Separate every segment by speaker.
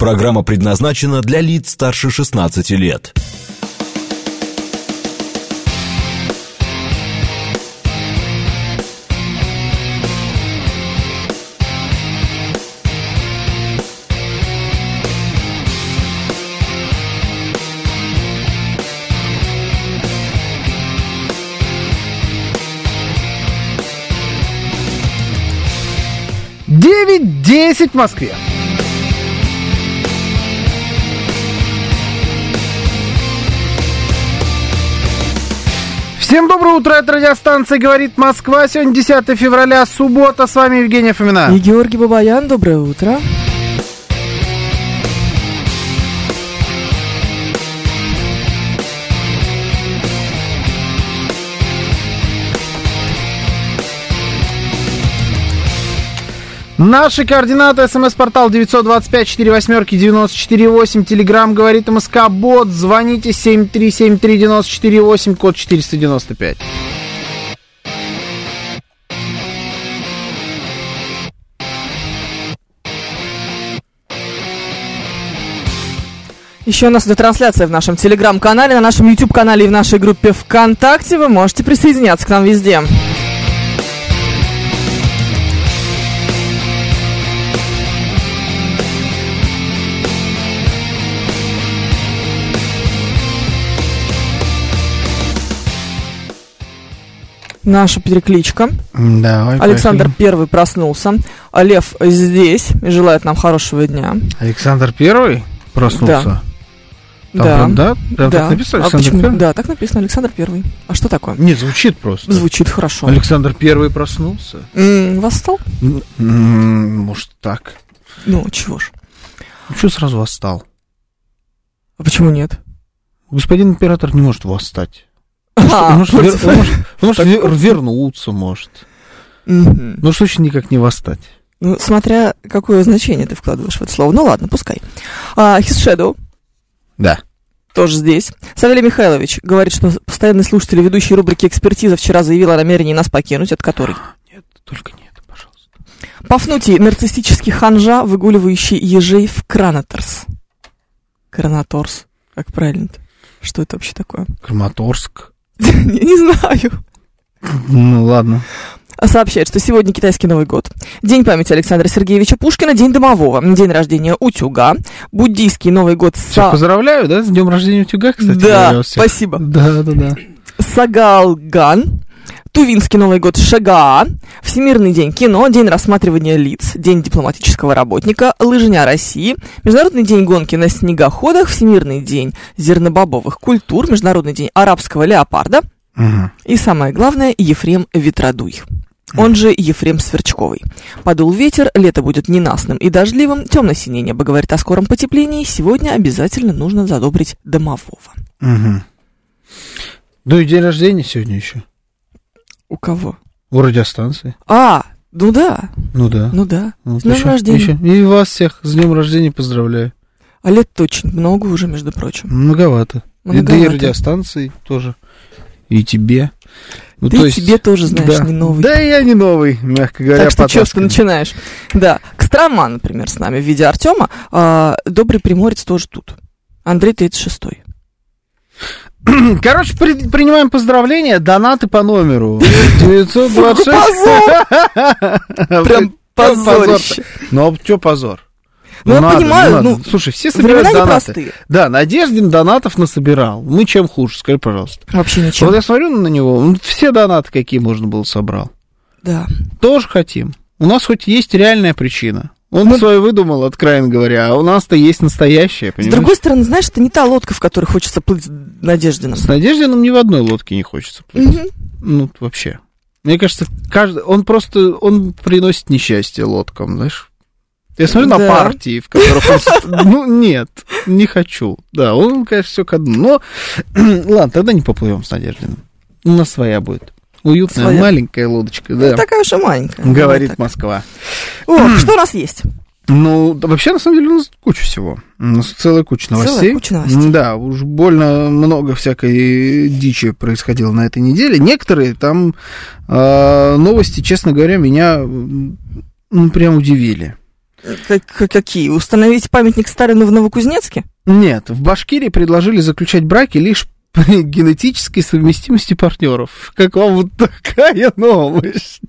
Speaker 1: Программа предназначена для лиц старше 16 лет.
Speaker 2: Девять десять в Москве. Всем доброе утро, это радиостанция «Говорит Москва». Сегодня 10 февраля, суббота. С вами Евгения
Speaker 3: И
Speaker 2: Фомина.
Speaker 3: Георгий Бабаян, доброе утро.
Speaker 2: Наши координаты. СМС-портал 925-48-94-8. Телеграмм «Говорит МСК Бот». Звоните 7373948, код 495.
Speaker 3: Еще у нас идет трансляция в нашем телеграм-канале, на нашем YouTube-канале и в нашей группе ВКонтакте. Вы можете присоединяться к нам везде. Наша перекличка.
Speaker 2: Давай,
Speaker 3: Александр Первый проснулся. а Лев здесь и желает нам хорошего дня.
Speaker 2: Александр Первый проснулся? Там
Speaker 3: да.
Speaker 2: прям, да? Прям
Speaker 3: да.
Speaker 2: так написано?
Speaker 3: А
Speaker 2: Александр
Speaker 3: почему?
Speaker 2: Первый?
Speaker 3: Да, так написано Александр Первый. А что такое?
Speaker 2: Не, звучит просто.
Speaker 3: Звучит хорошо.
Speaker 2: Александр Первый проснулся?
Speaker 3: М, восстал?
Speaker 2: М, Может, так.
Speaker 3: Ну, чего ж.
Speaker 2: Почему сразу восстал?
Speaker 3: А почему нет?
Speaker 2: Господин император не может восстать.
Speaker 3: А,
Speaker 2: он может, вер-
Speaker 3: против-
Speaker 2: он может- он может вер- вернуться, может.
Speaker 3: Мгм.
Speaker 2: Ну уж очень никак не восстать.
Speaker 3: Ну, смотря какое значение ты вкладываешь в это слово. Ну ладно, пускай. А, His Shadow
Speaker 2: Да.
Speaker 3: тоже здесь. Савелий Михайлович говорит, что постоянный слушатель и ведущий рубрики «Экспертиза» вчера заявил о намерении нас покинуть, от которой.
Speaker 2: Нет, только не это, пожалуйста.
Speaker 3: Пафнутий, нарциссический ханжа, выгуливающий ежей в Кранаторс. Кранаторс, как правильно-то? Что это вообще такое?
Speaker 2: Краматорск.
Speaker 3: Я не знаю. А
Speaker 2: Ну ладно.
Speaker 3: сообщает, что сегодня китайский Новый год, День памяти Александра Сергеевича Пушкина, День домового, День рождения утюга, буддийский Новый год
Speaker 2: Всех
Speaker 3: са...
Speaker 2: поздравляю, да? С днем рождения утюга, кстати.
Speaker 3: Да,
Speaker 2: говоря, всех.
Speaker 3: спасибо.
Speaker 2: Да, да, да.
Speaker 3: Сагалган, Тувинский Новый год Шага, Всемирный день кино, День рассматривания лиц, День дипломатического работника, Лыжня России, Международный день гонки на снегоходах, Всемирный день зернобобовых культур, Международный день арабского леопарда,
Speaker 2: Мгм.
Speaker 3: И самое главное, Ефрем Ветродуй. Он же Ефрем Сверчковый. Подул ветер, лето будет ненастным и дождливым, темно-синее небо говорит о скором потеплении, сегодня обязательно нужно задобрить домового.
Speaker 2: Мгм. Ну и день рождения сегодня еще.
Speaker 3: У кого?
Speaker 2: У радиостанции.
Speaker 3: А, ну да,
Speaker 2: Ну да.
Speaker 3: ну да.
Speaker 2: Ну,
Speaker 3: С днем
Speaker 2: еще-
Speaker 3: рождения.
Speaker 2: еще. И вас всех с днем рождения поздравляю.
Speaker 3: А лет очень много уже, между прочим.
Speaker 2: Многовато. И- Да и
Speaker 3: Многовато.
Speaker 2: радиостанции тоже. И тебе. Ну,
Speaker 3: Ты
Speaker 2: то
Speaker 3: и
Speaker 2: есть-
Speaker 3: тебе тоже, знаешь,
Speaker 2: да.
Speaker 3: не новый.
Speaker 2: Да, и я не новый, мягко говоря,
Speaker 3: так что чё ж ты
Speaker 2: потасканный.
Speaker 3: начинаешь? Да, Кострома, например, с нами в виде Артема. А, Добрый Приморец тоже тут. Андрей 36-й.
Speaker 2: Короче, при- принимаем поздравления, донаты по номеру 926.
Speaker 3: Позор! Прям позорище.
Speaker 2: Ну, что позор?
Speaker 3: Ну, я
Speaker 2: надо,
Speaker 3: понимаю,
Speaker 2: надо.
Speaker 3: ну,
Speaker 2: Слушай, все собирают
Speaker 3: Времена
Speaker 2: донаты.
Speaker 3: непростые.
Speaker 2: Да, Надеждин донатов насобирал. Мы чем хуже, скажи, пожалуйста.
Speaker 3: Вообще ничего.
Speaker 2: Вот я смотрю на него, он все донаты, какие можно было, собрал.
Speaker 3: Да.
Speaker 2: Тоже хотим. У нас хоть есть реальная причина. Он
Speaker 3: Ну-
Speaker 2: свою выдумал, откровенно говоря, а у нас-то есть настоящая,
Speaker 3: С
Speaker 2: понимаешь?
Speaker 3: другой стороны, знаешь, это не та лодка, в которой хочется плыть с Надеждином.
Speaker 2: С Надеждином ни в одной лодке не хочется плыть.
Speaker 3: Мгм.
Speaker 2: Ну, вообще. Мне кажется, каждый, он просто, он приносит несчастье лодкам, знаешь. Я смотрю на
Speaker 3: Да.
Speaker 2: партии, в которых он... с- Ну, нет, не хочу. Да, он, конечно, все ко дну. Но, ладно, тогда не поплывем с Надеждиной. У нас своя будет. Уютная
Speaker 3: Своя.
Speaker 2: маленькая лодочка,
Speaker 3: Ну,
Speaker 2: да.
Speaker 3: Такая уж и маленькая.
Speaker 2: Говорит
Speaker 3: Давай
Speaker 2: Москва.
Speaker 3: так. О, что у нас есть?
Speaker 2: Ну, да, вообще, на самом деле, у нас куча всего. У нас целая куча
Speaker 3: Целая
Speaker 2: новостей.
Speaker 3: куча новостей.
Speaker 2: М, Да, уж больно много всякой дичи происходило на этой неделе. Некоторые там а, э, новости, честно говоря, меня м, ну, прям удивили.
Speaker 3: Как- какие? Установить памятник Сталину в Новокузнецке?
Speaker 2: Нет, в Башкирии предложили заключать браки лишь при генетической совместимости партнеров. Как вам вот такая новость?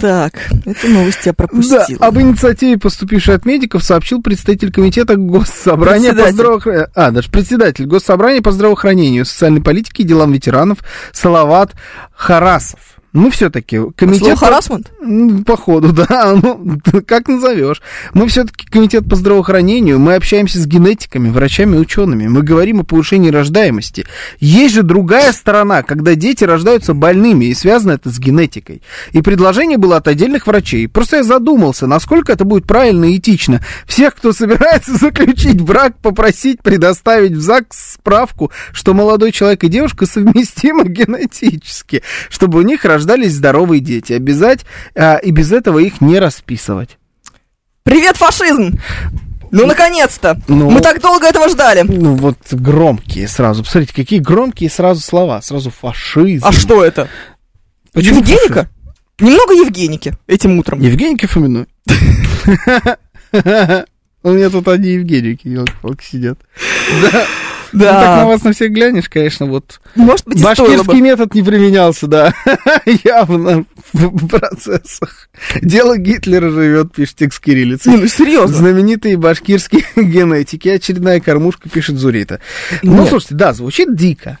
Speaker 3: Так, эту новость я пропустила.
Speaker 2: Да, а об инициативе, поступившей от медиков, сообщил представитель комитета Госсобрания по
Speaker 3: Председатель.
Speaker 2: здравоохранению. А, даже председатель Госсобрания по здравоохранению, социальной политике и делам ветеранов Салават Харасов. Ну, все-таки
Speaker 3: Слово
Speaker 2: комитет... по-
Speaker 3: харассмент?
Speaker 2: М, Походу, да. Ну, как назовешь? Мы все-таки комитет по здравоохранению, мы общаемся с генетиками, врачами и учеными. Мы говорим о повышении рождаемости. Есть же другая сторона, когда дети рождаются больными, и связано это с генетикой. И предложение было от отдельных врачей. Просто я задумался, насколько это будет правильно и этично. Всех, кто собирается заключить брак, попросить предоставить в ЗАГС справку, что молодой человек и девушка совместимы генетически, чтобы у них рождались здоровые дети. Обязать а, и без этого их не расписывать.
Speaker 3: Привет, фашизм! Ну, наконец-то!
Speaker 2: Ну.
Speaker 3: Мы так долго этого ждали!
Speaker 2: Ну вот громкие сразу. Посмотрите, какие громкие сразу слова. Сразу фашизм.
Speaker 3: А что это?
Speaker 2: Почему
Speaker 3: Евгеника? Немного Евгеники этим утром.
Speaker 2: Евгеники Фоминой. У меня тут одни Евгеники, елки-палки, сидят. Да. Ну, так ну, на
Speaker 3: Да.
Speaker 2: вас на всех глянешь, конечно, вот.
Speaker 3: Может быть, и стоило
Speaker 2: Башкирский
Speaker 3: бы.
Speaker 2: метод не применялся, да. Явно в процессах. Дело Гитлера живет, пишет текст
Speaker 3: Не,
Speaker 2: кириллицы.
Speaker 3: ну серьезно.
Speaker 2: Знаменитые башкирские генетики. Очередная кормушка, пишет Зурита. Ну,
Speaker 3: Нет.
Speaker 2: слушайте, да, звучит дико.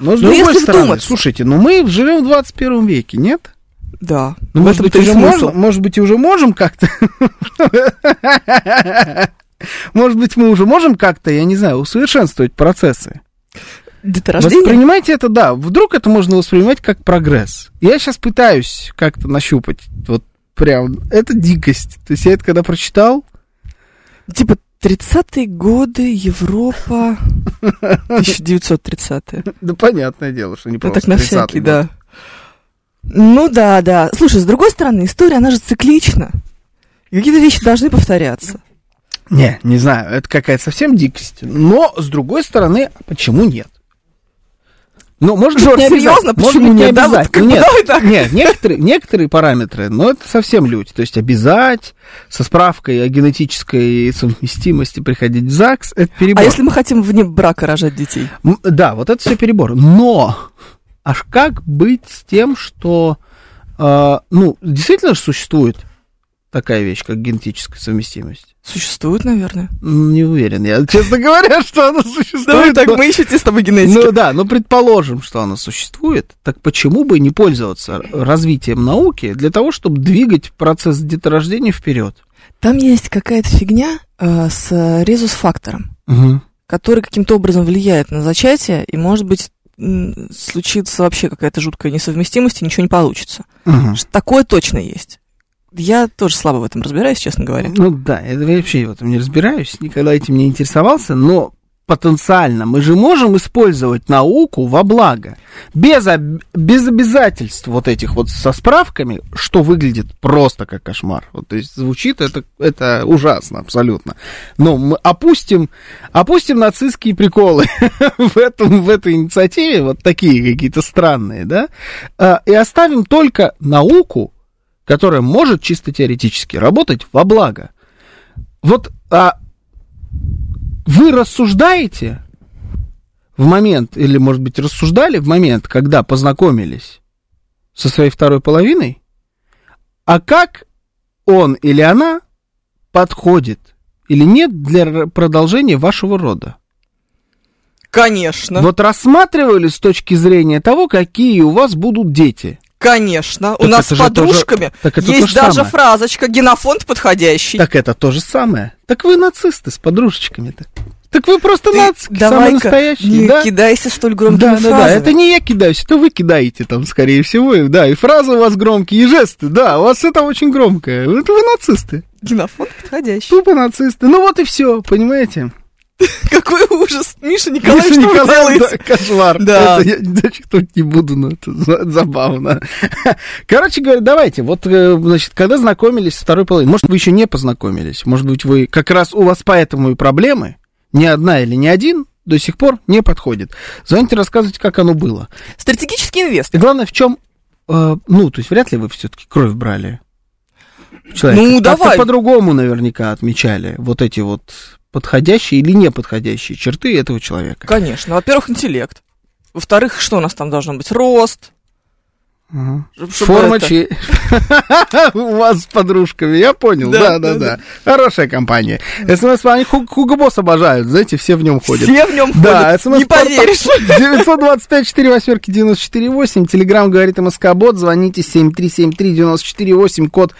Speaker 2: Но с
Speaker 3: Ну,
Speaker 2: другой
Speaker 3: если
Speaker 2: стороны,
Speaker 3: вдуматься.
Speaker 2: слушайте, ну мы живем в 21 веке, нет?
Speaker 3: Да.
Speaker 2: Ну, может, быть,
Speaker 3: это и
Speaker 2: уже
Speaker 3: смысл.
Speaker 2: можем, может быть, и уже можем как-то. Может быть, мы уже можем как-то, я не знаю, усовершенствовать процессы.
Speaker 3: Деторождение?
Speaker 2: Воспринимайте это, да. Вдруг это можно воспринимать как прогресс. Я сейчас пытаюсь как-то нащупать. Вот прям, это дикость. То есть я это когда прочитал,
Speaker 3: Типа 30-е годы, Европа, 1930-е.
Speaker 2: да понятное дело, что не
Speaker 3: Ну,
Speaker 2: просто
Speaker 3: так на
Speaker 2: 30-й
Speaker 3: всякий,
Speaker 2: год.
Speaker 3: да. Ну да, да. Слушай, с другой стороны, история, она же циклична. И Какие-то вещи должны повторяться.
Speaker 2: Не, не знаю, это какая-то совсем дикость. Но, с другой стороны, а почему нет? Ну, может
Speaker 3: Жор,
Speaker 2: быть, не
Speaker 3: серьезно?
Speaker 2: обязательно. Может
Speaker 3: Почему
Speaker 2: быть, не
Speaker 3: нет? Да, вот
Speaker 2: обязательно.
Speaker 3: как бы
Speaker 2: Нет,
Speaker 3: давай так.
Speaker 2: нет, некоторые, некоторые параметры, но это совсем люди. То есть обязать со справкой о генетической совместимости приходить в ЗАГС, это перебор.
Speaker 3: А если мы хотим вне брака рожать детей?
Speaker 2: М, Да, вот это все перебор. Но аж как быть с тем, что э, ну, действительно же существует такая вещь, как генетическая совместимость?
Speaker 3: Существует, наверное.
Speaker 2: М, Не уверен я, честно говоря, что она существует.
Speaker 3: Давай так,
Speaker 2: но-
Speaker 3: мы еще те с тобой
Speaker 2: Ну
Speaker 3: генетики.
Speaker 2: да, но предположим, что она существует, так почему бы не пользоваться развитием науки для того, чтобы двигать процесс деторождения вперед?
Speaker 3: Там есть какая-то фигня э, с э, резус-фактором, который каким-то образом влияет на зачатие, и, может быть, м, случится вообще какая-то жуткая несовместимость, и ничего не получится.
Speaker 2: Мгм.
Speaker 3: Что Такое точно есть. Я тоже слабо в этом разбираюсь, честно говоря.
Speaker 2: Ну да, это я вообще в этом не разбираюсь, никогда этим не интересовался, но потенциально мы же можем использовать науку во благо, без, об- без обязательств вот этих вот со справками, что выглядит просто как кошмар. Вот, то есть звучит это, это ужасно абсолютно. Но мы опустим, опустим нацистские приколы в, этом, в этой инициативе, вот такие какие-то странные, да, а, и оставим только науку, которая может чисто теоретически работать во благо. Вот а, вы рассуждаете в момент, или, может быть, рассуждали в момент, когда познакомились со своей второй половиной, а как он или она подходит или нет для р- продолжения вашего рода?
Speaker 3: Конечно.
Speaker 2: Вот рассматривали с точки зрения того, какие у вас будут дети.
Speaker 3: Конечно, у
Speaker 2: Так это
Speaker 3: нас с
Speaker 2: же тоже-
Speaker 3: подружками
Speaker 2: так это то
Speaker 3: есть
Speaker 2: же
Speaker 3: даже
Speaker 2: самое.
Speaker 3: фразочка «генофонд подходящий».
Speaker 2: Так это то же самое. Так вы нацисты с подружечками-то. Так вы просто
Speaker 3: Ты
Speaker 2: нацики, самые
Speaker 3: давай-ка не
Speaker 2: настоящие, да?
Speaker 3: кидайся столь громкими
Speaker 2: Да, да,
Speaker 3: фразами.
Speaker 2: да, это не я кидаюсь, это вы кидаете там, скорее всего, и, да, и фразы у вас громкие, и жесты, да, у вас это очень громкое, это вы нацисты,
Speaker 3: Генофонд подходящий.
Speaker 2: тупо нацисты, ну вот и все, понимаете?
Speaker 3: Какой ужас. Миша Николаевич,
Speaker 2: Миша
Speaker 3: что вы
Speaker 2: Николаевич,
Speaker 3: делаете?
Speaker 2: да, кошмар.
Speaker 3: Да.
Speaker 2: Это я зачитывать не буду, но это за- забавно. Короче говоря, давайте, вот, э, значит, когда знакомились с второй половиной, может, вы еще не познакомились, может быть, вы как раз у вас поэтому и проблемы, ни одна или ни один до сих пор не подходит. Звоните, рассказывайте, как оно было.
Speaker 3: Стратегический инвестор.
Speaker 2: И главное, в чем, э, ну, то есть вряд ли вы все-таки кровь брали. человека.
Speaker 3: Ну,
Speaker 2: Как-то
Speaker 3: давай.
Speaker 2: по-другому наверняка отмечали вот эти вот подходящие или неподходящие черты этого человека.
Speaker 3: Конечно. Во-первых, интеллект. Во-вторых, что у нас там должно быть? Рост.
Speaker 2: Мгм.
Speaker 3: чтоб- чтобы
Speaker 2: Форма
Speaker 3: это-
Speaker 2: чи- У вас с подружками, я понял. Да,
Speaker 3: Да,
Speaker 2: да,
Speaker 3: да,
Speaker 2: да. Хорошая компания. СМС они Хуго Босс обожают, знаете, все в нем ходят.
Speaker 3: Все в нем
Speaker 2: Да,
Speaker 3: ходят. Не
Speaker 2: СМС-портал
Speaker 3: поверишь.
Speaker 2: 925 4 восьмерки 94 8. Телеграмм говорит МСК-бот. Звоните 7373 94 8. Код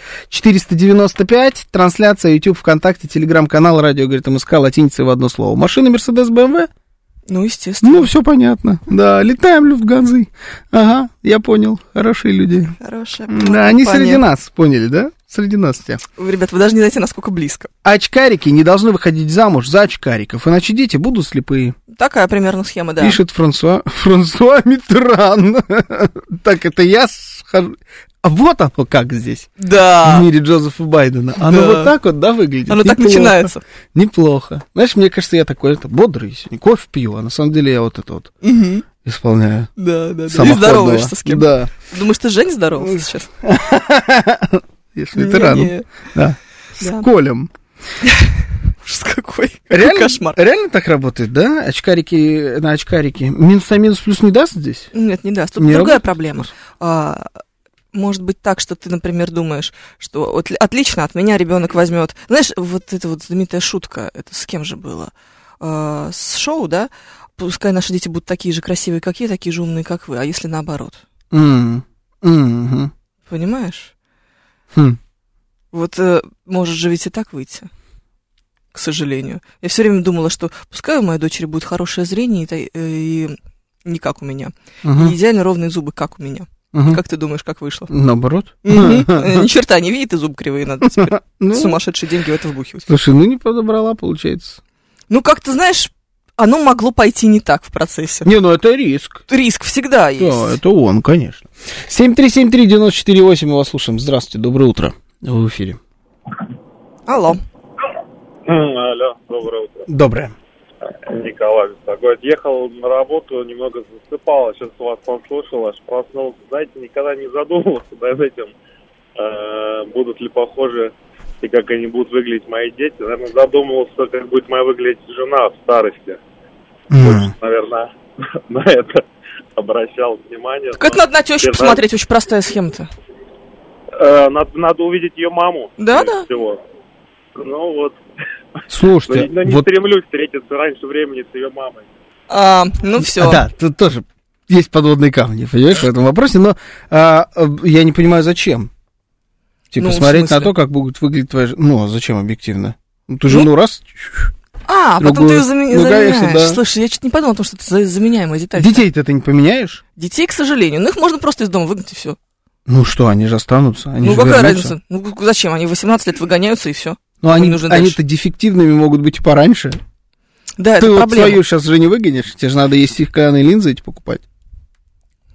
Speaker 2: 495. Трансляция YouTube, ВКонтакте, Телеграм-канал, радио говорит МСК. Латиница в одно слово. Машина Мерседес БМВ?
Speaker 3: Ну, естественно.
Speaker 2: Ну, все понятно. Да, летаем Люфтганзой. Ага, я понял. Хорошие люди.
Speaker 3: Хорошая.
Speaker 2: Да, они
Speaker 3: компания.
Speaker 2: среди нас, поняли, да? Среди нас все.
Speaker 3: Вы, Ребят, вы даже не знаете, насколько близко.
Speaker 2: Очкарики не должны выходить замуж за очкариков, иначе дети будут слепые.
Speaker 3: Такая примерно схема, да.
Speaker 2: Пишет Франсуа, Франсуа Митран. так, это я схожу. А вот оно как здесь, в
Speaker 3: Да.
Speaker 2: мире Джозефа Байдена. Оно
Speaker 3: А. Да.
Speaker 2: вот так вот, да, выглядит?
Speaker 3: Оно так
Speaker 2: Неплохо,
Speaker 3: начинается.
Speaker 2: Неплохо. Знаешь, мне кажется, я такой это, бодрый сегодня, кофе пью, а на самом деле я вот это вот
Speaker 3: Мгм.
Speaker 2: исполняю.
Speaker 3: Да, да, да. И
Speaker 2: самоходного.
Speaker 3: здороваешься с кем.
Speaker 2: Да.
Speaker 3: Думаешь, ты с Женей здоровался сейчас?
Speaker 2: Я с ветераном.
Speaker 3: Не-не.
Speaker 2: Да.
Speaker 3: Да.
Speaker 2: С Колем.
Speaker 3: Ужас какой.
Speaker 2: Реально,
Speaker 3: кошмар.
Speaker 2: реально так работает, да? Очкарики на очкарики. Минус на минус плюс не даст здесь?
Speaker 3: Нет, не даст. Тут
Speaker 2: Не
Speaker 3: другая
Speaker 2: работает?
Speaker 3: проблема. А, может быть так, что ты, например, думаешь, что вот л- отлично, от меня ребенок возьмет. Знаешь, вот эта вот знаменитая шутка, это с кем же было? А, с шоу, да? Пускай наши дети будут такие же красивые, как я, такие же умные, как вы, а если наоборот?
Speaker 2: М, мгм.
Speaker 3: Понимаешь?
Speaker 2: Хм.
Speaker 3: Вот э, может же ведь и так выйти. К сожалению. Я все время думала, что пускай у моей дочери будет хорошее зрение и, та- э, и не как у меня.
Speaker 2: Мгм.
Speaker 3: И идеально ровные зубы, как у меня.
Speaker 2: Мгм.
Speaker 3: Как ты думаешь, как вышло?
Speaker 2: Наоборот.
Speaker 3: Мгм. Э, Ни черта не видит, и зуб кривые надо теперь
Speaker 2: Ну,
Speaker 3: сумасшедшие деньги в это вбухивать.
Speaker 2: Слушай, ну не подобрала, получается.
Speaker 3: Ну, как ты знаешь, оно могло пойти не так в процессе.
Speaker 2: Не, ну это риск.
Speaker 3: Риск всегда
Speaker 2: Да,
Speaker 3: есть.
Speaker 2: это он, конечно. 7373948, мы вас слушаем. Здравствуйте, доброе утро. Вы в эфире.
Speaker 3: Алло.
Speaker 4: Алло, доброе утро.
Speaker 2: Доброе.
Speaker 4: Николай Бестогород. Ехал на работу, немного засыпал, а сейчас вас послушал, аж проснулся. Знаете, никогда не задумывался над этим, э, будут ли похожи и как они будут выглядеть мои дети. Наверное, задумывался, как будет моя выглядеть жена в старости. Наверное, на это обращал внимание.
Speaker 3: Так это надо на тещу
Speaker 4: Я
Speaker 3: посмотреть, очень простая схема-то.
Speaker 4: Э, надо, надо увидеть ее маму.
Speaker 3: Да,
Speaker 4: прежде
Speaker 3: да.
Speaker 4: всего. Ну вот. Но,
Speaker 2: Слушайте,
Speaker 4: не- но не
Speaker 2: вот...
Speaker 4: стремлюсь встретиться раньше времени с ее мамой.
Speaker 3: А, ну все.
Speaker 2: А, Да, тут тоже есть подводные камни, понимаешь, в этом вопросе, но а, э, я не понимаю, зачем. Типа
Speaker 3: Ну, в
Speaker 2: смотреть на
Speaker 3: смысле?
Speaker 2: то, как будет выглядеть твоя жена. Ну, а зачем объективно? Ну, ты жену раз...
Speaker 3: А, потом ты ее
Speaker 2: Другую.
Speaker 3: заме-
Speaker 2: Ну, конечно,
Speaker 3: заменяешь.
Speaker 2: да.
Speaker 3: Слушай, я чуть не подумала о том, что это за- заменяемая деталь.
Speaker 2: Детей-то ты не поменяешь?
Speaker 3: Детей, к сожалению. Ну, их можно просто из дома выгнать, и все.
Speaker 2: Ну что, они же останутся, они
Speaker 3: ну,
Speaker 2: же
Speaker 3: какая
Speaker 2: вернутся.
Speaker 3: разница? Ну, г- зачем? Они в 18 лет выгоняются, и все.
Speaker 2: Ну, они,
Speaker 3: нужно
Speaker 2: они-то дефективными могут быть и пораньше.
Speaker 3: Да,
Speaker 2: Ты
Speaker 3: это
Speaker 2: вот
Speaker 3: проблема.
Speaker 2: свою сейчас же не выгонишь, тебе же надо есть стеклянные линзы эти покупать.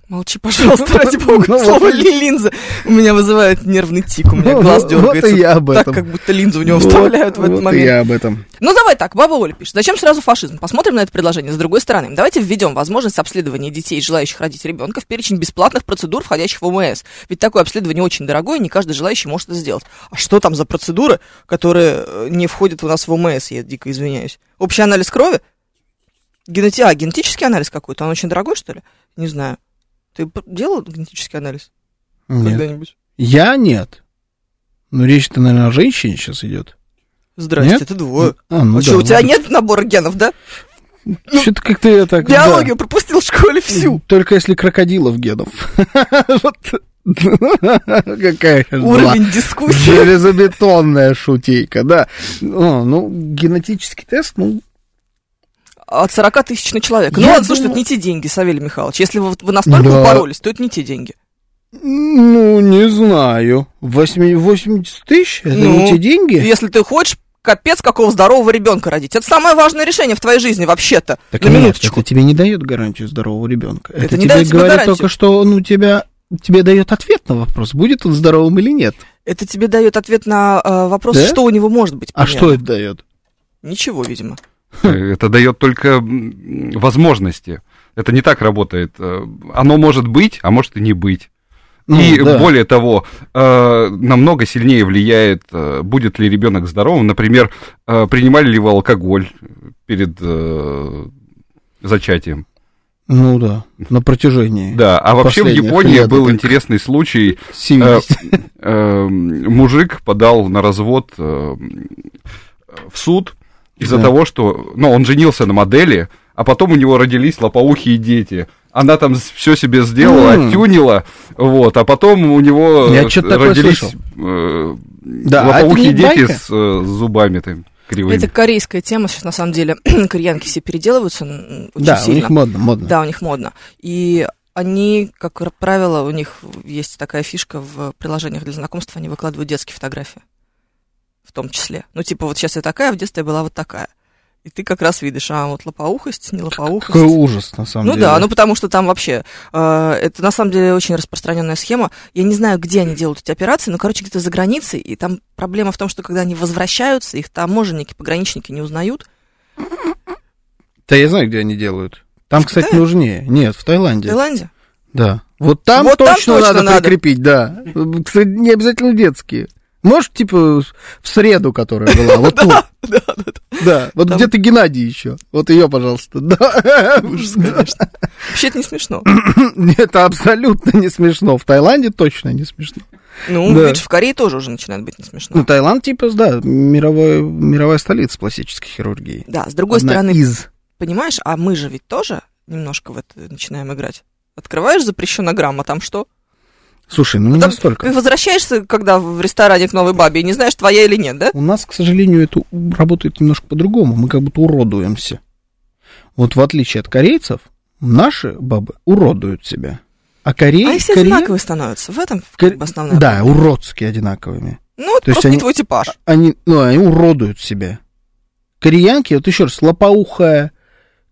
Speaker 3: Молчи, пожалуйста, ради бога.
Speaker 2: Ну,
Speaker 3: Слово
Speaker 2: вот.
Speaker 3: «ли- линза у меня вызывает нервный тик, у меня
Speaker 2: Ну,
Speaker 3: глаз
Speaker 2: вот
Speaker 3: дергается.
Speaker 2: и я об этом.
Speaker 3: Так, как будто линзу в него
Speaker 2: Вот,
Speaker 3: вставляют в
Speaker 2: вот
Speaker 3: этот
Speaker 2: и
Speaker 3: момент.
Speaker 2: я об этом.
Speaker 3: Ну, давай так, Баба Оля пишет. Зачем сразу фашизм? Посмотрим на это предложение с другой стороны. Давайте введем возможность обследования детей, желающих родить ребенка, в перечень бесплатных процедур, входящих в ОМС. Ведь такое обследование очень дорогое, и не каждый желающий может это сделать. А что там за процедуры, которые э, не входят у нас в ОМС? Я дико извиняюсь. Общий анализ крови? Генети... А, генетический анализ какой-то? Он очень дорогой, что ли? Не знаю. Ты п- делал генетический анализ?
Speaker 2: Нет.
Speaker 3: когда-нибудь.
Speaker 2: Я нет. Ну, речь-то, наверное, о женщине сейчас идет.
Speaker 3: Здрасте,
Speaker 2: Нет?
Speaker 3: это двое.
Speaker 2: А, ну
Speaker 3: а
Speaker 2: да,
Speaker 3: что, у тебя
Speaker 2: вот.
Speaker 3: нет набора генов, да?
Speaker 2: Что-то как-то я так... да.
Speaker 3: Биологию пропустил в школе Ну, всю.
Speaker 2: Только если крокодилов генов. Вот. Какая сейчас была
Speaker 3: Уровень дискуссии.
Speaker 2: железобетонная шутейка, да. О, ну, генетический тест, ну,
Speaker 3: От 40 тысяч на человека. Ну
Speaker 2: Я
Speaker 3: ладно, слушай, это
Speaker 2: думаю-
Speaker 3: не те деньги, Савелий Михайлович. Если вы, вот- вы настолько
Speaker 2: Да.
Speaker 3: упоролись, то это не те деньги.
Speaker 2: ну, не знаю. Восьми- 80 тысяч? Это
Speaker 3: Ну,
Speaker 2: не те деньги?
Speaker 3: Если ты хочешь капец какого здорового ребенка родить. Это самое важное решение в твоей жизни вообще-то.
Speaker 2: Так
Speaker 3: на
Speaker 2: нет,
Speaker 3: минуточку.
Speaker 2: это тебе не дает гарантию здорового ребенка. Это,
Speaker 3: Это не
Speaker 2: тебе
Speaker 3: дает тебе
Speaker 2: говорит
Speaker 3: гарантию.
Speaker 2: только, что он у тебя тебе дает ответ на вопрос, будет он здоровым или нет.
Speaker 3: Это тебе дает ответ на э, вопрос,
Speaker 2: Да?
Speaker 3: что у него может быть.
Speaker 2: А
Speaker 3: примерно.
Speaker 2: что это дает?
Speaker 3: Ничего, видимо.
Speaker 5: Э, Это дает только м, возможности. Это не так работает. Э, Оно может быть, а может и не быть.
Speaker 2: Ну,
Speaker 5: И
Speaker 2: да.
Speaker 5: более того, э, намного сильнее влияет, э, будет ли ребенок здоровым. Например, э, принимали ли вы алкоголь перед э, зачатием?
Speaker 2: Ну да, на протяжении
Speaker 5: Да, а вообще в
Speaker 2: Последних
Speaker 5: Японии
Speaker 2: лет
Speaker 5: был
Speaker 2: это-
Speaker 5: интересный случай.
Speaker 2: 70.
Speaker 5: Э, мужик подал на развод э, в суд из-за
Speaker 2: Да.
Speaker 5: того, что... Ну, он женился на модели, а потом у него родились лопоухие дети. Она там все себе сделала,
Speaker 2: М.
Speaker 5: оттюнила, вот, а потом у него
Speaker 2: Я чё-то такое
Speaker 5: родились
Speaker 2: слышал.
Speaker 5: э,
Speaker 2: Да, а это
Speaker 5: лопоухие
Speaker 2: не
Speaker 5: дети
Speaker 2: байка?
Speaker 5: с, э, с зубами там кривыми.
Speaker 3: Это корейская тема сейчас, на самом деле. Кореянки все переделываются м, очень
Speaker 2: Да,
Speaker 3: сильно.
Speaker 2: у них модно, модно.
Speaker 3: Да, у них модно. И они, как р- правило, у них есть такая фишка в приложениях для знакомства, они выкладывают детские фотографии в том числе. Ну, типа, вот сейчас я такая, в детстве я была вот такая. И ты как раз видишь, а вот лопоухость, не лопоухость.
Speaker 2: Какой ужас, на самом
Speaker 3: Ну
Speaker 2: деле.
Speaker 3: да, ну потому что там вообще э, это на самом деле очень распространенная схема. Я не знаю, где они делают эти операции, но, короче, где-то за границей. И там проблема в том, что когда они возвращаются, их таможенники, пограничники не узнают.
Speaker 2: Да я знаю, где они делают. Там,
Speaker 3: В
Speaker 2: кстати,
Speaker 3: Китае?
Speaker 2: нужнее. Нет, в
Speaker 3: В
Speaker 2: Таиланде.
Speaker 3: Таиланде.
Speaker 2: Да. Вот там
Speaker 3: Вот там
Speaker 2: точно,
Speaker 3: точно
Speaker 2: надо,
Speaker 3: надо.
Speaker 2: прикрепить, да. Кстати, не обязательно детские. Может, типа, в среду, которая была, вот тут.
Speaker 3: Да, да, да.
Speaker 2: Да, вот
Speaker 3: Там-
Speaker 2: где-то Геннадий еще. Вот ее, пожалуйста. Да.
Speaker 3: Ужас, конечно. Вообще это не смешно.
Speaker 2: Нет, Это абсолютно не смешно. В Таиланде точно не смешно.
Speaker 3: Ну,
Speaker 2: Да.
Speaker 3: видишь, в Корее тоже уже начинает быть не
Speaker 2: Ну,
Speaker 3: смешно.
Speaker 2: Таиланд, типа, да, мировой, мировая столица пластической хирургии.
Speaker 3: Да, с другой
Speaker 2: Одна
Speaker 3: стороны,
Speaker 2: из.
Speaker 3: понимаешь, а мы же ведь тоже немножко в это начинаем играть. Открываешь запрещенограмма, там что?
Speaker 2: Слушай, ну не
Speaker 3: Там
Speaker 2: настолько.
Speaker 3: Ты возвращаешься, когда в ресторане к новой бабе, и не знаешь, твоя или нет, да?
Speaker 2: У нас, к сожалению, это у- работает немножко по-другому. Мы как будто уродуемся. Вот в отличие от корейцев, наши бабы уродуют себя. А корей...
Speaker 3: Они все
Speaker 2: корее-
Speaker 3: одинаковые становятся. В этом как
Speaker 2: коре-
Speaker 3: бы основная
Speaker 2: Да,
Speaker 3: проблема.
Speaker 2: уродские одинаковыми.
Speaker 3: Ну, это
Speaker 2: То есть
Speaker 3: просто
Speaker 2: они-
Speaker 3: не твой типаж.
Speaker 2: Они, ну, они уродуют себя. Кореянки, вот еще раз, лопоухая,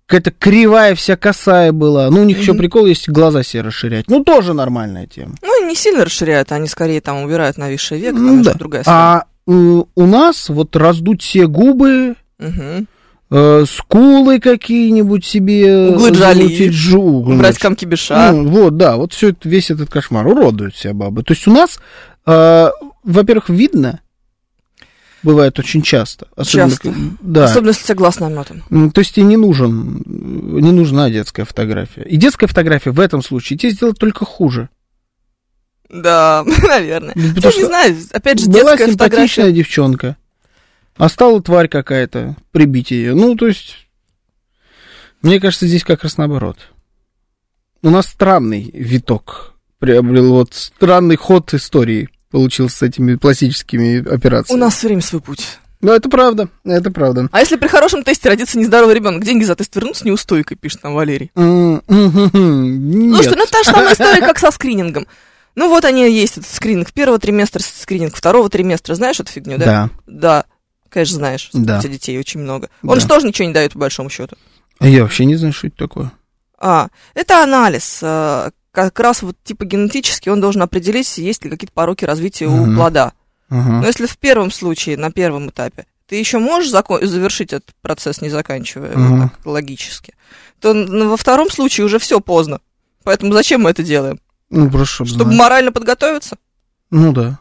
Speaker 2: какая-то кривая вся косая была. Ну, у них еще
Speaker 3: Мгм.
Speaker 2: прикол есть глаза себе расширять. Ну, тоже нормальная тема.
Speaker 3: Ну, они не сильно расширяют, они скорее там убирают нависшее век,
Speaker 2: Ну,
Speaker 3: там
Speaker 2: да.
Speaker 3: еще а другая схема.
Speaker 2: А э, у нас вот раздуть все губы,
Speaker 3: Мгм.
Speaker 2: э, скулы какие-нибудь себе... э,
Speaker 3: Углы Джоли.
Speaker 2: замутить, жу- углы,
Speaker 3: Убрать
Speaker 2: значит.
Speaker 3: комки беша.
Speaker 2: Ну, вот, да, вот все это, весь этот кошмар. Уродуют себя бабы. То есть у нас, э, во-первых, видно, бывает очень часто. Особенно,
Speaker 3: Часто.
Speaker 2: к- Да.
Speaker 3: Особенно, если у тебя глаз наметан.
Speaker 2: М, То есть тебе не, нужен, э, не нужна детская фотография. И детская фотография в этом случае тебе сделает только хуже.
Speaker 3: Да, наверное.
Speaker 2: Ну,
Speaker 3: Я
Speaker 2: Потому
Speaker 3: не знаю, опять же,
Speaker 2: была
Speaker 3: детская
Speaker 2: симпатичная
Speaker 3: фотография.
Speaker 2: девчонка, а стала тварь какая-то, прибить ее. Ну, то есть, мне кажется, здесь как раз наоборот. У нас странный виток приобрел, вот странный ход истории получился с этими пластическими
Speaker 3: У
Speaker 2: операциями.
Speaker 3: нас все время свой путь.
Speaker 2: Ну, это правда, это правда.
Speaker 3: А если при хорошем тесте родится нездоровый ребенок, деньги за тест вернут с неустойкой, пишет нам Валерий.
Speaker 2: М, м-м-м,
Speaker 3: Ну
Speaker 2: нет.
Speaker 3: что, ну та же самая история, как со скринингом. Ну вот они есть, этот скрининг первого триместра, скрининг второго триместра. Знаешь эту фигню, да?
Speaker 2: Да.
Speaker 3: Да, конечно, знаешь.
Speaker 2: Да.
Speaker 3: У тебя детей очень много. Он
Speaker 2: Да.
Speaker 3: же тоже ничего не дает, по большому счету.
Speaker 2: А Я вообще не знаю, что это такое.
Speaker 3: А, это анализ. э, Как раз вот типа генетически он должен определить, есть ли какие-то пороки развития
Speaker 2: Мгм.
Speaker 3: у плода.
Speaker 2: Ага.
Speaker 3: Но если в первом случае, на первом этапе, ты еще можешь зако- завершить этот процесс, не заканчивая, вот
Speaker 2: Мгм.
Speaker 3: так логически, то ну, во втором случае уже все поздно. Поэтому зачем мы это делаем?
Speaker 2: Ну, просто чтобы
Speaker 3: Чтобы
Speaker 2: знать.
Speaker 3: морально подготовиться?
Speaker 2: Ну да.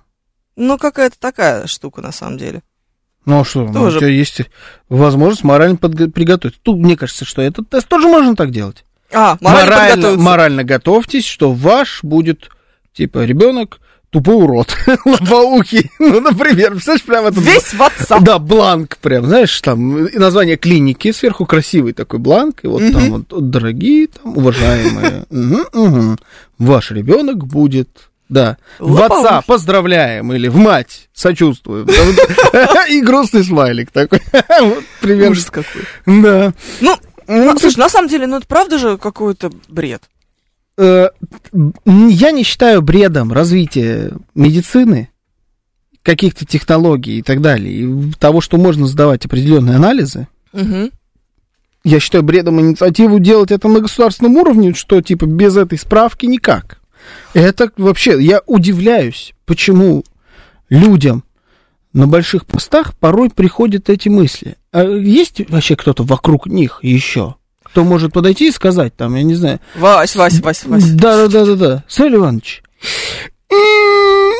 Speaker 3: Ну, какая-то такая штука, на самом деле.
Speaker 2: Ну а что, ну,
Speaker 3: Тоже.
Speaker 2: у тебя есть возможность морально подго- приготовиться. Тут мне кажется, что этот тест тоже можно так делать.
Speaker 3: А, морально, подготовиться.
Speaker 2: морально готовьтесь, что ваш будет, типа, ребенок тупой урод. Лопоухий. Ну, например, представляешь, прям это...
Speaker 3: Весь WhatsApp.
Speaker 2: Да, бланк прям, знаешь, там и название клиники, сверху красивый такой бланк, и вот там вот, вот, дорогие, там, уважаемые, мгм, мгм, ваш ребенок будет, да, в
Speaker 3: Лопоухий.
Speaker 2: отца поздравляем или в мать сочувствуем. Да, вот. И грустный смайлик такой. Вот примерно.
Speaker 3: Ужас какой.
Speaker 2: Да.
Speaker 3: Ну,
Speaker 2: Ну,
Speaker 3: Ну, слушай, на самом деле, ну это правда же какой-то бред.
Speaker 2: э, я не считаю бредом развитие медицины, каких-то технологий и так далее, и того, что можно сдавать определенные анализы,
Speaker 3: Мгм.
Speaker 2: я считаю бредом инициативу делать это на государственном уровне, что типа без этой справки никак. Это вообще, я удивляюсь, почему людям на больших постах порой приходят эти мысли. А есть вообще кто-то вокруг них еще? Кто может подойти и сказать, там, я не знаю,
Speaker 3: Вась, Вась, Вась, Вась.
Speaker 2: да, да, да, да, да. Савелий Иванович, «М,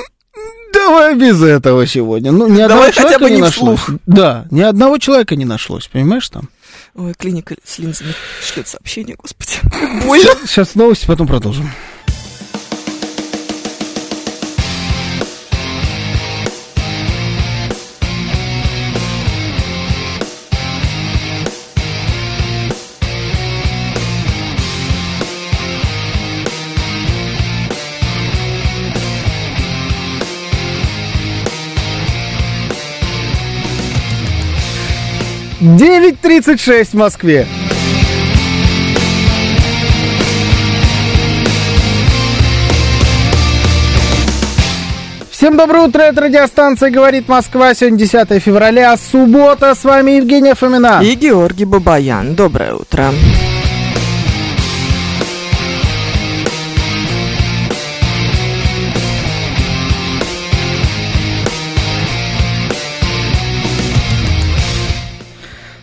Speaker 2: Давай без этого сегодня. Ну, ни одного
Speaker 3: Давай хотя
Speaker 2: человека
Speaker 3: бы
Speaker 2: не
Speaker 3: не
Speaker 2: нашлось.
Speaker 3: вслух.
Speaker 2: Да, ни одного человека не нашлось, понимаешь там?
Speaker 3: Ой, клиника с линзами шлет сообщение, господи. Как больно.
Speaker 2: Сейчас новости, потом продолжим. Девять тридцать шесть в Москве. Всем доброе утро, это радиостанция «Говорит Москва». Сегодня 10 февраля, суббота. С вами Евгения Фомина.
Speaker 3: И Георгий Бабаян. Доброе утро.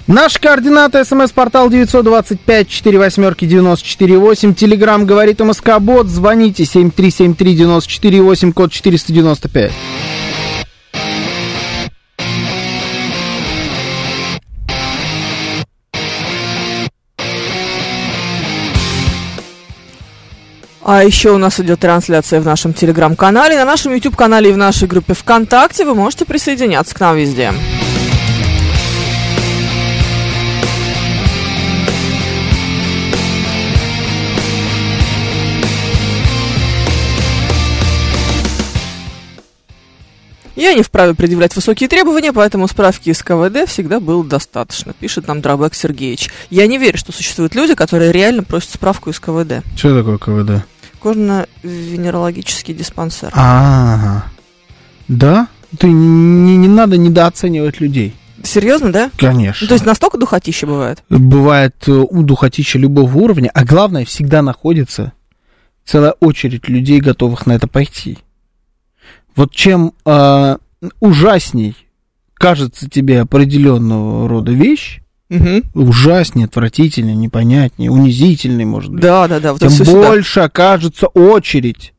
Speaker 2: Наши координаты. СМС-портал 925-48-94-8. Телеграмм «Говорит Москобот». Звоните 7373-94-8, код 495.
Speaker 3: А еще у нас идет трансляция в нашем телеграм-канале, на нашем YouTube-канале и в нашей группе ВКонтакте. Вы можете присоединяться к нам везде. Я не вправе предъявлять высокие требования, поэтому справки из КВД всегда было достаточно, пишет нам Дробек Сергеевич. Я не верю, что существуют люди, которые реально просят справку из КВД.
Speaker 2: Что такое КВД?
Speaker 3: Кожно-венерологический диспансер.
Speaker 2: А, Ага. Да? Ты не, не надо недооценивать людей.
Speaker 3: Серьезно, да?
Speaker 2: Конечно.
Speaker 3: Ну, то есть настолько духотища бывает?
Speaker 2: Бывает э, у духотича любого уровня, а главное, всегда находится целая очередь людей, готовых на это пойти. Вот чем э, ужасней кажется тебе определенного рода вещь, ужаснее, отвратительнее, непонятнее, унизительнее, может быть,
Speaker 3: Да, да, да. Вот
Speaker 2: тем
Speaker 3: это всё сюда.
Speaker 2: больше окажется очередь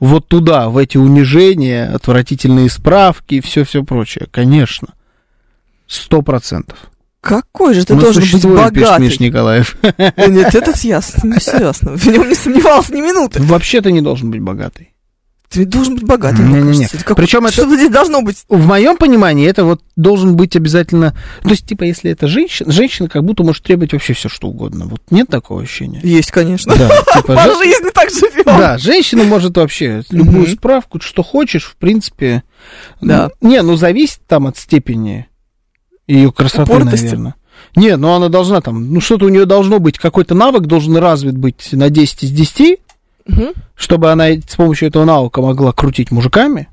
Speaker 2: вот туда, в эти унижения, отвратительные справки и все-все прочее, конечно. Сто процентов.
Speaker 3: Какой же ты
Speaker 2: Мы
Speaker 3: должен быть
Speaker 2: существуем, пишет Миш
Speaker 3: богатый?
Speaker 2: Николаев.
Speaker 3: О, Нет, это ясно, все ясно. В нем не сомневался ни минуты.
Speaker 2: Вообще ты не должен быть богатый.
Speaker 3: Ты должен быть богатым. мне
Speaker 2: Не-не-не.
Speaker 3: кажется. Как-
Speaker 2: Причем это-
Speaker 3: Что-то здесь должно быть.
Speaker 2: В моем понимании это вот должен быть обязательно... То есть, типа, если это женщина, женщина как будто может требовать вообще все, что угодно. Вот нет такого ощущения?
Speaker 3: Есть, конечно.
Speaker 2: Да, типа,
Speaker 3: По
Speaker 2: же-
Speaker 3: жизни так живем.
Speaker 2: да, женщина может вообще любую
Speaker 3: Мгм.
Speaker 2: справку, что хочешь, в принципе.
Speaker 3: Да.
Speaker 2: М, Не, ну зависит там от степени ее красоты,
Speaker 3: Упортости.
Speaker 2: наверное. Не, ну она должна там, ну что-то у нее должно быть, какой-то навык должен развит быть на 10 из 10,
Speaker 3: Мгм.
Speaker 2: чтобы она с помощью этого навыка могла крутить мужиками.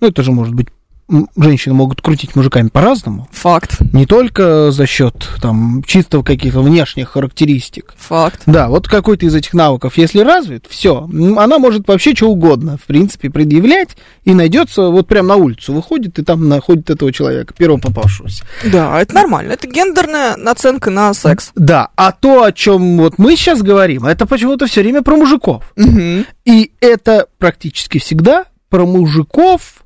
Speaker 2: Ну, это же может быть, м, женщины могут крутить мужиками по-разному.
Speaker 3: Факт,
Speaker 2: Не только за счет там чисто каких-то внешних характеристик.
Speaker 3: факт.
Speaker 2: Да, вот какой-то из этих навыков, если развит, все, она может вообще что угодно, в принципе, предъявлять, и найдется вот прям на улицу выходит, и там находит этого человека, первого попавшегося.
Speaker 3: Да, это нормально. Это гендерная наценка на секс.
Speaker 2: Да, а то, о чем вот мы сейчас говорим, это почему-то все время про мужиков.
Speaker 3: Мгм.
Speaker 2: И это практически всегда про мужиков,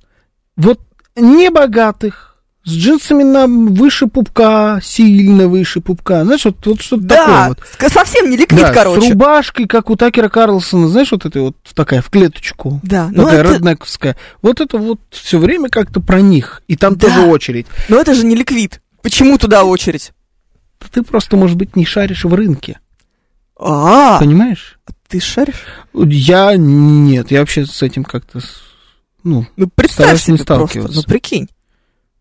Speaker 2: вот небогатых, с джинсами на выше пупка, сильно выше пупка. Знаешь, вот, вот что-то такое
Speaker 3: Да,
Speaker 2: вот.
Speaker 3: ск- совсем не ликвид,
Speaker 2: Да, С
Speaker 3: короче.
Speaker 2: рубашкой, как у Такера Карлсона, знаешь, вот этой вот такая в клеточку.
Speaker 3: Да, ну
Speaker 2: Такая
Speaker 3: это,
Speaker 2: реднековская. Вот это вот все время как-то про них. И там
Speaker 3: Да.
Speaker 2: тоже очередь.
Speaker 3: но это же не ликвид. Почему туда очередь?
Speaker 2: Ты просто, может быть, не шаришь в рынке.
Speaker 3: А,
Speaker 2: Понимаешь?
Speaker 3: ты шаришь?
Speaker 2: Я нет, я вообще с этим как-то. с- Ну,
Speaker 3: Ну, представь
Speaker 2: Стараюсь не
Speaker 3: себе просто.
Speaker 2: сталкиваться.
Speaker 3: Ну, прикинь.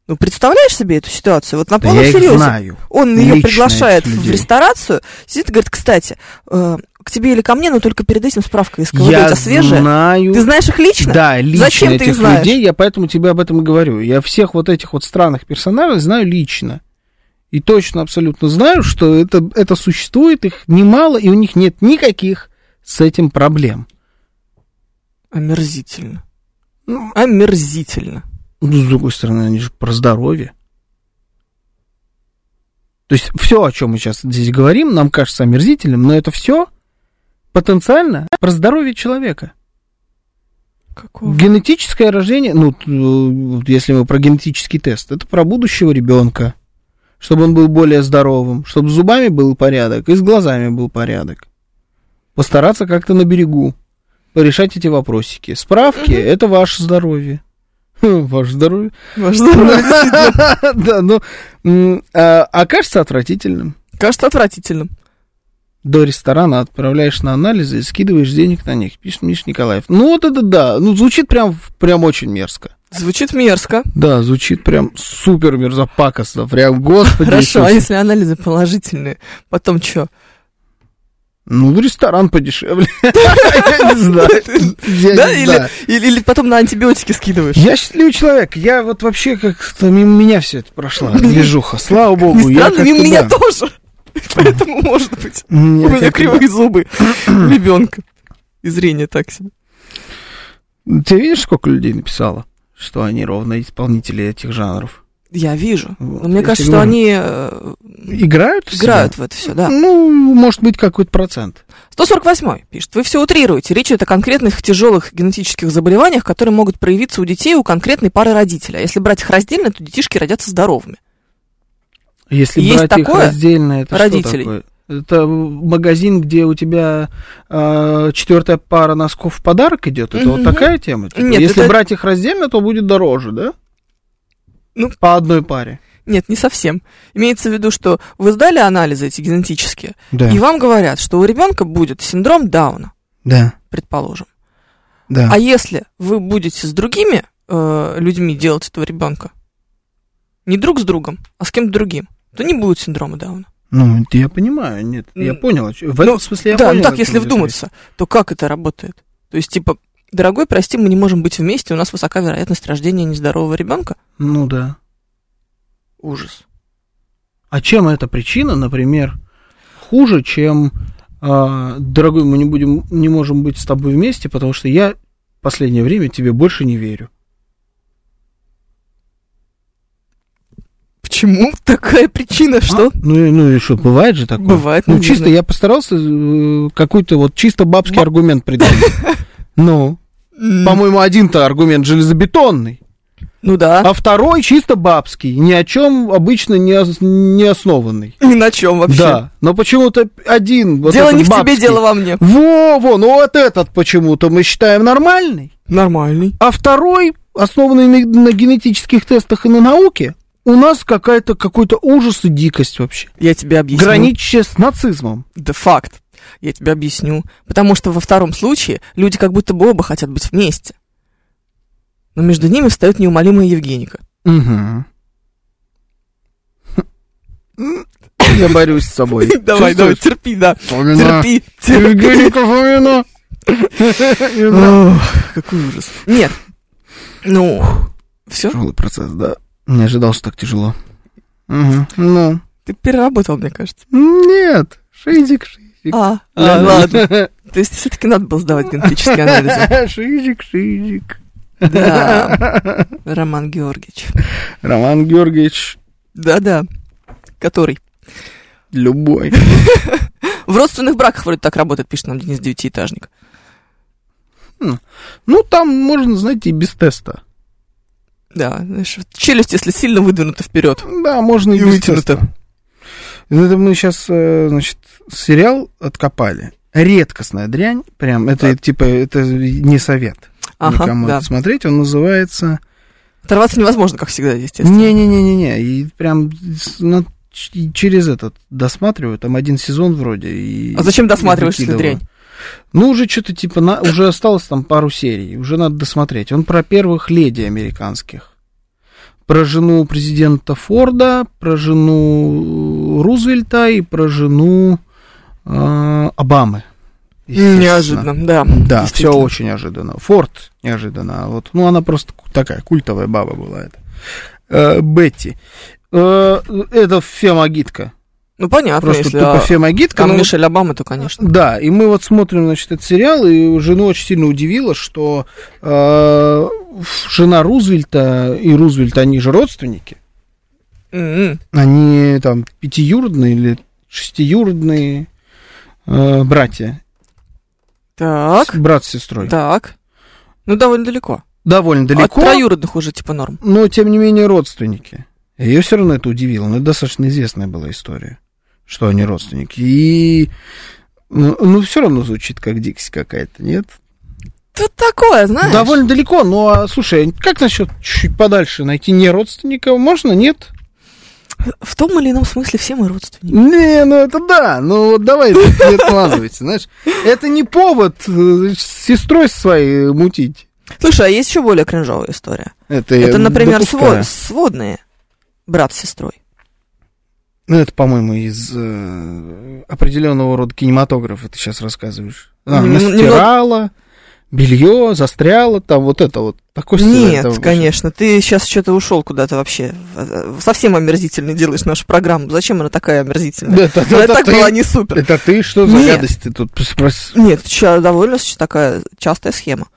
Speaker 3: Ну, представляешь себе эту ситуацию? Вот на
Speaker 2: да
Speaker 3: полном
Speaker 2: я их
Speaker 3: серьезе.
Speaker 2: знаю.
Speaker 3: Он ее
Speaker 2: Лично
Speaker 3: приглашает
Speaker 2: этих
Speaker 3: в
Speaker 2: людей.
Speaker 3: ресторацию, сидит и говорит, кстати, э, к тебе или ко мне, но только перед этим справка из КВД. У
Speaker 2: я
Speaker 3: тебя а свежая?
Speaker 2: знаю.
Speaker 3: Ты знаешь их лично?
Speaker 2: Да, лично
Speaker 3: Зачем ты их
Speaker 2: этих
Speaker 3: знаешь?
Speaker 2: людей, я поэтому тебе об этом и говорю. Я всех вот этих вот странных персонажей знаю лично. И точно абсолютно знаю, что это, это существует, их немало, и у них нет никаких с этим проблем.
Speaker 3: Омерзительно. Омерзительно.
Speaker 2: Ну, с другой стороны, они же про здоровье. То есть все, о чем мы сейчас здесь говорим, нам кажется омерзительным, но это все потенциально про здоровье человека.
Speaker 3: Какого?
Speaker 2: Генетическое рождение, ну, т- вот если мы про генетический тест, это про будущего ребенка. Чтобы он был более здоровым, чтобы с зубами был порядок и с глазами был порядок. Постараться как-то на берегу порешать эти вопросики. Справки это ваше здоровье. Хм, Ваше здоровье. Ну.
Speaker 3: Важно.
Speaker 2: Да, ну, м, а а кажется отвратительным.
Speaker 3: Кажется отвратительным.
Speaker 2: до ресторана отправляешь на анализы и скидываешь денег на них, пишет Миш Николаев. Ну вот это да, ну звучит прям, прям очень мерзко.
Speaker 3: Звучит мерзко.
Speaker 2: Да, звучит прям супер мерзопакостно, прям господи.
Speaker 3: Хорошо, а
Speaker 2: Иисусе.
Speaker 3: если анализы положительные, потом что?
Speaker 2: Ну в ресторан подешевле. Я не знаю. Я
Speaker 3: Да?
Speaker 2: не
Speaker 3: Или,
Speaker 2: знаю.
Speaker 3: или, или потом на антибиотики скидываешь?
Speaker 2: Я счастливый человек, я вот вообще как-то мимо меня все это прошло, движуха, слава
Speaker 3: Не
Speaker 2: богу. я
Speaker 3: странно, мимо
Speaker 2: как-то,
Speaker 3: меня
Speaker 2: да.
Speaker 3: тоже. Поэтому, может быть,
Speaker 2: М,
Speaker 3: у
Speaker 2: я
Speaker 3: меня
Speaker 2: как-то, да.
Speaker 3: кривые зубы у ребенка. И зрение так себе.
Speaker 2: Ты видишь, сколько людей написало, что они ровно исполнители этих жанров?
Speaker 3: Я вижу.
Speaker 2: Вот,
Speaker 3: Но мне
Speaker 2: я
Speaker 3: кажется,
Speaker 2: тебе
Speaker 3: что
Speaker 2: говорю.
Speaker 3: они э,
Speaker 2: Играют? в себя?
Speaker 3: играют в это все, да.
Speaker 2: Ну, может быть, какой-то процент.
Speaker 3: 148 пишет. Вы все утрируете. Речь идет о конкретных тяжелых генетических заболеваниях, которые могут проявиться у детей у конкретной пары родителей. А если брать их раздельно, то детишки родятся здоровыми.
Speaker 2: Если
Speaker 3: Есть
Speaker 2: брать их
Speaker 3: такое?
Speaker 2: раздельно, это
Speaker 3: Родителей.
Speaker 2: что такое? Это магазин, где у тебя э, четвертая пара носков в подарок идет. Это вот
Speaker 3: Мгм.
Speaker 2: такая тема. типа?
Speaker 3: Нет,
Speaker 2: Если
Speaker 3: это-
Speaker 2: брать их раздельно, то будет дороже, да?
Speaker 3: Ну.
Speaker 2: по одной паре.
Speaker 3: Нет, не совсем. Имеется в виду, что вы сдали анализы эти генетические,
Speaker 2: Да.
Speaker 3: и вам говорят, что у ребенка будет синдром Дауна,
Speaker 2: Да.
Speaker 3: предположим.
Speaker 2: Да.
Speaker 3: А если вы будете с другими э, людьми делать этого ребенка, не друг с другом, а с кем-то другим, то не будет синдрома Дауна.
Speaker 2: Ну, это я понимаю, нет. Я
Speaker 3: Ну,
Speaker 2: понял. о чём- В этом смысле я
Speaker 3: да,
Speaker 2: понял.
Speaker 3: ну
Speaker 2: о
Speaker 3: так,
Speaker 2: чём
Speaker 3: если
Speaker 2: ты
Speaker 3: вдуматься, то как это работает? То есть, типа, дорогой, прости, мы не можем быть вместе, у нас высока вероятность рождения нездорового ребенка.
Speaker 2: говоришь. Ну да.
Speaker 3: Ужас.
Speaker 2: А чем эта причина, например, хуже, чем э, дорогой, мы не будем, не можем быть с тобой вместе, потому что я последнее время тебе больше не верю.
Speaker 3: Почему такая причина? Что?
Speaker 2: Ну, и- ну и что, бывает же такое?
Speaker 3: Бывает,
Speaker 2: Ну,
Speaker 3: наверное.
Speaker 2: чисто я постарался э, какой-то вот чисто бабский
Speaker 3: Ба-
Speaker 2: аргумент придумать. Ну,
Speaker 3: М,
Speaker 2: по-моему, один-то аргумент железобетонный,
Speaker 3: Ну да.
Speaker 2: а второй чисто бабский, ни о чем обычно не, ос- не основанный.
Speaker 3: Ни на чем вообще.
Speaker 2: Да, но почему-то один... вот
Speaker 3: дело
Speaker 2: этот
Speaker 3: не в тебе,
Speaker 2: бабский.
Speaker 3: дело во мне.
Speaker 2: Во-во, ну вот этот почему-то мы считаем нормальный,
Speaker 3: Нормальный.
Speaker 2: а второй, основанный на, на генетических тестах и на науке, у нас какая-то какой-то ужас и дикость вообще,
Speaker 3: Я тебе объясню.
Speaker 2: граничащая с нацизмом.
Speaker 3: Да факт. Я тебе объясню. Потому что во втором случае люди как будто бы оба хотят быть вместе. Но между ними встает неумолимая Евгеника.
Speaker 2: Угу. Хм. Я борюсь с собой.
Speaker 3: Давай, давай,
Speaker 2: Чувствуешь?
Speaker 3: терпи, да.
Speaker 2: Фомина.
Speaker 3: Терпи, терпи. Ну,
Speaker 2: Евгений Фомина. Ну,
Speaker 3: Ох, Какой ужас. Нет. Ну, все,
Speaker 2: Тяжелый процесс, да. Не ожидал, что так тяжело. Мгм. Ну,
Speaker 3: ты переработал, мне кажется.
Speaker 2: нет, шизик, шизик.
Speaker 3: А, а, ладно.
Speaker 2: Ля-ля.
Speaker 3: То есть все-таки надо было сдавать генетические анализы.
Speaker 2: Шизик, шизик.
Speaker 3: Да, Роман Георгиевич.
Speaker 2: Роман Георгиевич,
Speaker 3: Да-да, который.
Speaker 2: любой.
Speaker 3: В родственных браках вроде так работает, пишет нам Денис Девятиэтажник.
Speaker 2: Ну, там можно, знаете, и без теста.
Speaker 3: Да, знаешь, вот челюсть, если сильно выдвинута вперед.
Speaker 2: Да, можно и,
Speaker 3: И
Speaker 2: без
Speaker 3: вытянуто.
Speaker 2: теста. Это мы сейчас, значит, сериал откопали. Редкостная дрянь, прям, это типа, это не совет
Speaker 3: Ага,
Speaker 2: никому
Speaker 3: да.
Speaker 2: это смотреть. Он называется...
Speaker 3: Оторваться невозможно, как всегда, естественно.
Speaker 2: Не-не-не-не-не, и прям с- на- ч- через этот досматриваю, там один сезон вроде. И,
Speaker 3: А зачем досматриваешь,
Speaker 2: и
Speaker 3: если
Speaker 2: выкидываю.
Speaker 3: дрянь?
Speaker 2: Ну, уже что-то типа, на, уже осталось там пару серий, уже надо досмотреть. Он про первых леди американских. Про жену президента Форда, про жену э, Рузвельта и про жену э, Обамы. естественно.
Speaker 3: Неожиданно, да.
Speaker 2: Да, все
Speaker 3: действительно.
Speaker 2: очень неожиданно. Форд неожиданно. а Вот. Ну, она просто ку- такая культовая баба была. Это. Э, Бетти. Э, это фемагитка.
Speaker 3: Ну, понятно,
Speaker 2: Просто
Speaker 3: если...
Speaker 2: тупо
Speaker 3: а,
Speaker 2: фемагитка.
Speaker 3: Там
Speaker 2: но вот-
Speaker 3: Мишель Обама, то, конечно.
Speaker 2: да, и мы вот смотрим, значит, этот сериал, и жену очень сильно удивило, что э, жена Рузвельта и Рузвельт, они же родственники.
Speaker 3: М-м.
Speaker 2: Они там пятиюродные или шестиюродные э, братья.
Speaker 3: Так,
Speaker 2: С- Брат с сестрой.
Speaker 3: так. Ну, довольно далеко.
Speaker 2: довольно далеко,
Speaker 3: От троюродных уже типа норм.
Speaker 2: но тем не менее родственники. Ее все равно это удивило, но это достаточно известная была история, что они родственники. И ну, все равно звучит как дикси какая-то, нет?
Speaker 3: Тут такое, знаешь.
Speaker 2: Довольно далеко, но а, слушай, а как насчет чуть подальше найти не родственника? Можно, нет?
Speaker 3: В том или ином смысле все мы родственники.
Speaker 2: Не, ну это да, ну вот давай не отмазывайся, знаешь. Это не повод э, с сестрой своей мутить.
Speaker 3: Слушай, а есть еще более кринжовая история.
Speaker 2: я
Speaker 3: Это, например,
Speaker 2: Э, допускаю.
Speaker 3: сво- сводные брат с сестрой.
Speaker 2: Ну, это, по-моему, из э, определенного рода кинематографа ты сейчас рассказываешь. А,
Speaker 3: Ну, немного-
Speaker 2: настирала, белье, застряло, там вот это вот. Такой сценарий
Speaker 3: Нет,
Speaker 2: там вообще.
Speaker 3: конечно, ты сейчас что-то ушел куда-то вообще. Э, Совсем омерзительно делаешь нашу программу. Зачем она такая омерзительная?
Speaker 2: Да, это-
Speaker 3: Она
Speaker 2: это
Speaker 3: так
Speaker 2: ты-
Speaker 3: была не супер.
Speaker 2: Это ты что за
Speaker 3: Нет.
Speaker 2: гадость ты тут спрос-
Speaker 3: Нет, ща довольно с- такая частая схема.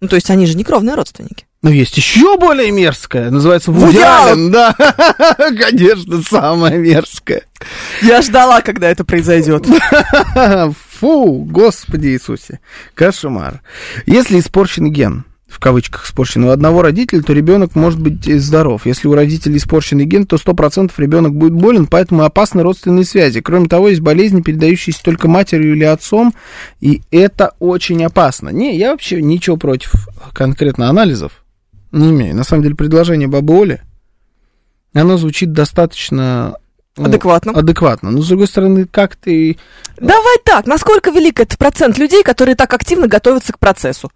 Speaker 3: Ну, то есть они же не кровные родственники.
Speaker 2: Ну, есть еще более мерзкая, называется
Speaker 3: Вуди
Speaker 2: Вуди Аллен, да. Конечно, самая мерзкая.
Speaker 3: Я ждала, когда это произойдет.
Speaker 2: Ну, Фу, Господи Иисусе, кошмар. Если испорчен ген, в кавычках испорчен, у одного родителя, то ребенок может быть и здоров. Если у родителей испорченный ген, то 100% ребенок будет болен, поэтому опасны родственные связи. Кроме того, есть болезни, передающиеся только матерью или отцом, и это очень опасно. Не, я вообще ничего против конкретно анализов не имею. На самом деле, предложение бабы Оли, оно звучит достаточно... ну,
Speaker 3: Адекватно.
Speaker 2: Адекватно. Но, с другой стороны, как ты...
Speaker 3: Давай так, насколько велик этот процент людей, которые так активно готовятся к процессу?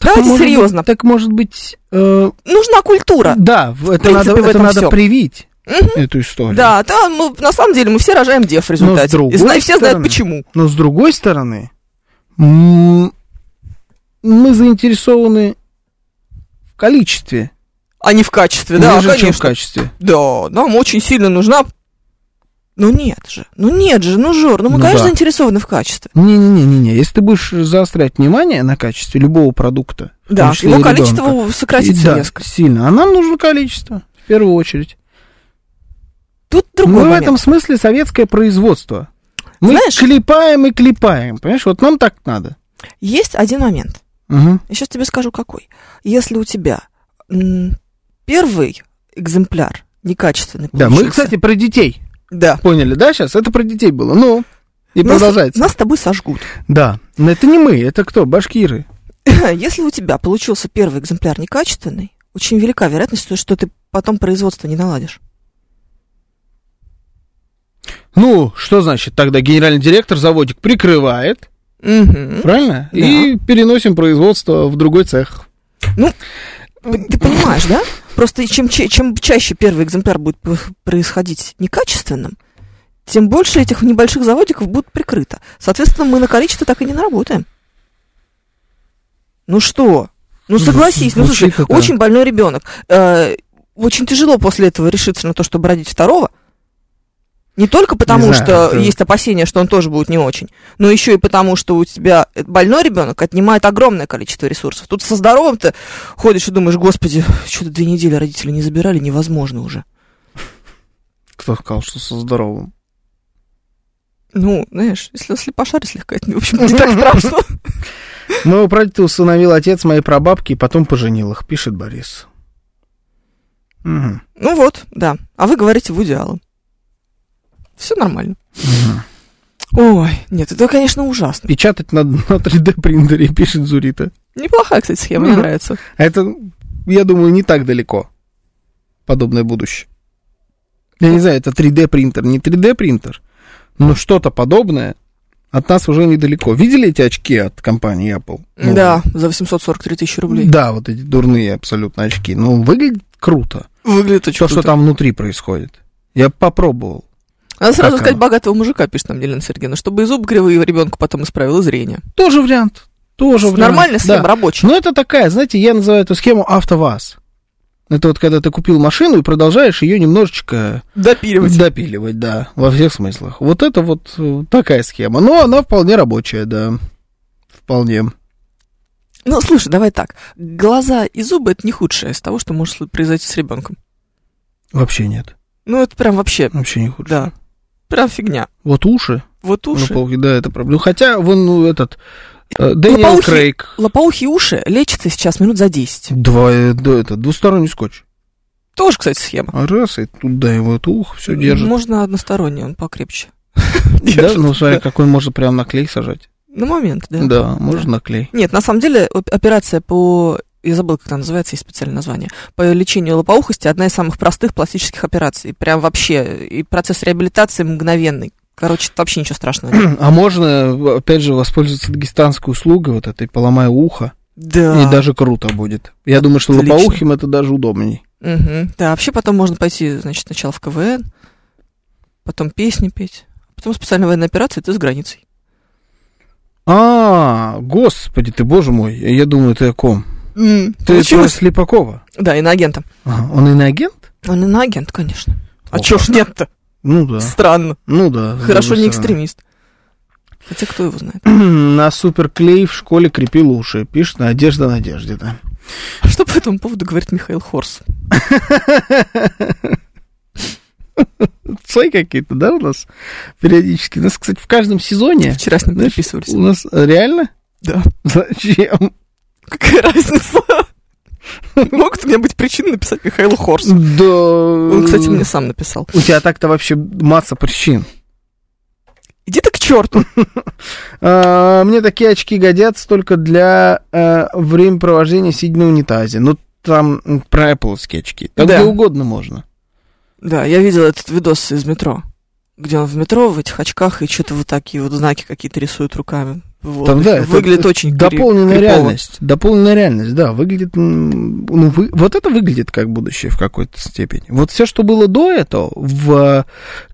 Speaker 3: Давайте
Speaker 2: может быть-
Speaker 3: серьезно.
Speaker 2: так может быть, э,
Speaker 3: Нужна культура.
Speaker 2: да, в- это
Speaker 3: принципе,
Speaker 2: надо,
Speaker 3: в
Speaker 2: это
Speaker 3: этом
Speaker 2: надо
Speaker 3: всё.
Speaker 2: привить
Speaker 3: Мгм.
Speaker 2: эту историю.
Speaker 3: Да, да, мы- на самом деле мы все рожаем дев в результате.
Speaker 2: другой
Speaker 3: и зна- и все знают
Speaker 2: стороны-
Speaker 3: почему.
Speaker 2: Но с другой стороны, м, мы заинтересованы в количестве,
Speaker 3: А не в качестве, да,
Speaker 2: да, чем в
Speaker 3: конечно.
Speaker 2: качестве.
Speaker 3: Да, нам очень сильно нужна... Ну нет же, ну нет же, ну Жор, ну мы,
Speaker 2: Ну
Speaker 3: конечно,
Speaker 2: да.
Speaker 3: заинтересованы в качестве.
Speaker 2: Не, не, не, не, не. Если ты будешь заострять внимание на качестве любого продукта, в том
Speaker 3: Да,
Speaker 2: числе
Speaker 3: его
Speaker 2: и ребёнка,
Speaker 3: количество
Speaker 2: и-
Speaker 3: сократится
Speaker 2: да,
Speaker 3: резко.
Speaker 2: сильно. А нам нужно количество в первую очередь.
Speaker 3: Тут другой
Speaker 2: Мы в
Speaker 3: момент.
Speaker 2: этом смысле советское производство. Мы
Speaker 3: Знаешь-
Speaker 2: клепаем и клепаем, понимаешь? Вот нам так надо.
Speaker 3: Есть один момент.
Speaker 2: Мгм.
Speaker 3: Я сейчас тебе скажу, какой. Если у тебя м, первый экземпляр некачественный
Speaker 2: Да, мы,
Speaker 3: получился-
Speaker 2: кстати, про детей
Speaker 3: да.
Speaker 2: поняли, да, сейчас? Это про детей было. Ну, и
Speaker 3: Нас-
Speaker 2: продолжается.
Speaker 3: Нас с тобой сожгут.
Speaker 2: Да, но это не мы, это кто? Башкиры.
Speaker 3: Если у тебя получился первый экземпляр некачественный, очень велика вероятность, что- что ты потом производство не наладишь.
Speaker 2: Ну, что значит тогда генеральный директор заводик прикрывает,
Speaker 3: Мгм.
Speaker 2: правильно?
Speaker 3: Да.
Speaker 2: И переносим производство в другой цех.
Speaker 3: П- Ты понимаешь, да? Просто чем, ча- чем чаще первый экземпляр будет п- происходить некачественным, тем больше этих небольших заводиков будет прикрыто. Соответственно, мы на количество так и не наработаем. Ну что? Ну согласись, ну слушай,
Speaker 2: Звучит это-
Speaker 3: очень больной ребенок. Э, очень тяжело после этого решиться на то, чтобы родить второго. Не только потому,
Speaker 2: знаю,
Speaker 3: что
Speaker 2: это-
Speaker 3: есть опасения, что он тоже будет не очень, но еще и потому, что у тебя больной ребенок отнимает огромное количество ресурсов. Тут со здоровым ты ходишь и думаешь, господи, что-то две недели родители не забирали, невозможно уже.
Speaker 2: Кто сказал, что со здоровым?
Speaker 3: Ну, знаешь, если слепошарь слегка, это, в общем, не так страшно.
Speaker 2: Моего прадеда а усыновил отец моей прабабки и потом поженил их, пишет Борис. Мгм.
Speaker 3: Ну вот, да. А вы говорите в идеале. Все нормально. Ой, нет, это, конечно, ужасно.
Speaker 2: Печатать надо на 3D принтере, пишет Зурита.
Speaker 3: Неплохая, кстати, схема, мне
Speaker 2: Мгм.
Speaker 3: нравится.
Speaker 2: А это, я думаю, не так далеко. Подобное будущее. Я не знаю, это 3D принтер, не 3D принтер, но что-то подобное от нас уже недалеко. Видели эти очки от компании Apple? Ну,
Speaker 3: Да, за 843 тысячи рублей.
Speaker 2: Да, вот эти дурные абсолютно очки. Но выглядит круто.
Speaker 3: Выглядит очень
Speaker 2: То, что
Speaker 3: круто.
Speaker 2: там внутри происходит. Я попробовал.
Speaker 3: Надо сразу
Speaker 2: Как
Speaker 3: сказать
Speaker 2: оно?
Speaker 3: богатого мужика, пишет нам Елена Сергеевна, чтобы и зуб кривые ребенку потом исправило зрение.
Speaker 2: Тоже вариант. Тоже вариант.
Speaker 3: Нормальная схема,
Speaker 2: Да.
Speaker 3: рабочая.
Speaker 2: Ну, это такая, знаете, я называю эту схему автоваз. Это вот когда ты купил машину и продолжаешь ее немножечко
Speaker 3: Допиливать.
Speaker 2: Допиливать, да, во всех смыслах. Вот это вот э, такая схема. Но она вполне рабочая, да. Вполне.
Speaker 3: Ну, слушай, давай так. Глаза и зубы это не худшее из того, что может произойти с ребенком.
Speaker 2: Вообще нет.
Speaker 3: Ну, это прям вообще,
Speaker 2: Вообще не худшее.
Speaker 3: да. Прям фигня.
Speaker 2: Вот уши.
Speaker 3: Вот уши.
Speaker 2: Ну, полки, да, это правда. Ну, хотя, вон, ну, этот... Э, Дэниел
Speaker 3: Лопоухий-
Speaker 2: Крейг.
Speaker 3: Лопоухие уши лечатся сейчас минут за 10.
Speaker 2: Два, э, да, это двусторонний скотч.
Speaker 3: Тоже, кстати, схема.
Speaker 2: А раз, и туда его это ухо все держит.
Speaker 3: Можно односторонний, он покрепче.
Speaker 2: Да,
Speaker 3: Ну, Держит,
Speaker 2: ну смотри,
Speaker 3: да.
Speaker 2: какой можно прям на клей сажать.
Speaker 3: На момент, да.
Speaker 2: Да, можно на клей.
Speaker 3: Нет, на самом деле оп- операция по... Я забыл, как она называется, есть специальное название. По лечению лопоухости одна из самых простых пластических операций. Прям вообще. И процесс реабилитации мгновенный. Короче, тут вообще ничего страшного. нет.
Speaker 2: А можно, опять же, воспользоваться дагестанской услугой, вот этой, поломая ухо,
Speaker 3: Да.
Speaker 2: и даже круто будет. Я думаю, что
Speaker 3: Отлично.
Speaker 2: лопоухим это даже удобней.
Speaker 3: Мгм. Да, вообще потом можно пойти, значит, сначала в КВН, потом песни петь, потом специальная военная операция, и ты с границей.
Speaker 2: А, господи ты, боже мой, я думаю, ты о ком? Ты про
Speaker 3: Получилось?
Speaker 2: Слепакова?
Speaker 3: Да, иноагентом.
Speaker 2: Ага, он иноагент?
Speaker 3: Он иноагент, конечно. А
Speaker 2: Ох.
Speaker 3: чё ж нет-то?
Speaker 2: Ну да,
Speaker 3: Странно.
Speaker 2: ну да. с
Speaker 3: Хорошо,
Speaker 2: другой
Speaker 3: не
Speaker 2: стороны.
Speaker 3: экстремист. Хотя кто его знает?
Speaker 2: На суперклей в школе крепил уши, пишет Надежда Надеждина.
Speaker 3: А что по этому поводу говорит Михаил Хорс?
Speaker 2: Цой какие-то, да, у нас периодически. У нас, кстати, в каждом сезоне...
Speaker 3: Вчера с ним
Speaker 2: знаешь,
Speaker 3: переписывались.
Speaker 2: У нас э, реально?
Speaker 3: Да.
Speaker 2: Зачем?
Speaker 3: Какая разница? Могут у меня быть причины написать Михаилу Хорсу?
Speaker 2: Да.
Speaker 3: Он, кстати, мне сам написал.
Speaker 2: У тебя так-то вообще масса причин.
Speaker 3: Иди ты к черту.
Speaker 2: А, мне такие очки годятся только для э, времяпровождения сидя на унитазе. Ну, там м, про Apple очки. Там
Speaker 3: Да.
Speaker 2: где угодно можно.
Speaker 3: Да, я видела этот видос из метро, где он в метро в этих очках и что-то вот такие вот знаки какие-то рисует руками. в
Speaker 2: Там,
Speaker 3: воздухе.
Speaker 2: да, это
Speaker 3: Выглядит очень кри-
Speaker 2: Дополненная
Speaker 3: крипово.
Speaker 2: реальность. Дополненная реальность, да. Выглядит... м, Ну, вы- вот это выглядит как будущее в какой-то степени. Вот все, что было до этого в э,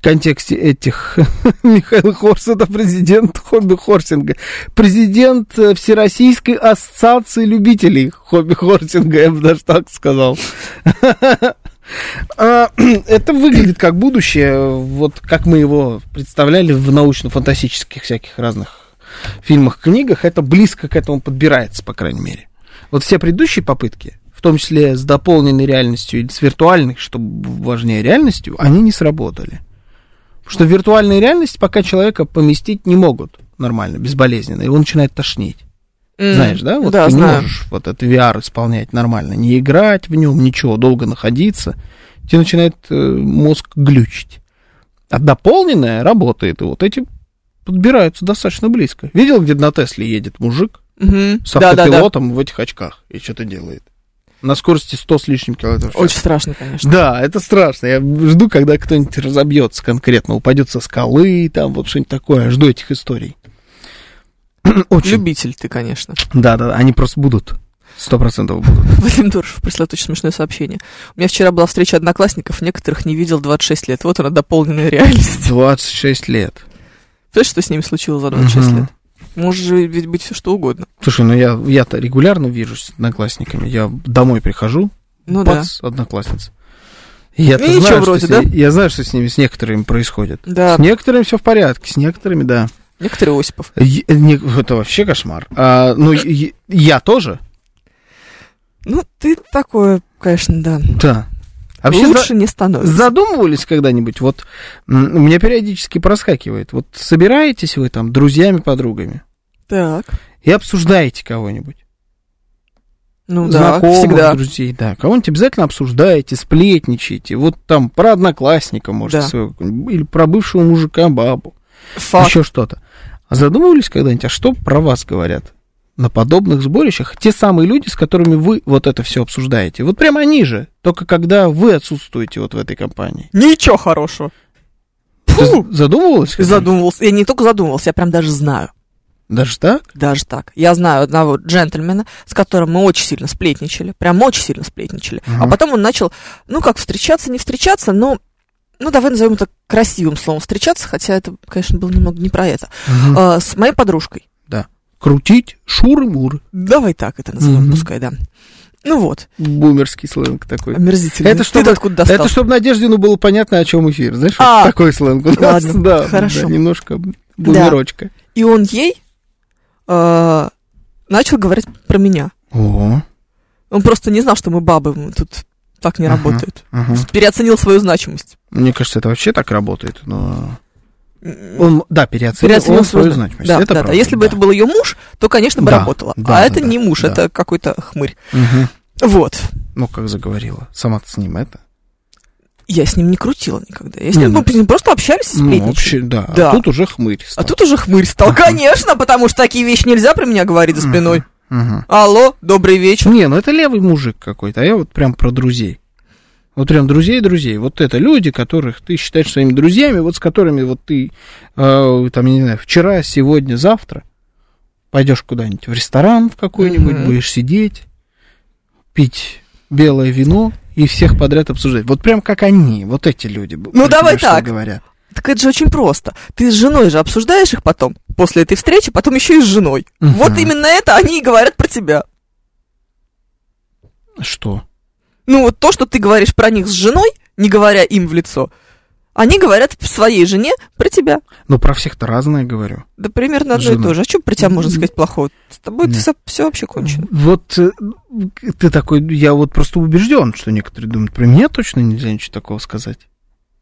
Speaker 2: контексте этих Михаила Хорса, это президент хобби-хорсинга. Президент э, Всероссийской ассоциации любителей хобби-хорсинга, я бы даже так сказал. А, Это выглядит как будущее, вот как мы его представляли в научно-фантастических всяких разных фильмах, книгах, это близко к этому подбирается, по крайней мере. Вот все предыдущие попытки, в том числе с дополненной реальностью или с виртуальной, что важнее реальностью, они не сработали. Потому что в виртуальной реальности пока человека поместить не могут нормально, безболезненно, его начинает тошнить.
Speaker 3: М,
Speaker 2: Знаешь, да? Вот
Speaker 3: да,
Speaker 2: ты не
Speaker 3: знаю.
Speaker 2: можешь вот этот VR исполнять нормально, не играть в нем, ничего, долго находиться. Тебе начинает э, мозг глючить. А дополненное работает, и вот эти подбираются достаточно близко. Видел, где на Тесле едет мужик
Speaker 3: Мгм.
Speaker 2: с
Speaker 3: Да, да, да.
Speaker 2: автопилотом в этих очках и что-то делает? На скорости 100 с лишним километров в час.
Speaker 3: Очень страшно, конечно.
Speaker 2: Да, это страшно. Я жду, когда кто-нибудь разобьется конкретно, упадет со скалы, там вот что-нибудь такое. Жду этих историй. Очень
Speaker 3: Любитель ты, конечно.
Speaker 2: да, да, да, они просто будут. Сто процентов будут.
Speaker 3: Вадим Доршев прислал очень смешное сообщение. У меня вчера была встреча одноклассников, некоторых не видел 26 лет. Вот она, дополненная реальность.
Speaker 2: 26 лет.
Speaker 3: Знаешь, что с ними случилось за 26
Speaker 2: Мгм.
Speaker 3: лет? Может же ведь быть все что угодно.
Speaker 2: Слушай, ну я, я-то регулярно вижусь с одноклассниками. Я домой прихожу,
Speaker 3: Ну
Speaker 2: бац, одноклассница. Я-то
Speaker 3: Ну, ничего
Speaker 2: знаю, что
Speaker 3: вроде,
Speaker 2: с ней- Я знаю, что с ними, с некоторыми происходит.
Speaker 3: да.
Speaker 2: С
Speaker 3: Да,
Speaker 2: некоторыми все в порядке, с некоторыми, да.
Speaker 3: некоторые Осипов.
Speaker 2: Е- не- это вообще кошмар. А, ну, е- я тоже,
Speaker 3: Ну, ты такое, конечно, да.
Speaker 2: да. А вообще за-
Speaker 3: Лучше не становится.
Speaker 2: Задумывались когда-нибудь? Вот м, у меня периодически проскакивает. Вот собираетесь вы там друзьями, подругами
Speaker 3: Так. и
Speaker 2: и обсуждаете кого-нибудь.
Speaker 3: Ну да,
Speaker 2: знакомых,
Speaker 3: всегда.
Speaker 2: друзей, да, кого-нибудь обязательно обсуждаете, сплетничаете, вот там про одноклассника, может,
Speaker 3: Да.
Speaker 2: своего какого-нибудь, или про бывшего мужика, бабу,
Speaker 3: Факт.
Speaker 2: еще что-то. А задумывались когда-нибудь, а что про вас говорят? На подобных сборищах те самые люди, с которыми вы вот это все обсуждаете. Вот прямо они же, только когда вы отсутствуете вот в этой компании.
Speaker 3: Ничего хорошего.
Speaker 2: Ты
Speaker 3: Фу!
Speaker 2: з- задумывалась? когда-нибудь?
Speaker 3: Задумывался. Я не только задумывался, я прям даже знаю.
Speaker 2: Даже так?
Speaker 3: Даже так. Я знаю одного джентльмена, с которым мы очень сильно сплетничали. Прям очень сильно сплетничали.
Speaker 2: Мгм.
Speaker 3: А потом он начал, ну как, встречаться, не встречаться, но... Ну, давай назовем это красивым словом встречаться, хотя это, конечно, было немного не про это.
Speaker 2: Мгм.
Speaker 3: А, с моей подружкой.
Speaker 2: Крутить шуры-муры.
Speaker 3: Давай так это назовем,
Speaker 2: Мгм.
Speaker 3: пускай, да. Ну вот,
Speaker 2: Бумерский сленг такой.
Speaker 3: омерзительно.
Speaker 2: Это чтобы-
Speaker 3: Ты откуда достал?
Speaker 2: Это чтобы Надеждину было понятно, о чем эфир. Знаешь, вот
Speaker 3: А,
Speaker 2: такой сленг у нас.
Speaker 3: ладно,
Speaker 2: да, да,
Speaker 3: хорошо.
Speaker 2: немножко бумерочка.
Speaker 3: И он ей э, начал говорить про меня.
Speaker 2: О,
Speaker 3: Он просто не знал, что мы бабы, мы тут так не
Speaker 2: Ага.
Speaker 3: работает.
Speaker 2: ага.
Speaker 3: Переоценил свою значимость.
Speaker 2: Мне кажется, это вообще так работает, но... Он, да, переоценил,
Speaker 3: Переоценил
Speaker 2: он
Speaker 3: свою
Speaker 2: свою
Speaker 3: значимость.
Speaker 2: значимость.
Speaker 3: Да,
Speaker 2: это
Speaker 3: да, да.
Speaker 2: правда,
Speaker 3: Если бы
Speaker 2: да.
Speaker 3: это был ее муж, то, конечно, бы
Speaker 2: Да,
Speaker 3: работало.
Speaker 2: да,
Speaker 3: а
Speaker 2: да,
Speaker 3: это не
Speaker 2: да,
Speaker 3: муж,
Speaker 2: да.
Speaker 3: это какой-то хмырь.
Speaker 2: Мгм.
Speaker 3: Вот.
Speaker 2: Ну, как заговорила. Сама-то с ним это.
Speaker 3: Я с ним не крутила никогда. Я с
Speaker 2: Не,
Speaker 3: ним
Speaker 2: ну-
Speaker 3: мы просто общались и
Speaker 2: Ну,
Speaker 3: сплетничали.
Speaker 2: вообще, да.
Speaker 3: Да.
Speaker 2: А тут уже хмырь
Speaker 3: А
Speaker 2: стал.
Speaker 3: тут уже хмырь стал. Конечно, потому что такие вещи нельзя про меня говорить за спиной.
Speaker 2: Мгм.
Speaker 3: Алло, добрый вечер.
Speaker 2: Не, ну это левый мужик какой-то, а я вот прям про друзей. Вот прям друзей-друзей. Вот это люди, которых ты считаешь своими друзьями, вот с которыми вот ты, э, там, не знаю, вчера, сегодня, завтра пойдешь куда-нибудь в ресторан в какой-нибудь,
Speaker 3: Мгм.
Speaker 2: будешь сидеть, пить белое вино и всех подряд обсуждать. Вот прям как они, вот эти люди. б- про тебя
Speaker 3: Ну, давай
Speaker 2: что
Speaker 3: так.
Speaker 2: Говорят.
Speaker 3: Так это же очень просто. Ты с женой же обсуждаешь их потом, после этой встречи, потом еще и с женой.
Speaker 2: Мгм.
Speaker 3: Вот именно это они и говорят про тебя.
Speaker 2: Что?
Speaker 3: Ну вот то, что ты говоришь про них с женой, не говоря им в лицо, они говорят своей жене про тебя.
Speaker 2: Ну, про всех-то разное говорю.
Speaker 3: Да примерно одно и
Speaker 2: Жена.
Speaker 3: то же. А что про тебя можно сказать плохого? С тобой
Speaker 2: Нет.
Speaker 3: все, вообще кончено.
Speaker 2: Вот э, ты такой, я вот просто убежден, что некоторые думают, про меня точно нельзя ничего такого сказать.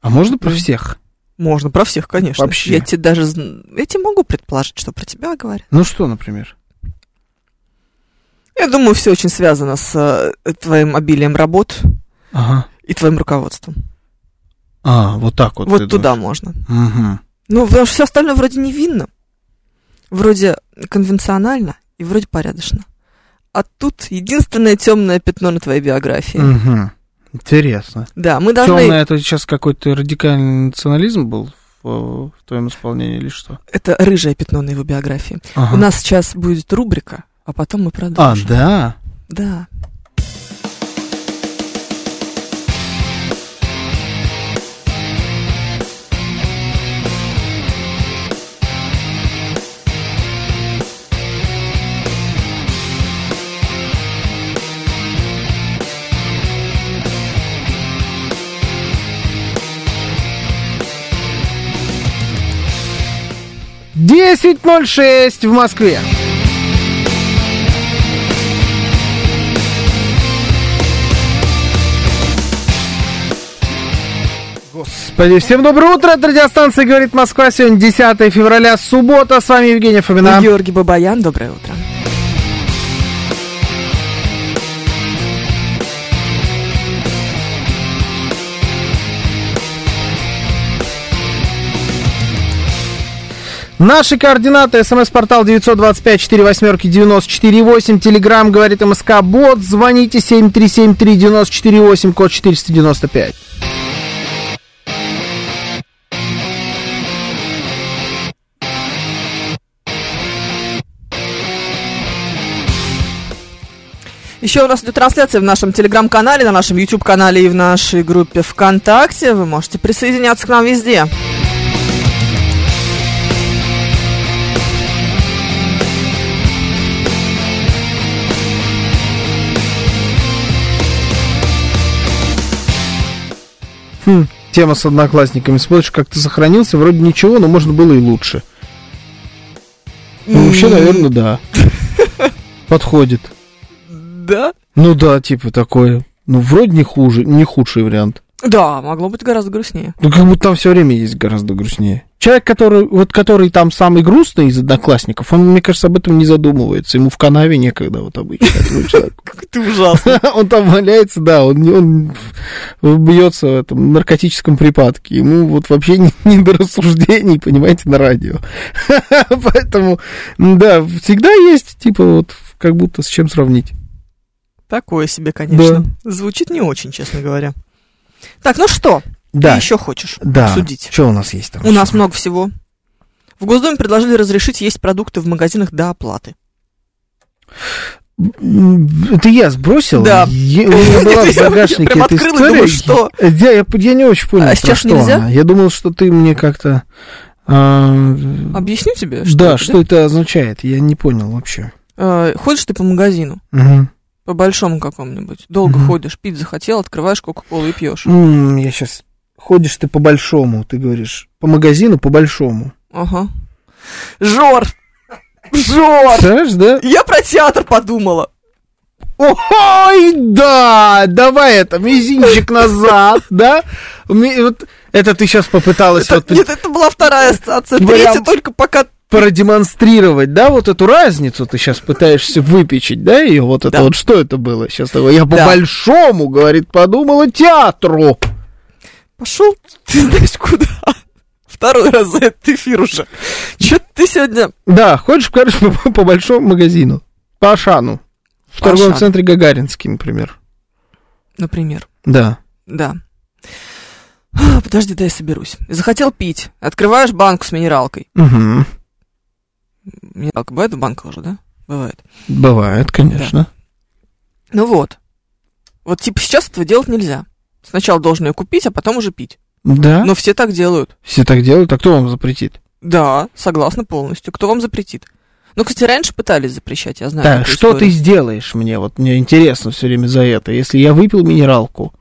Speaker 2: А можно про
Speaker 3: Мгм.
Speaker 2: всех?
Speaker 3: Можно, про всех, конечно.
Speaker 2: Вообще.
Speaker 3: Я тебе даже... зн- Я тебе могу предположить, что про тебя говорят.
Speaker 2: Ну что, например?
Speaker 3: Я думаю, все очень связано с э, твоим обилием работ
Speaker 2: Ага.
Speaker 3: и твоим руководством.
Speaker 2: А, вот так вот.
Speaker 3: Вот,
Speaker 2: ты
Speaker 3: туда можно.
Speaker 2: думаешь. Мгм.
Speaker 3: Ну, потому что все остальное вроде невинно, вроде конвенционально и вроде порядочно. А тут единственное темное пятно на твоей биографии.
Speaker 2: Мгм. Интересно.
Speaker 3: Да, мы должны...
Speaker 2: Темное, это сейчас какой-то радикальный национализм был в, в твоем исполнении или что?
Speaker 3: Это рыжее пятно на его биографии.
Speaker 2: Ага.
Speaker 3: У нас сейчас будет рубрика, а потом мы
Speaker 2: А,
Speaker 3: продолжим.
Speaker 2: да.
Speaker 3: да.
Speaker 2: Десять ноль шесть в Москве. Господи, всем доброе утро, это радиостанция «Говорит Москва». Сегодня 10 февраля, суббота. С вами Евгений Фомина.
Speaker 3: И Георгий Бабаян, доброе утро.
Speaker 2: Наши координаты. СМС-портал 925-48-94-8. Телеграмм «Говорит МСК Бот». Звоните 7373948, код 495.
Speaker 3: Еще у нас идет трансляция в нашем телеграм-канале, на нашем YouTube-канале и в нашей группе ВКонтакте. Вы можете присоединяться к нам везде.
Speaker 2: Хм, тема с одноклассниками. Смотришь, как ты сохранился. Вроде ничего, но можно было и лучше. Ну, вообще,
Speaker 3: М,
Speaker 2: наверное, да. Подходит.
Speaker 3: Да?
Speaker 2: Ну да, типа такое. Ну, вроде не хуже, не худший вариант.
Speaker 3: Да, могло быть гораздо грустнее.
Speaker 2: Ну, как будто там все время есть гораздо грустнее. Человек, который, вот, который там самый грустный из одноклассников, он, мне кажется, об этом не задумывается. Ему в канаве некогда, вот обычно этому человеку.
Speaker 3: Как ты ужасно.
Speaker 2: Он там валяется, да, он, не- он бьется в этом наркотическом припадке. Ему вот вообще не, не до рассуждений, понимаете, на радио. Поэтому, м, да, всегда есть, типа, вот, как будто с чем сравнить.
Speaker 3: Такое себе, конечно. Звучит не очень, честно говоря. Так, ну что, ты
Speaker 2: Да,
Speaker 3: еще хочешь
Speaker 2: да.
Speaker 3: обсудить?
Speaker 2: Что у нас есть там?
Speaker 3: У нас много всего. В Госдуме предложили разрешить есть продукты в магазинах до оплаты.
Speaker 2: М, Это я сбросил?
Speaker 3: Да.
Speaker 2: Е- у меня была
Speaker 3: Я
Speaker 2: в загашнике
Speaker 3: прям
Speaker 2: эта
Speaker 3: открыла и думаю,
Speaker 2: история.
Speaker 3: что?
Speaker 2: Э, Я, я, я не очень понял,
Speaker 3: А
Speaker 2: про
Speaker 3: сейчас
Speaker 2: что
Speaker 3: нельзя?
Speaker 2: она. Я думал, что ты мне как-то... а,
Speaker 3: Объясню тебе, что
Speaker 2: да,
Speaker 3: это,
Speaker 2: что это означает? Я не понял вообще.
Speaker 3: да? Э, Ходишь ты по магазину,
Speaker 2: Мгм.
Speaker 3: по большому какому-нибудь, долго
Speaker 2: Мгм.
Speaker 3: ходишь, пить захотел, открываешь кока-колу и пьешь.
Speaker 2: М, я сейчас... Ходишь ты по-большому, ты говоришь. По магазину по-большому.
Speaker 3: Ага. Жор! Жор!
Speaker 2: Представляешь, да?
Speaker 3: Я про театр подумала.
Speaker 2: Ой, да, давай это, мизинчик назад, да? Ми- вот это ты сейчас попыталась
Speaker 3: Это-
Speaker 2: вот
Speaker 3: Нет, это была вторая ассоциация.
Speaker 2: Вариант.
Speaker 3: Третья только пока...
Speaker 2: продемонстрировать, да, вот эту разницу ты сейчас пытаешься выпечить, да, и вот это
Speaker 3: Да.
Speaker 2: вот что это было сейчас такое? Я
Speaker 3: Да.
Speaker 2: по-большому, говорит, подумала театру.
Speaker 3: Пошел, ты знаешь куда. Второй раз за этот эфир уже. Че ты сегодня...
Speaker 2: Да, ходишь, короче, по, по большому магазину, по Ашану, в
Speaker 3: По
Speaker 2: торговом
Speaker 3: Ашану.
Speaker 2: центре Гагаринский, например.
Speaker 3: Например,
Speaker 2: Да.
Speaker 3: да. А, Подожди, дай я соберусь. Захотел пить. Открываешь банку с минералкой.
Speaker 2: Угу.
Speaker 3: Минералка бывает в банках уже, да? Бывает.
Speaker 2: Бывает, конечно.
Speaker 3: Ну вот. Вот типа сейчас этого делать нельзя. Сначала должен ее купить, а потом уже пить.
Speaker 2: Да.
Speaker 3: Но все так делают.
Speaker 2: Все так делают, а кто вам запретит?
Speaker 3: Да, согласна полностью. Кто вам запретит? Ну, кстати, раньше пытались запрещать, я знаю.
Speaker 2: Да,
Speaker 3: такую
Speaker 2: что ты
Speaker 3: историю.
Speaker 2: сделаешь мне? Вот мне интересно все время за это. Если я выпил минералку,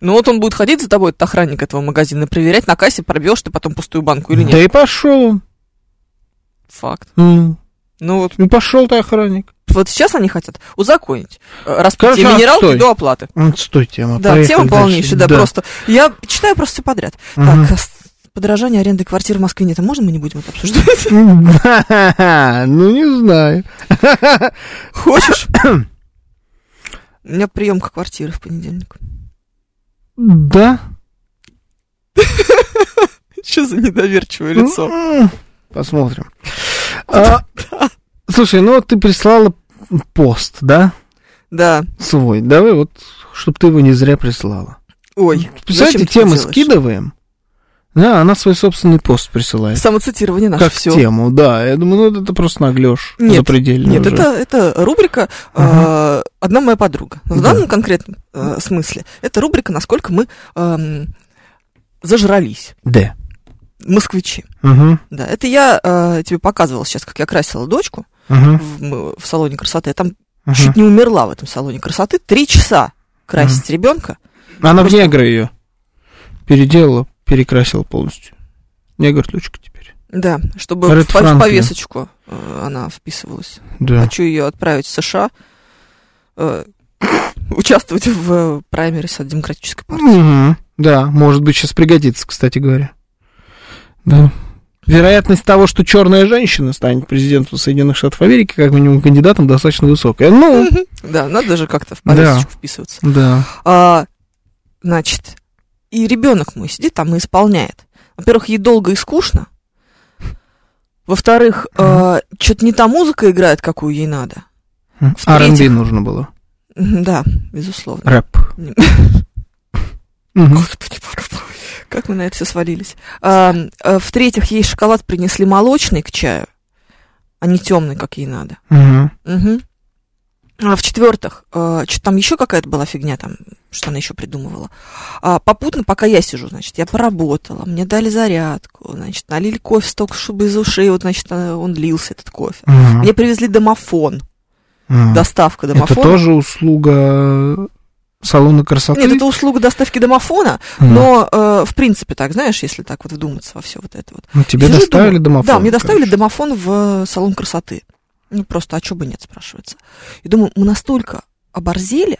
Speaker 3: Ну, вот он будет ходить за тобой, этот охранник этого магазина, и проверять на кассе, пробьешь ты потом пустую банку или нет.
Speaker 2: да и пошел.
Speaker 3: Факт.
Speaker 2: Ну,
Speaker 3: Ну, вот,
Speaker 2: пошел ты охранник.
Speaker 3: вот сейчас они хотят узаконить э, распитие
Speaker 2: Короче,
Speaker 3: минералки
Speaker 2: отстой.
Speaker 3: до оплаты.
Speaker 2: Стой, тема. а
Speaker 3: Да,
Speaker 2: поехали
Speaker 3: тема
Speaker 2: дальше.
Speaker 3: полнейшая, да, просто. Я читаю просто все подряд. Так, а с- подорожание аренды квартир в Москве нет, а можно мы не будем это обсуждать?
Speaker 2: Мгм. Ну, не знаю.
Speaker 3: Хочешь? У меня приемка квартиры в понедельник.
Speaker 2: Да.
Speaker 3: Что за недоверчивое лицо?
Speaker 2: М-м. Посмотрим. А, Слушай, ну вот ты прислала пост, да,
Speaker 3: Да.
Speaker 2: свой. Давай вот, чтобы ты его не зря прислала.
Speaker 3: Ой. зачем
Speaker 2: Представляете,
Speaker 3: ты это
Speaker 2: темы
Speaker 3: делаешь?
Speaker 2: скидываем. Да, она свой собственный пост присылает.
Speaker 3: Самоцитирование наше
Speaker 2: как
Speaker 3: все.
Speaker 2: тему, да. Я думаю, ну это просто наглешь.
Speaker 3: Нет,
Speaker 2: запредельно
Speaker 3: Нет,
Speaker 2: уже.
Speaker 3: это, это рубрика э, «Одна моя подруга». Но в
Speaker 2: Да.
Speaker 3: данном конкретном э, смысле это рубрика «Насколько мы эм, зажрались,
Speaker 2: Да.
Speaker 3: москвичи».
Speaker 2: Мгм,
Speaker 3: Да, это я э, тебе показывала сейчас, как я красила дочку
Speaker 2: мгм,
Speaker 3: в, м- в салоне красоты. Я там
Speaker 2: мгм.
Speaker 3: чуть не умерла в этом салоне красоты. Три часа красить ребенка.
Speaker 2: Она в
Speaker 3: просто-
Speaker 2: негра ее переделала, перекрасила полностью. Негр ключка теперь.
Speaker 3: Да, чтобы
Speaker 2: Ред
Speaker 3: в, по- в
Speaker 2: Франклин.
Speaker 3: повесочку э, она вписывалась.
Speaker 2: Да.
Speaker 3: Хочу ее отправить в США, э, участвовать в э, праймерисе от демократической партии.
Speaker 2: Мгм. Да, может быть, сейчас пригодится, кстати говоря. Да. Вероятность того, что черная женщина станет президентом Соединенных Штатов Америки, как минимум кандидатом, достаточно высокая. Ну,
Speaker 3: Да, надо же как-то в
Speaker 2: Да.
Speaker 3: повесточку вписываться.
Speaker 2: да.
Speaker 3: А, значит, и ребенок мой сидит там и исполняет. Во-первых, ей долго и скучно. Во-вторых, что-то не та музыка играет, какую ей надо. В-третьих-
Speaker 2: R&B нужно было.
Speaker 3: Мгм, Да, безусловно.
Speaker 2: Рэп.
Speaker 3: Не-
Speaker 2: Мгм.
Speaker 3: Господи, боже мой, как мы на это все свалились. А, а, в-третьих, ей шоколад принесли молочный к чаю, а не темный, как ей надо.
Speaker 2: Мгм.
Speaker 3: Мгм. А в-четвертых, что там еще какая-то была фигня, там, что она еще придумывала. А, попутно, пока я сижу, значит, я поработала, мне дали зарядку, значит, налили кофе столько, чтобы из ушей, вот, значит, а, он лился, этот кофе.
Speaker 2: Мгм.
Speaker 3: Мне привезли домофон,
Speaker 2: Мгм.
Speaker 3: доставка домофона.
Speaker 2: Это тоже услуга салона красоты?
Speaker 3: Нет, это услуга доставки домофона,
Speaker 2: Мгм.
Speaker 3: но, э, в принципе, так, знаешь, если так вот вдуматься во все вот это вот.
Speaker 2: Ну, тебе
Speaker 3: Сижу,
Speaker 2: доставили
Speaker 3: думаю,
Speaker 2: домофон?
Speaker 3: Да, мне доставили
Speaker 2: короче.
Speaker 3: домофон в э, салон красоты. Ну, просто, а чего бы нет, спрашивается. И думаю, мы настолько оборзели,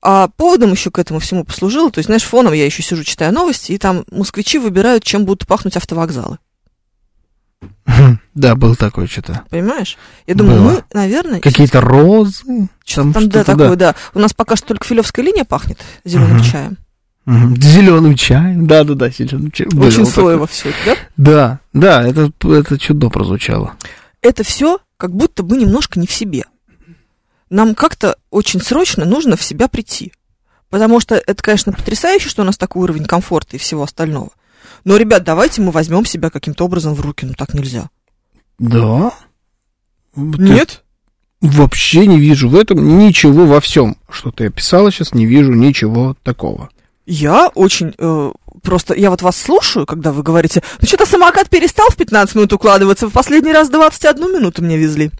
Speaker 3: а поводом еще к этому всему послужило, то есть, знаешь, фоном я еще сижу, читаю новости, и там москвичи выбирают, чем будут пахнуть автовокзалы.
Speaker 2: Да, был такой что-то.
Speaker 3: Понимаешь? Я думаю,
Speaker 2: Было.
Speaker 3: мы, наверное,
Speaker 2: Какие-то розы?
Speaker 3: что-то там, да,
Speaker 2: что-то,
Speaker 3: такое, да. У нас пока что только филевская линия пахнет зеленым
Speaker 2: Мгм.
Speaker 3: чаем.
Speaker 2: Зеленым чаем. Да-да-да, зеленым чаем. Было
Speaker 3: Очень
Speaker 2: вот такое.
Speaker 3: слоево все это, да?
Speaker 2: Да, да, это, это чудо прозвучало.
Speaker 3: это все как будто бы немножко не в себе. Нам как-то очень срочно нужно в себя прийти. Потому что это, конечно, потрясающе, что у нас такой уровень комфорта и всего остального. Но, ребят, давайте мы возьмем себя каким-то образом в руки. Ну так нельзя.
Speaker 2: Да? Вот
Speaker 3: Нет?
Speaker 2: я Вообще не вижу в этом ничего во всем, что ты описала сейчас, не вижу ничего такого.
Speaker 3: Я очень э, просто, я вот вас слушаю, когда вы говорите, ну что-то самокат перестал в 15 минут укладываться, в последний раз 21 минуту мне везли.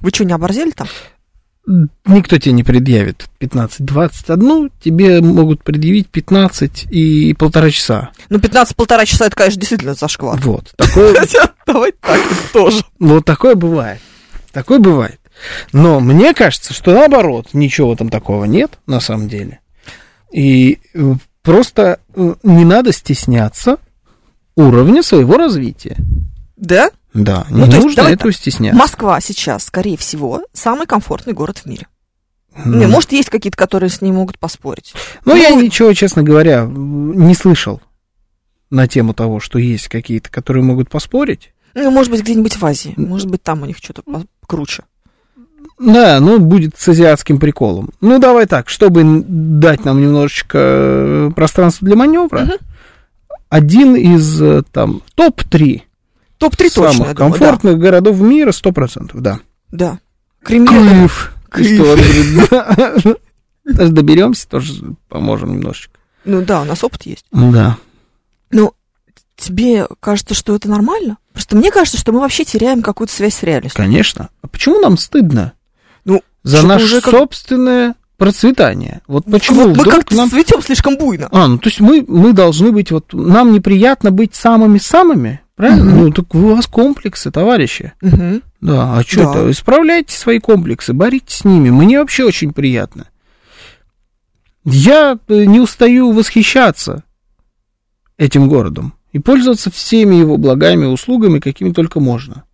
Speaker 3: Вы что, не оборзели там?
Speaker 2: Никто тебе не предъявит 15-21, тебе могут предъявить 15 и полтора часа.
Speaker 3: Ну 15-полтора часа, это, конечно, действительно зашквар.
Speaker 2: Вот, такое,
Speaker 3: Хотя, давай так тоже.
Speaker 2: Ну, вот такое бывает. Такое бывает. Но мне кажется, что наоборот, ничего там такого нет, на самом деле. И э, просто э, не надо стесняться уровня своего развития.
Speaker 3: Да?
Speaker 2: Да,
Speaker 3: Ну,
Speaker 2: не
Speaker 3: то есть
Speaker 2: нужно
Speaker 3: давай
Speaker 2: этого стесняться.
Speaker 3: Москва сейчас, скорее всего, самый комфортный город в мире. Не,
Speaker 2: Ну,
Speaker 3: может, есть какие-то, которые с ней могут поспорить.
Speaker 2: Ну, я
Speaker 3: Ну,
Speaker 2: ничего, честно говоря, не слышал на тему того, что есть какие-то, которые могут поспорить.
Speaker 3: Ну, может быть, где-нибудь в Азии. Может быть, там у них что-то по- круче.
Speaker 2: Да, ну, будет с азиатским приколом. Ну, давай так, чтобы н- дать нам немножечко э, пространства для маневра,
Speaker 3: Мгм.
Speaker 2: один из э, там топ-3
Speaker 3: Топ-3
Speaker 2: самых
Speaker 3: точно, я думаю, да.
Speaker 2: комфортных городов мира 100%, да.
Speaker 3: Да. Кремль.
Speaker 2: Клифф.
Speaker 3: Клифф.
Speaker 2: Доберемся, тоже поможем немножечко.
Speaker 3: Ну да, у нас опыт есть.
Speaker 2: Да.
Speaker 3: Ну, тебе кажется, что это нормально? Просто мне кажется, что мы вообще теряем какую-то связь с реальностью.
Speaker 2: Конечно. А почему нам стыдно?
Speaker 3: Ну,
Speaker 2: за
Speaker 3: что-то
Speaker 2: наше
Speaker 3: уже как-
Speaker 2: собственное процветание. Вот почему
Speaker 3: Вот мы
Speaker 2: вдруг
Speaker 3: как-то
Speaker 2: нам...
Speaker 3: цветем слишком буйно.
Speaker 2: А, ну то есть мы, мы должны быть вот... Нам неприятно быть самыми-самыми, правильно?
Speaker 3: Мгм.
Speaker 2: Ну так у вас комплексы, товарищи.
Speaker 3: Мгм.
Speaker 2: Да, а что
Speaker 3: Да.
Speaker 2: это? Исправляйте свои комплексы, боритесь с ними. Мне вообще очень приятно. Я э, не устаю восхищаться этим городом и пользоваться всеми его благами, услугами, какими только можно.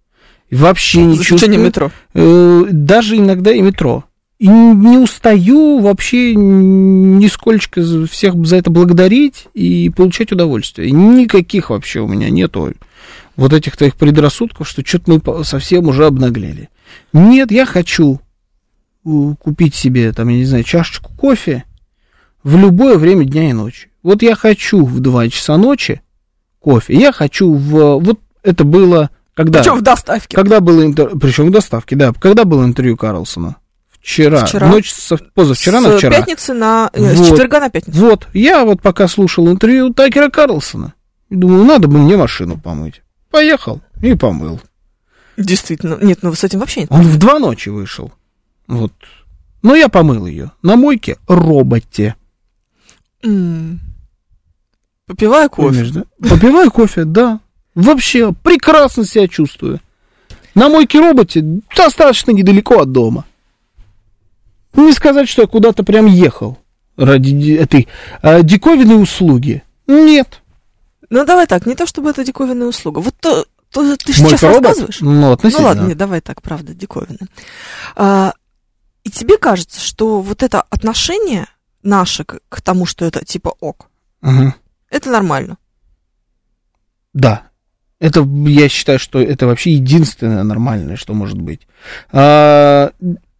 Speaker 2: И вообще не
Speaker 3: Ну, За исключением
Speaker 2: чувствую,
Speaker 3: метро.
Speaker 2: э, даже иногда и метро. И н- не устаю вообще н- нисколько за- всех за это благодарить и получать удовольствие. И никаких вообще у меня нету вот этих твоих предрассудков, что что-то мы по- совсем уже обнаглели. Нет, я хочу э, купить себе, там, я не знаю, чашечку кофе в любое время дня и ночи. Вот я хочу в 2 часа ночи кофе. Я хочу в... Вот это было... Когда?
Speaker 3: Причем в доставке.
Speaker 2: Когда было интервью, причем в доставке, да, когда было интервью Карлсона? Вчера.
Speaker 3: Вчера.
Speaker 2: Ночь со- позавчера на
Speaker 3: С
Speaker 2: вчера.
Speaker 3: пятницы на... э, С
Speaker 2: Вот.
Speaker 3: четверга на пятницу.
Speaker 2: Вот, я вот пока слушал интервью Такера Карлсона, думаю, надо бы мне машину помыть. Поехал и помыл.
Speaker 3: Действительно. Нет, ну с этим вообще нет.
Speaker 2: Он в два ночи вышел. Вот. Но я помыл ее. На мойке роботе.
Speaker 3: М. Попиваю кофе.
Speaker 2: Понимаешь, да? Попиваю кофе, да. Вообще прекрасно себя чувствую. На мойке роботе достаточно недалеко от дома. Не сказать, что я куда-то прям ехал ради ди- этой э, диковинной услуги. Нет.
Speaker 3: Ну, давай так, не то чтобы это диковинная услуга. Вот то, то ты же
Speaker 2: Мойка
Speaker 3: сейчас
Speaker 2: робот?
Speaker 3: рассказываешь.
Speaker 2: Ну,
Speaker 3: Ну
Speaker 2: относительно.
Speaker 3: ладно, нет, давай так, правда, диковина. А, и тебе кажется, что вот это отношение наше к, к тому, что это типа ок,
Speaker 2: Мгм.
Speaker 3: это нормально.
Speaker 2: Да. Это, я считаю, что это вообще единственное нормальное, что может быть. А,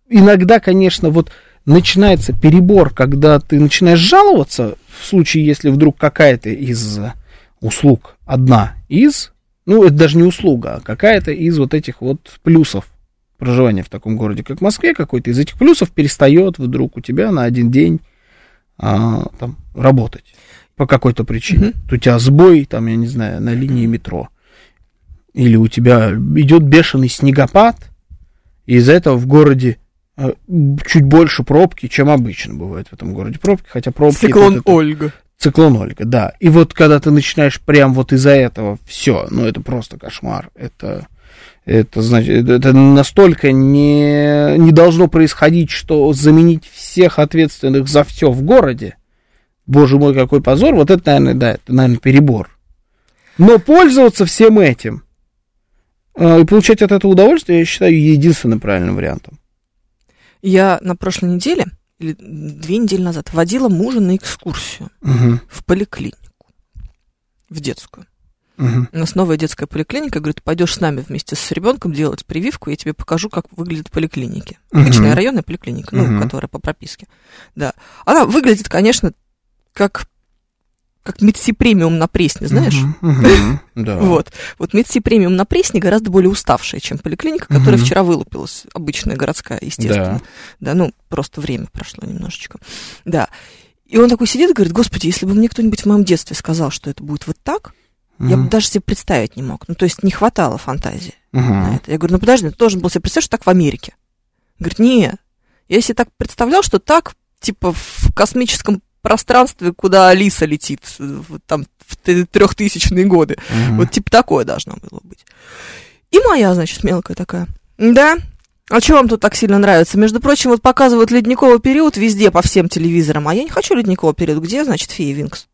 Speaker 2: иногда, конечно, вот начинается перебор, когда ты начинаешь жаловаться, в случае, если вдруг какая-то из э, услуг, одна из, ну, это даже не услуга, а какая-то из вот этих вот плюсов проживания в таком городе, как Москве, какой-то из этих плюсов перестает вдруг у тебя на один день а, там, работать по какой-то причине.
Speaker 3: Мгм.
Speaker 2: Вот У тебя сбой, там, я не знаю, на линии метро. Или у тебя идет бешеный снегопад, и из-за этого в городе э, чуть больше пробки, чем обычно бывает в этом городе пробки, хотя пробки... типа это- это-
Speaker 3: Ольга.
Speaker 2: Циклон Ольга, да. И вот когда ты начинаешь прям вот из-за этого все, ну это просто кошмар. Это, это значит, это- это настолько не, не должно происходить, что заменить всех ответственных за все в городе. Боже мой, какой позор. Вот это, наверное, да, это, наверное, перебор. Но пользоваться всем этим э, и получать от этого удовольствие, я считаю, единственным правильным вариантом.
Speaker 3: Я на прошлой неделе, или две недели назад, водила мужа на экскурсию
Speaker 2: Мгм,
Speaker 3: в поликлинику, в детскую.
Speaker 2: мгм.
Speaker 3: У нас новая детская поликлиника. Говорит, пойдешь с нами вместе с ребенком делать прививку, я тебе покажу, как выглядят поликлиники.
Speaker 2: Мгм.
Speaker 3: Обычная районная поликлиника, ну,
Speaker 2: Мгм.
Speaker 3: которая по прописке. Да. Она выглядит, конечно, как, как медси премиум на пресне, знаешь?
Speaker 2: Мгм, мгм. Да.
Speaker 3: Вот. Вот медси премиум на пресне гораздо более уставшая, чем поликлиника, которая
Speaker 2: Мгм.
Speaker 3: вчера вылупилась, обычная городская, естественно.
Speaker 2: Да.
Speaker 3: Да. ну, просто время прошло немножечко. Да. И он такой сидит и говорит, господи, если бы мне кто-нибудь в моем детстве сказал, что это будет вот так, я бы
Speaker 2: Мгм,
Speaker 3: даже себе представить не мог. Ну, то есть не хватало фантазии на
Speaker 2: мгм.
Speaker 3: это. Я говорю, ну подожди, ты должен был себе представить, что так в Америке. Говорит, не, я себе так представлял, что так, типа, в космическом пространстве, куда Алиса летит, э, вот там, в т- трехтысячные годы.
Speaker 2: Мгм.
Speaker 3: Вот, типа, такое должно было быть. И моя, значит, мелкая такая. Да, А что вам тут так сильно нравится? Между прочим, вот показывают ледниковый период везде, по всем телевизорам, а я не хочу ледниковый период. Где, значит, фея Винкс?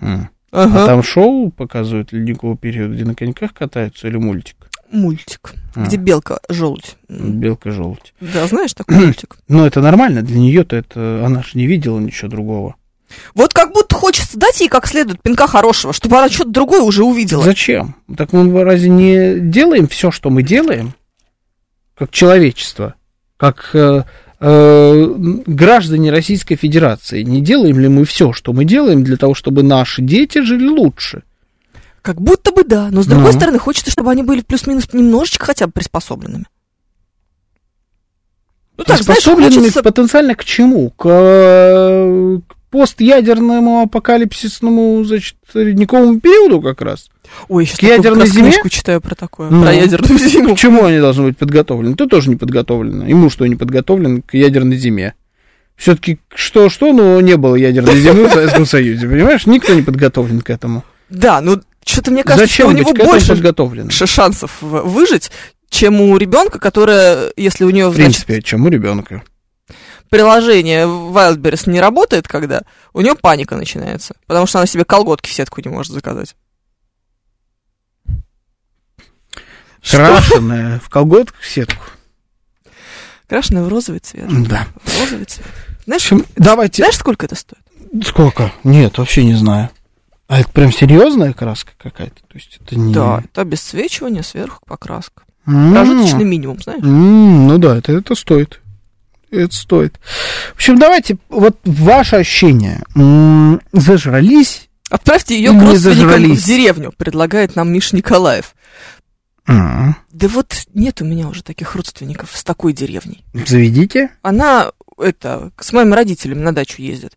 Speaker 2: М.
Speaker 3: Ага.
Speaker 2: А там шоу показывают ледниковый период, где на коньках катаются или мультик?
Speaker 3: Мультик,
Speaker 2: А.
Speaker 3: где белка желудь. М,
Speaker 2: Белка желть.
Speaker 3: Да, знаешь такой мультик?
Speaker 2: Но это нормально, для нее-то это она же не видела ничего другого.
Speaker 3: Вот как будто хочется дать ей как следует пинка хорошего, чтобы она что-то другое уже увидела.
Speaker 2: Зачем? Так ну, мы разве не делаем все, что мы делаем, как человечество, как э, э, граждане Российской Федерации? Не делаем ли мы все, что мы делаем, для того, чтобы наши дети жили лучше?
Speaker 3: Как будто бы да, но с другой
Speaker 2: Ну.
Speaker 3: стороны хочется, чтобы они были плюс-минус немножечко хотя бы приспособленными. Ну так, знаешь,
Speaker 2: Приспособленными
Speaker 3: хочется...
Speaker 2: потенциально к чему? К, э, к постядерному апокалипсисному, значит, ледниковому периоду как раз.
Speaker 3: Ой, сейчас
Speaker 2: к ядерной зиме?
Speaker 3: книжку читаю про такое,
Speaker 2: Ну.
Speaker 3: про ядерную зиму.
Speaker 2: К чему они должны быть подготовлены? Ты тоже не подготовлена. Ему что, не подготовлен к ядерной зиме? Все-таки что-что, но не было ядерной зимы в Советском Союзе, понимаешь? Никто не подготовлен к этому.
Speaker 3: Да, ну что-то мне кажется,
Speaker 2: Зачем
Speaker 3: что у
Speaker 2: быть
Speaker 3: него
Speaker 2: к этому
Speaker 3: больше
Speaker 2: подготовленным?
Speaker 3: ш- шансов в- выжить, чем у ребенка, которая, если у нее,
Speaker 2: В
Speaker 3: значит,
Speaker 2: принципе, чем у ребенка?
Speaker 3: приложение Wildberries не работает, когда у нее паника начинается, потому что она себе колготки в сетку не может заказать. Что?
Speaker 2: Крашеная в колготках сетку.
Speaker 3: Крашеная в розовый цвет.
Speaker 2: Да.
Speaker 3: В розовый цвет. Знаешь,
Speaker 2: Давайте.
Speaker 3: знаешь, сколько это стоит?
Speaker 2: Сколько? Нет, вообще не знаю. А это прям серьезная краска какая-то? То есть это не... А.
Speaker 3: Да, это обесцвечивание, сверху покраска.
Speaker 2: М.
Speaker 3: Прожиточный минимум, знаешь?
Speaker 2: М, Ну да, это, это стоит. Это стоит. В общем, давайте, вот ваше ощущение. М, Зажрались?
Speaker 3: Отправьте ее к
Speaker 2: Не
Speaker 3: родственникам в
Speaker 2: зажрались.
Speaker 3: деревню, предлагает нам Миша Николаев.
Speaker 2: М,
Speaker 3: Да вот нет у меня уже таких родственников с такой деревней.
Speaker 2: Заведите.
Speaker 3: Она, это, с моими родителями на дачу ездит.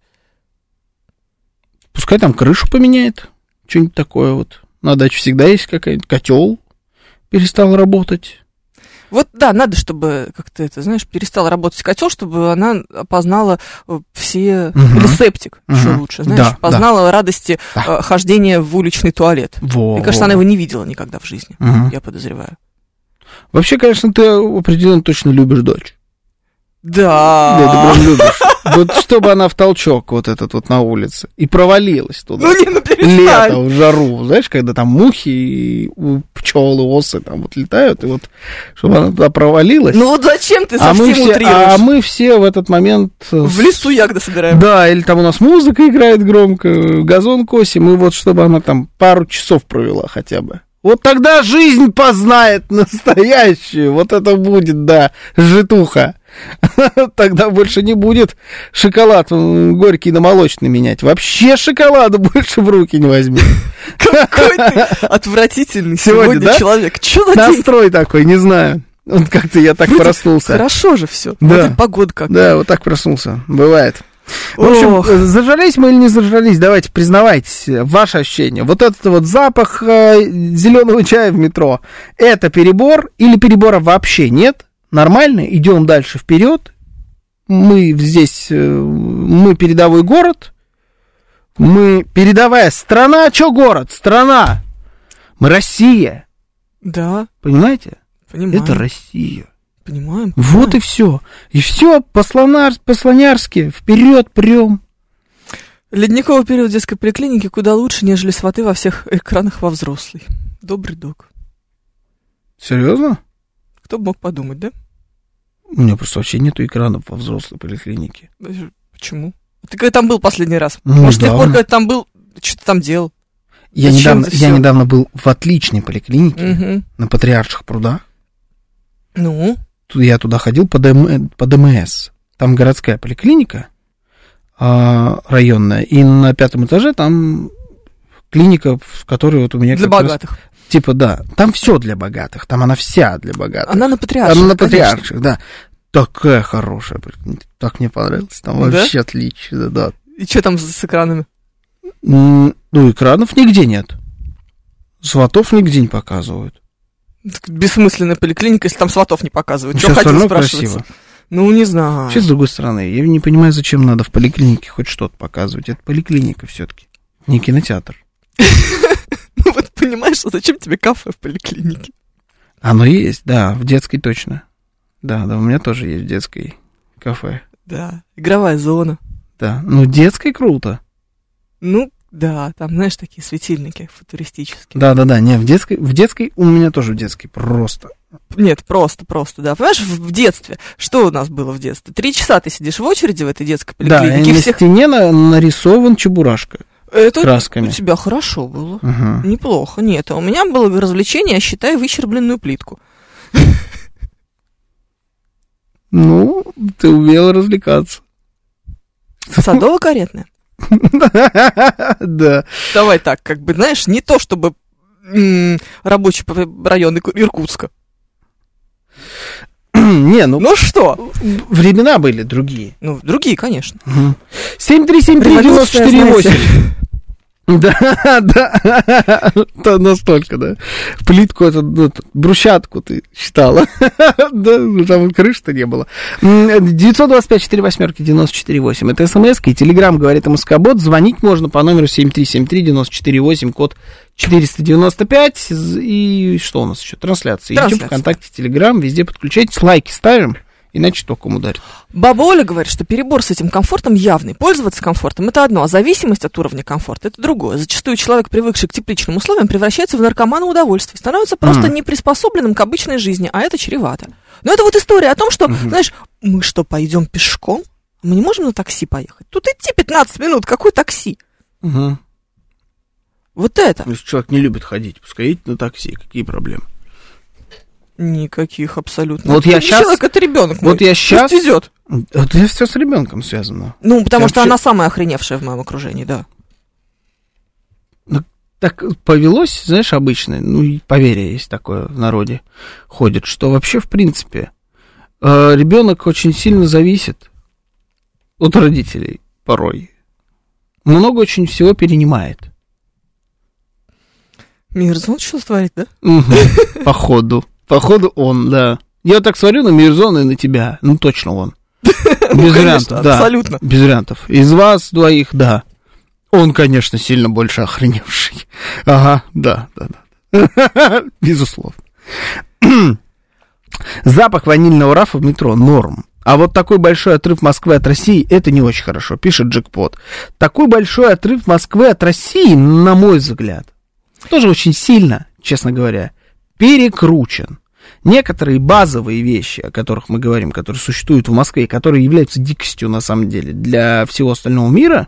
Speaker 2: Пускай там крышу поменяет. Что-нибудь такое вот. На даче всегда есть какая-нибудь. Котел перестал работать.
Speaker 3: Вот да, надо, чтобы как-то это, знаешь, перестал работать котел, чтобы она опознала э, все
Speaker 2: Мгм.
Speaker 3: или септик, еще
Speaker 2: Мгм.
Speaker 3: лучше, знаешь,
Speaker 2: Да,
Speaker 3: познала радости
Speaker 2: Да.
Speaker 3: э, хождения в уличный туалет.
Speaker 2: Во,
Speaker 3: Мне кажется,
Speaker 2: во,
Speaker 3: она
Speaker 2: во.
Speaker 3: его не видела никогда в жизни.
Speaker 2: Мгм.
Speaker 3: Я подозреваю.
Speaker 2: Вообще, конечно, ты определенно точно любишь дочь. Да,
Speaker 3: Да.
Speaker 2: ты прям любишь. А. Вот чтобы она в толчок вот этот вот на улице и провалилась туда.
Speaker 3: Ну не, ну
Speaker 2: лето,
Speaker 3: перестань.
Speaker 2: в жару, знаешь, когда там мухи и пчелы, осы там вот летают, и вот, чтобы она туда провалилась.
Speaker 3: Ну вот зачем ты
Speaker 2: а,
Speaker 3: совсем
Speaker 2: мы все, а
Speaker 3: утрируешь?
Speaker 2: мы все в этот момент... э,
Speaker 3: В лесу ягоды собираем.
Speaker 2: Да, или там у нас музыка играет громко, газон косим, и вот чтобы она там пару часов провела хотя бы. Вот тогда жизнь познает настоящую. Вот это будет, да, житуха. Тогда больше не будет шоколад м, горький на молочный менять. Вообще шоколада больше в руки не возьми.
Speaker 3: Какой ты отвратительный
Speaker 2: Сегодня,
Speaker 3: сегодня
Speaker 2: да?
Speaker 3: человек. Че за день?
Speaker 2: Настрой такой, не знаю. Вот как-то я так
Speaker 3: Вроде
Speaker 2: проснулся.
Speaker 3: Хорошо же все.
Speaker 2: Да.
Speaker 3: Вот и погода как.
Speaker 2: Да, вот так проснулся. Бывает. В общем,
Speaker 3: Ох.
Speaker 2: э, зажрались мы или не зажрались, давайте признавайтесь, э, ваше ощущение. Вот этот вот запах э, зеленого чая в метро, это перебор или перебора вообще нет? Нормально, идем дальше вперед. Мы здесь, э, мы передовой город, мы передовая страна, что город? Страна. Мы Россия,
Speaker 3: Да,
Speaker 2: понимаете?
Speaker 3: понимаю.
Speaker 2: Это Россия.
Speaker 3: Понимаем.
Speaker 2: Вот
Speaker 3: понимаем.
Speaker 2: и все. И все по-слонарски вперед прем.
Speaker 3: Ледниковый период детской поликлиники куда лучше, нежели сваты во всех экранах во взрослый. Добрый док.
Speaker 2: Серьезно?
Speaker 3: Кто бы мог подумать, да?
Speaker 2: У меня просто вообще нету экранов во взрослой поликлинике.
Speaker 3: Даже Э, Почему? Ты когда там был последний раз?
Speaker 2: Ну,
Speaker 3: Может, с тех
Speaker 2: да.
Speaker 3: пор, когда ты там был, что ты там делал?
Speaker 2: Я
Speaker 3: Зачем
Speaker 2: недавно,
Speaker 3: это
Speaker 2: я
Speaker 3: всё?
Speaker 2: недавно был в отличной поликлинике
Speaker 3: Мгм.
Speaker 2: на Патриарших прудах.
Speaker 3: Ну,
Speaker 2: Ту- Я туда ходил по, ДМ по ДМС. Там городская поликлиника а, районная. И на пятом этаже там клиника, в которой вот у меня...
Speaker 3: для
Speaker 2: как раз-
Speaker 3: богатых.
Speaker 2: типа, да. Там все для богатых. Там она вся для богатых.
Speaker 3: Она на патриарших.
Speaker 2: Она на
Speaker 3: конечно.
Speaker 2: патриарших, да. Такая хорошая, блин, так мне понравилось. Там
Speaker 3: Да?
Speaker 2: вообще отлично, да.
Speaker 3: И что там с- с экранами?
Speaker 2: М, Ну, экранов нигде нет. Сватов нигде не показывают.
Speaker 3: Так Бессмысленная поликлиника, если там сватов не показывают.
Speaker 2: Всё
Speaker 3: Что хотел
Speaker 2: остальное
Speaker 3: спрашиваться?
Speaker 2: красиво.
Speaker 3: Ну, не знаю.
Speaker 2: Вообще, с другой стороны, я не понимаю, зачем надо в поликлинике хоть что-то показывать. Это поликлиника все-таки, не кинотеатр.
Speaker 3: Ну, вот понимаешь, а зачем тебе кафе в поликлинике?
Speaker 2: Оно есть, да, в детской точно. Да, да, у меня тоже есть в детской кафе.
Speaker 3: Да, игровая зона.
Speaker 2: Да, ну детской круто.
Speaker 3: Ну, да, там, знаешь, такие светильники футуристические.
Speaker 2: Да, да, да, не, в детской, в детской, у меня тоже в детской просто.
Speaker 3: Нет, просто, просто, да. Понимаешь, в в детстве, что у нас было в детстве? Три часа ты сидишь в очереди в этой детской
Speaker 2: Да, и
Speaker 3: поликлинике.
Speaker 2: на
Speaker 3: всех... Э,
Speaker 2: стене на- нарисован чебурашка
Speaker 3: Это
Speaker 2: красками.
Speaker 3: у тебя хорошо было.
Speaker 2: Мгм.
Speaker 3: Неплохо, нет. А у меня было развлечение, считай, выщербленную плитку.
Speaker 2: Ну, ты умел развлекаться.
Speaker 3: Садово-каретная.
Speaker 2: Да.
Speaker 3: Давай так, как бы, знаешь, не то чтобы м, рабочий п- район Ирку- Иркутска.
Speaker 2: Не, ну,
Speaker 3: Ну что?
Speaker 2: времена были другие.
Speaker 3: Ну, другие, конечно.
Speaker 2: 7373948. Да, да, Да, настолько, да. Плитку, это, ну, это, брусчатку ты считала. Да, ну, там крыши-то не было. 925-48-94-8. Это смс и телеграмм говорит Москобот. Звонить можно по номеру 7373-94-8, код 495. И что у нас еще? Трансляции. YouTube,
Speaker 3: Трансляции.
Speaker 2: ВКонтакте, Телеграм, везде подключайтесь. Лайки ставим, иначе током ударит.
Speaker 3: Баба Оля говорит, что перебор с этим комфортом явный. Пользоваться комфортом – это одно, а зависимость от уровня комфорта – это другое. Зачастую человек, привыкший к тепличным условиям, превращается в наркомана удовольствия, становится просто
Speaker 2: Мгм.
Speaker 3: неприспособленным к обычной жизни, а это чревато. Но это вот история о том, что, знаешь, мы что, пойдем пешком? Мы не можем на такси поехать? Тут идти 15 минут, какой такси?
Speaker 2: Угу.
Speaker 3: Вот это.
Speaker 2: Если Ну, человек не любит ходить, пускай едет на такси, какие проблемы?
Speaker 3: Никаких абсолютно.
Speaker 2: Вот
Speaker 3: Это
Speaker 2: я
Speaker 3: не
Speaker 2: щас-
Speaker 3: человек, это ребенок
Speaker 2: Вот я сейчас...
Speaker 3: идет.
Speaker 2: Это все с ребенком связано.
Speaker 3: Ну, потому
Speaker 2: Я
Speaker 3: что
Speaker 2: вообще-
Speaker 3: она самая охреневшая в моем окружении, да.
Speaker 2: Так повелось, знаешь, обычно, ну, и поверье есть такое в народе, ходит, что вообще, в принципе, э, ребенок очень сильно зависит от родителей порой. Много очень всего перенимает.
Speaker 3: Мирзон что творит, да?
Speaker 2: Мгм. Походу. Походу он, да. Я вот так смотрю на Мирзона и на тебя. Ну, точно он. Без вариантов, да.
Speaker 3: Абсолютно.
Speaker 2: Без вариантов. Из вас двоих, да. Он, конечно, сильно больше охреневший. Ага, да, да, да. Безусловно. Запах ванильного рафа в метро норм. А вот такой большой отрыв Москвы от России, это не очень хорошо, пишет Джекпот. Такой большой отрыв Москвы от России, на мой взгляд, тоже очень сильно, честно говоря, перекручен. Некоторые базовые вещи, о которых мы говорим, которые существуют в Москве, и которые являются дикостью на самом деле для всего остального мира,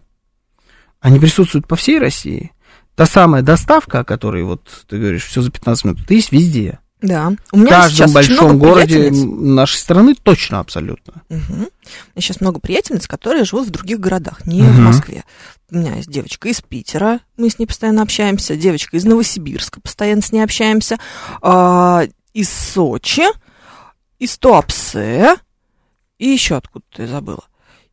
Speaker 2: они присутствуют по всей России. Та самая доставка, о которой вот ты говоришь, все за 15 минут, это есть везде.
Speaker 3: Да. У
Speaker 2: В
Speaker 3: меня сейчас
Speaker 2: каждом
Speaker 3: очень
Speaker 2: большом
Speaker 3: много
Speaker 2: городе
Speaker 3: приятельниц.
Speaker 2: нашей страны точно абсолютно.
Speaker 3: Мгм. У меня сейчас много приятельниц, которые живут в других городах, не в
Speaker 2: Мгм.
Speaker 3: Москве. У меня есть девочка из Питера, мы с ней постоянно общаемся, девочка из Новосибирска, постоянно с ней общаемся, а, из Сочи, из Туапсе и еще откуда-то я забыла.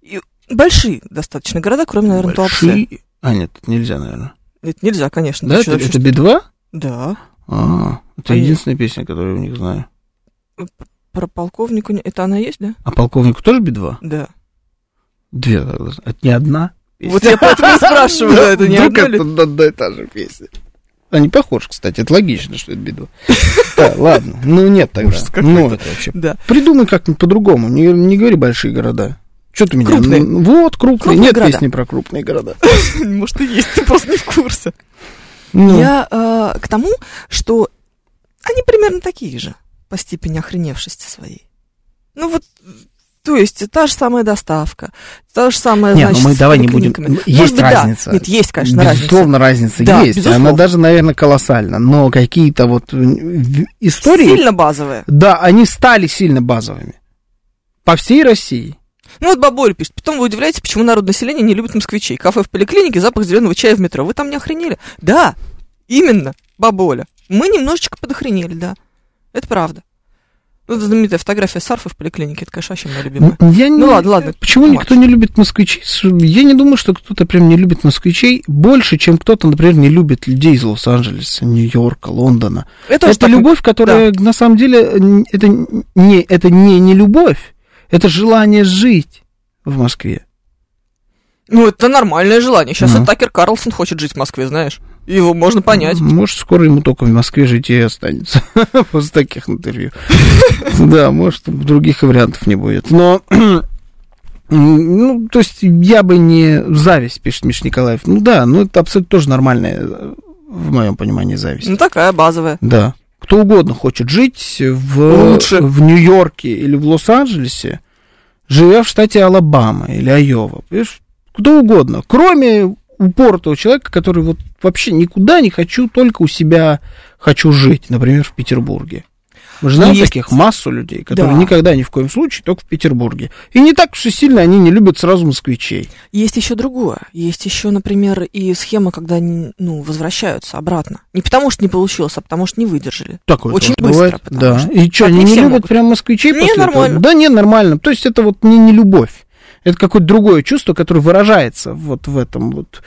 Speaker 3: И большие достаточно города, кроме, наверное, Туапсе.
Speaker 2: Большие- А, нет, это нельзя, наверное.
Speaker 3: Это нельзя, конечно.
Speaker 2: Да,
Speaker 3: ты
Speaker 2: это,
Speaker 3: что, вообще
Speaker 2: это
Speaker 3: что-
Speaker 2: Би-2?
Speaker 3: Да.
Speaker 2: А, это
Speaker 3: Они-
Speaker 2: единственная песня, которую я у них знаю.
Speaker 3: Про полковника... не- Это она есть, да?
Speaker 2: А полковнику тоже Би-2?
Speaker 3: Да.
Speaker 2: Две, тогда. это не одна.
Speaker 3: Вот я поэтому и спрашиваю, да, это не
Speaker 2: Вдруг
Speaker 3: одна ли?
Speaker 2: это одна и та же песня. Они похожи, кстати, это логично, что это беда. Да, ладно, ну нет тогда.
Speaker 3: Ужас какой-то.
Speaker 2: Ну это вообще.
Speaker 3: Да.
Speaker 2: Придумай как-нибудь по-другому, не, не говори большие города. Что ты меня...
Speaker 3: Крупные.
Speaker 2: ну, Вот, крупные.
Speaker 3: Крупные
Speaker 2: Нет
Speaker 3: города.
Speaker 2: песни про крупные города.
Speaker 3: Может, и есть, ты просто не в курсе.
Speaker 2: Ну,
Speaker 3: Я э, к тому, что они примерно такие же по степени охреневшести своей. Ну вот, то есть, та же самая доставка, та же самая,
Speaker 2: Не, ну
Speaker 3: значит,
Speaker 2: мы
Speaker 3: с
Speaker 2: давай не будем-
Speaker 3: поликлиниками.
Speaker 2: есть
Speaker 3: Может быть, да.
Speaker 2: разница.
Speaker 3: Нет, есть, конечно, разница.
Speaker 2: безусловно, разница
Speaker 3: Да,
Speaker 2: есть.
Speaker 3: безусловно.
Speaker 2: Она даже, наверное, колоссальна. Но какие-то вот э, в- истории...
Speaker 3: Сильно базовая.
Speaker 2: Да, они стали сильно базовыми. По всей России.
Speaker 3: Ну вот Баболь пишет, потом вы удивляетесь, почему народ населения не любит москвичей. Кафе в поликлинике, запах зеленого чая в метро. Вы там не охренели? Да, именно, Баболя. Мы немножечко подохренели, да. Это правда. Вот эта знаменитая фотография Сарфа в поликлинике, это, конечно, вообще моя любимая.
Speaker 2: Я не-
Speaker 3: Ну ладно, ладно.
Speaker 2: Почему
Speaker 3: Ладно.
Speaker 2: никто не любит москвичей? С- Я не думаю, что кто-то прям не любит москвичей больше, чем кто-то, например, не любит людей из Лос-Анджелеса, Нью-Йорка, Лондона.
Speaker 3: Это, уж
Speaker 2: это
Speaker 3: так,
Speaker 2: любовь, которая на самом деле н- это н- не, это не, не любовь, это желание жить в Москве.
Speaker 3: Ну, это нормальное желание. Сейчас
Speaker 2: Ну.
Speaker 3: и Такер Карлсон хочет жить в Москве, знаешь. Его можно понять.
Speaker 2: Может, скоро ему только в Москве жить и останется после таких интервью. Да, может, других и вариантов не будет. Но, м, ну, то есть, я бы не... Зависть, пишет Миша Николаев. Ну да, ну это абсолютно тоже нормальная, э, в моем понимании, зависть.
Speaker 3: Ну, такая базовая.
Speaker 2: Да. Кто угодно хочет жить в,
Speaker 3: Лучше.
Speaker 2: в Нью-Йорке или в Лос-Анджелесе, живя в штате Алабама или Айова. Понимаешь? Кто угодно. Кроме упортого человека, который вот вообще никуда не хочу, только у себя хочу жить, например, в Петербурге. Мы же знаем
Speaker 3: Ну, есть-
Speaker 2: таких массу людей, которые
Speaker 3: Да.
Speaker 2: никогда ни в коем случае только в Петербурге. И не так уж и сильно они не любят сразу москвичей.
Speaker 3: Есть еще другое. Есть еще, например, и схема, когда они, ну, возвращаются обратно. Не потому что не получилось, а потому что не выдержали.
Speaker 2: Такое
Speaker 3: Очень
Speaker 2: тоже бывает.
Speaker 3: быстро, потому
Speaker 2: Да.
Speaker 3: что
Speaker 2: И что,
Speaker 3: так
Speaker 2: они
Speaker 3: не
Speaker 2: не
Speaker 3: все
Speaker 2: любят
Speaker 3: могут.
Speaker 2: прям москвичей
Speaker 3: Не,
Speaker 2: после этого?
Speaker 3: нормально.
Speaker 2: Да, не, нормально. То есть это вот не, не любовь. Это какое-то другое чувство, которое выражается вот в этом вот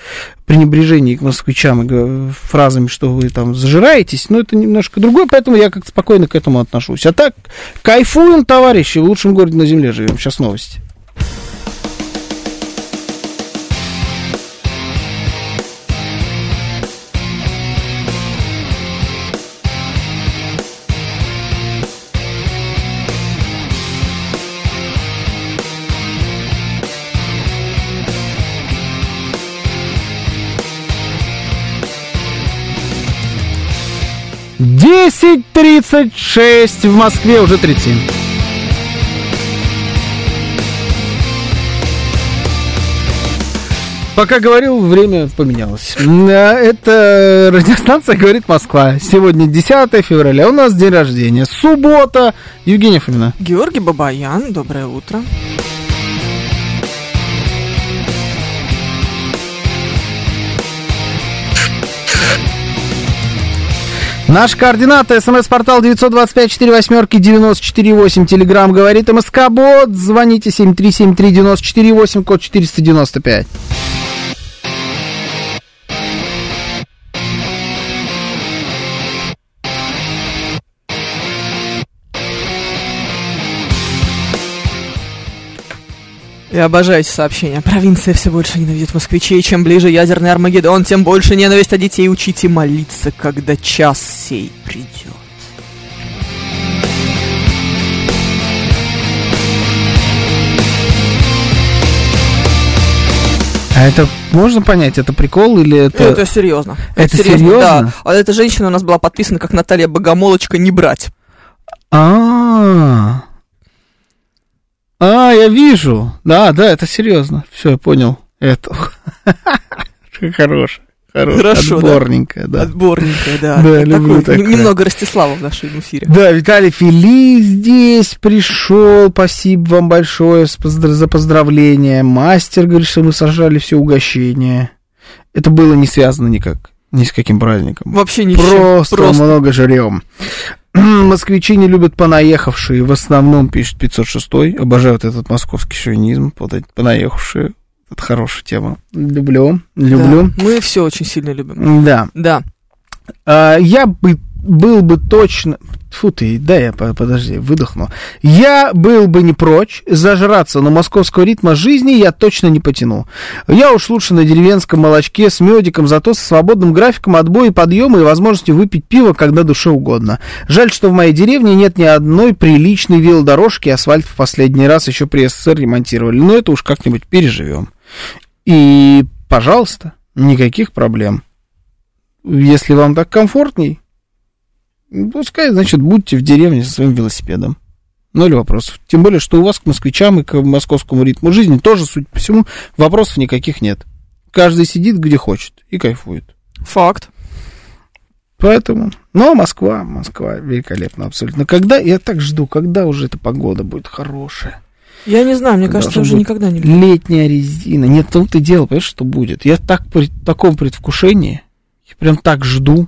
Speaker 2: пренебрежении к москвичам и г- фразами, что вы там зажираетесь, но это немножко другое, поэтому я как-то спокойно к этому отношусь. А так, кайфуем, товарищи, в лучшем городе на земле живем. Сейчас новости. Десять тридцать шесть в Москве уже 37. Пока говорил, время поменялось. М, а, Это радиостанция «Говорит Москва». Сегодня 10 февраля, у нас день рождения. Суббота. Евгения Фомина.
Speaker 3: Георгий Бабаян, доброе утро.
Speaker 2: Наш координат. СМС-портал 925-48-94-8. Телеграмм «Говорит МСК-бот». Звоните 7373948, код 495.
Speaker 3: Я обожаю эти сообщения. Провинция все больше ненавидит москвичей. Чем ближе ядерный Армагеддон, тем больше ненависть о детей. Учите молиться, когда час сей придет.
Speaker 2: А это можно понять, это прикол или это...
Speaker 3: Ну, это серьезно.
Speaker 2: Это серьезно?
Speaker 3: Да. А эта женщина у нас была подписана как Наталья Богомолочка «Не брать».
Speaker 2: А, а, я вижу. Да, да, это серьезно. Все, я понял. Это хорош, хорош,
Speaker 3: Хорошо, да.
Speaker 2: отборненькое, да.
Speaker 3: Отборненькая, да.
Speaker 2: Да,
Speaker 3: Это
Speaker 2: люблю
Speaker 3: такой,
Speaker 2: такое.
Speaker 3: Немного Ростислава в нашем эфире.
Speaker 2: Да, Виталий Фили здесь пришел. Спасибо вам большое с поздр- за поздравление. Мастер говорит, что мы сожрали все угощения. Это было не связано никак, ни с каким праздником.
Speaker 3: Вообще ничего.
Speaker 2: Просто,
Speaker 3: Просто.
Speaker 2: много жрем. Москвичи не любят понаехавшие, в основном пишет 506 обожают этот московский шовинизм, вот эти понаехавшие, это хорошая тема. Люблю, люблю.
Speaker 3: Да, Мы все очень сильно любим.
Speaker 2: Да.
Speaker 3: Да.
Speaker 2: А, я бы был бы точно... Фу ты, да, я по- подожди, выдохну. Я был бы не прочь зажраться, но московского ритма жизни я точно не потяну. Я уж лучше на деревенском молочке с медиком, зато со свободным графиком отбоя и подъема и возможностью выпить пиво, когда душе угодно. Жаль, что в моей деревне нет ни одной приличной велодорожки, асфальт в последний раз еще при СССР ремонтировали. Но это уж как-нибудь переживем. И, пожалуйста, никаких проблем. Если вам так комфортней, ну, пускай, значит, будьте в деревне со своим велосипедом. Ноль вопросов. Тем более, что у вас к москвичам и к московскому ритму жизни тоже, суть по всему, вопросов никаких нет. Каждый сидит где хочет и кайфует.
Speaker 3: Факт.
Speaker 2: Поэтому... Но Москва, Москва великолепна абсолютно. Когда, я так жду, когда уже эта погода будет хорошая.
Speaker 3: Я не знаю, мне
Speaker 2: Когда
Speaker 3: кажется, я
Speaker 2: же
Speaker 3: уже
Speaker 2: будет?
Speaker 3: никогда не люблю.
Speaker 2: Летняя резина. Нет, ну ты дело, понимаешь, что будет. Я так при таком предвкушении, я прям так жду.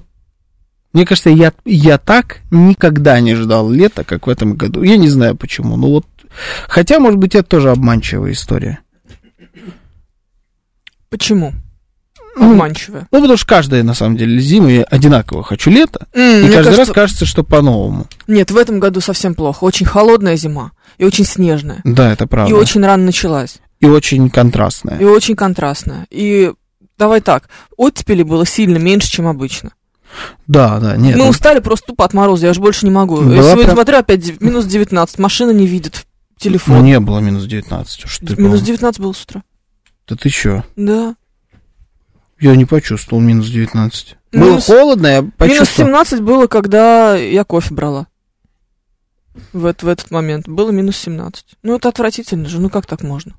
Speaker 2: Мне кажется, я, я так никогда не ждал лета, как в этом году. Я не знаю почему. Ну вот. Хотя, может быть, это тоже обманчивая история.
Speaker 3: Почему?
Speaker 2: Ну,
Speaker 3: Обманчивая.
Speaker 2: Ну, потому что каждая, на самом деле, зима я одинаково хочу лето. И
Speaker 3: М, мне
Speaker 2: каждый раз
Speaker 3: кажется-
Speaker 2: кажется, что по-новому.
Speaker 3: Нет, в этом году совсем плохо. Очень холодная зима и очень снежная.
Speaker 2: Да, это правда.
Speaker 3: И очень рано началась.
Speaker 2: и очень контрастная.
Speaker 3: И очень контрастно. И давай так, оттепели было сильно меньше, чем обычно.
Speaker 2: Да, да, нет.
Speaker 3: Мы
Speaker 2: ну,
Speaker 3: устали просто тупо от мороза, я же больше не могу.
Speaker 2: Была
Speaker 3: я сегодня
Speaker 2: прям-
Speaker 3: смотрю, опять дев- минус 19, машина не видит
Speaker 2: ну,
Speaker 3: телефон.
Speaker 2: не было минус 19. Уж ты,
Speaker 3: минус
Speaker 2: по-
Speaker 3: 19 было с утра.
Speaker 2: Да ты чё?
Speaker 3: Да.
Speaker 2: Я не почувствовал минус 19.
Speaker 3: Минус-
Speaker 2: Было холодно, я
Speaker 3: Минус
Speaker 2: почувствовал.
Speaker 3: 17 было, когда я кофе брала. В, эт- в этот момент. Было минус 17. Ну, это отвратительно же. Ну, как так можно?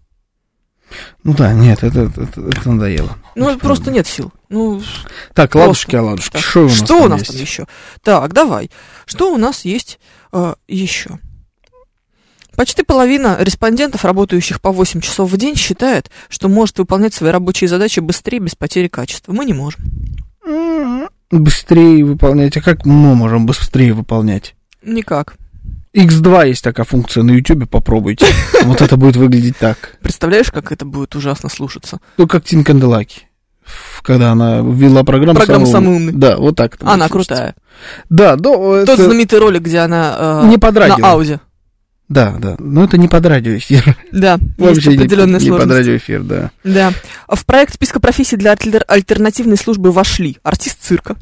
Speaker 2: Ну да, нет, это, это, это- это надоело.
Speaker 3: Ну, это просто нет сил. Ну,
Speaker 2: Так,
Speaker 3: Просто.
Speaker 2: ладушки, оладушки,
Speaker 3: так.
Speaker 2: что у нас
Speaker 3: что
Speaker 2: там
Speaker 3: у нас
Speaker 2: есть?
Speaker 3: там еще? Так, давай. Что у нас есть э, еще? Почти половина респондентов, работающих по 8 часов в день, считает, что может выполнять свои рабочие задачи быстрее, без потери качества. Мы не можем.
Speaker 2: М-м-м, Быстрее выполнять. А как мы можем быстрее выполнять?
Speaker 3: Никак.
Speaker 2: X2 есть такая функция на Ютубе, попробуйте. Вот это будет выглядеть так.
Speaker 3: Представляешь, как это будет ужасно слушаться?
Speaker 2: Ну, как Тин Канделаки. Ф- Когда она ввела программу
Speaker 3: Программа
Speaker 2: «Самый
Speaker 3: «Самый
Speaker 2: умный».
Speaker 3: умный».
Speaker 2: Да, вот так. это будет
Speaker 3: Она
Speaker 2: слушаться.
Speaker 3: крутая.
Speaker 2: Да, но это
Speaker 3: Тот знаменитый ролик, где она э,
Speaker 2: не под радио.
Speaker 3: на Ауди.
Speaker 2: Да, да. Но это не под радиоэфир.
Speaker 3: Да, есть
Speaker 2: Вообще не,
Speaker 3: определенная
Speaker 2: не под
Speaker 3: сложность.
Speaker 2: радиоэфир, да.
Speaker 3: Да. А В проект списка профессий для альтер- альтернативной службы вошли артист цирка.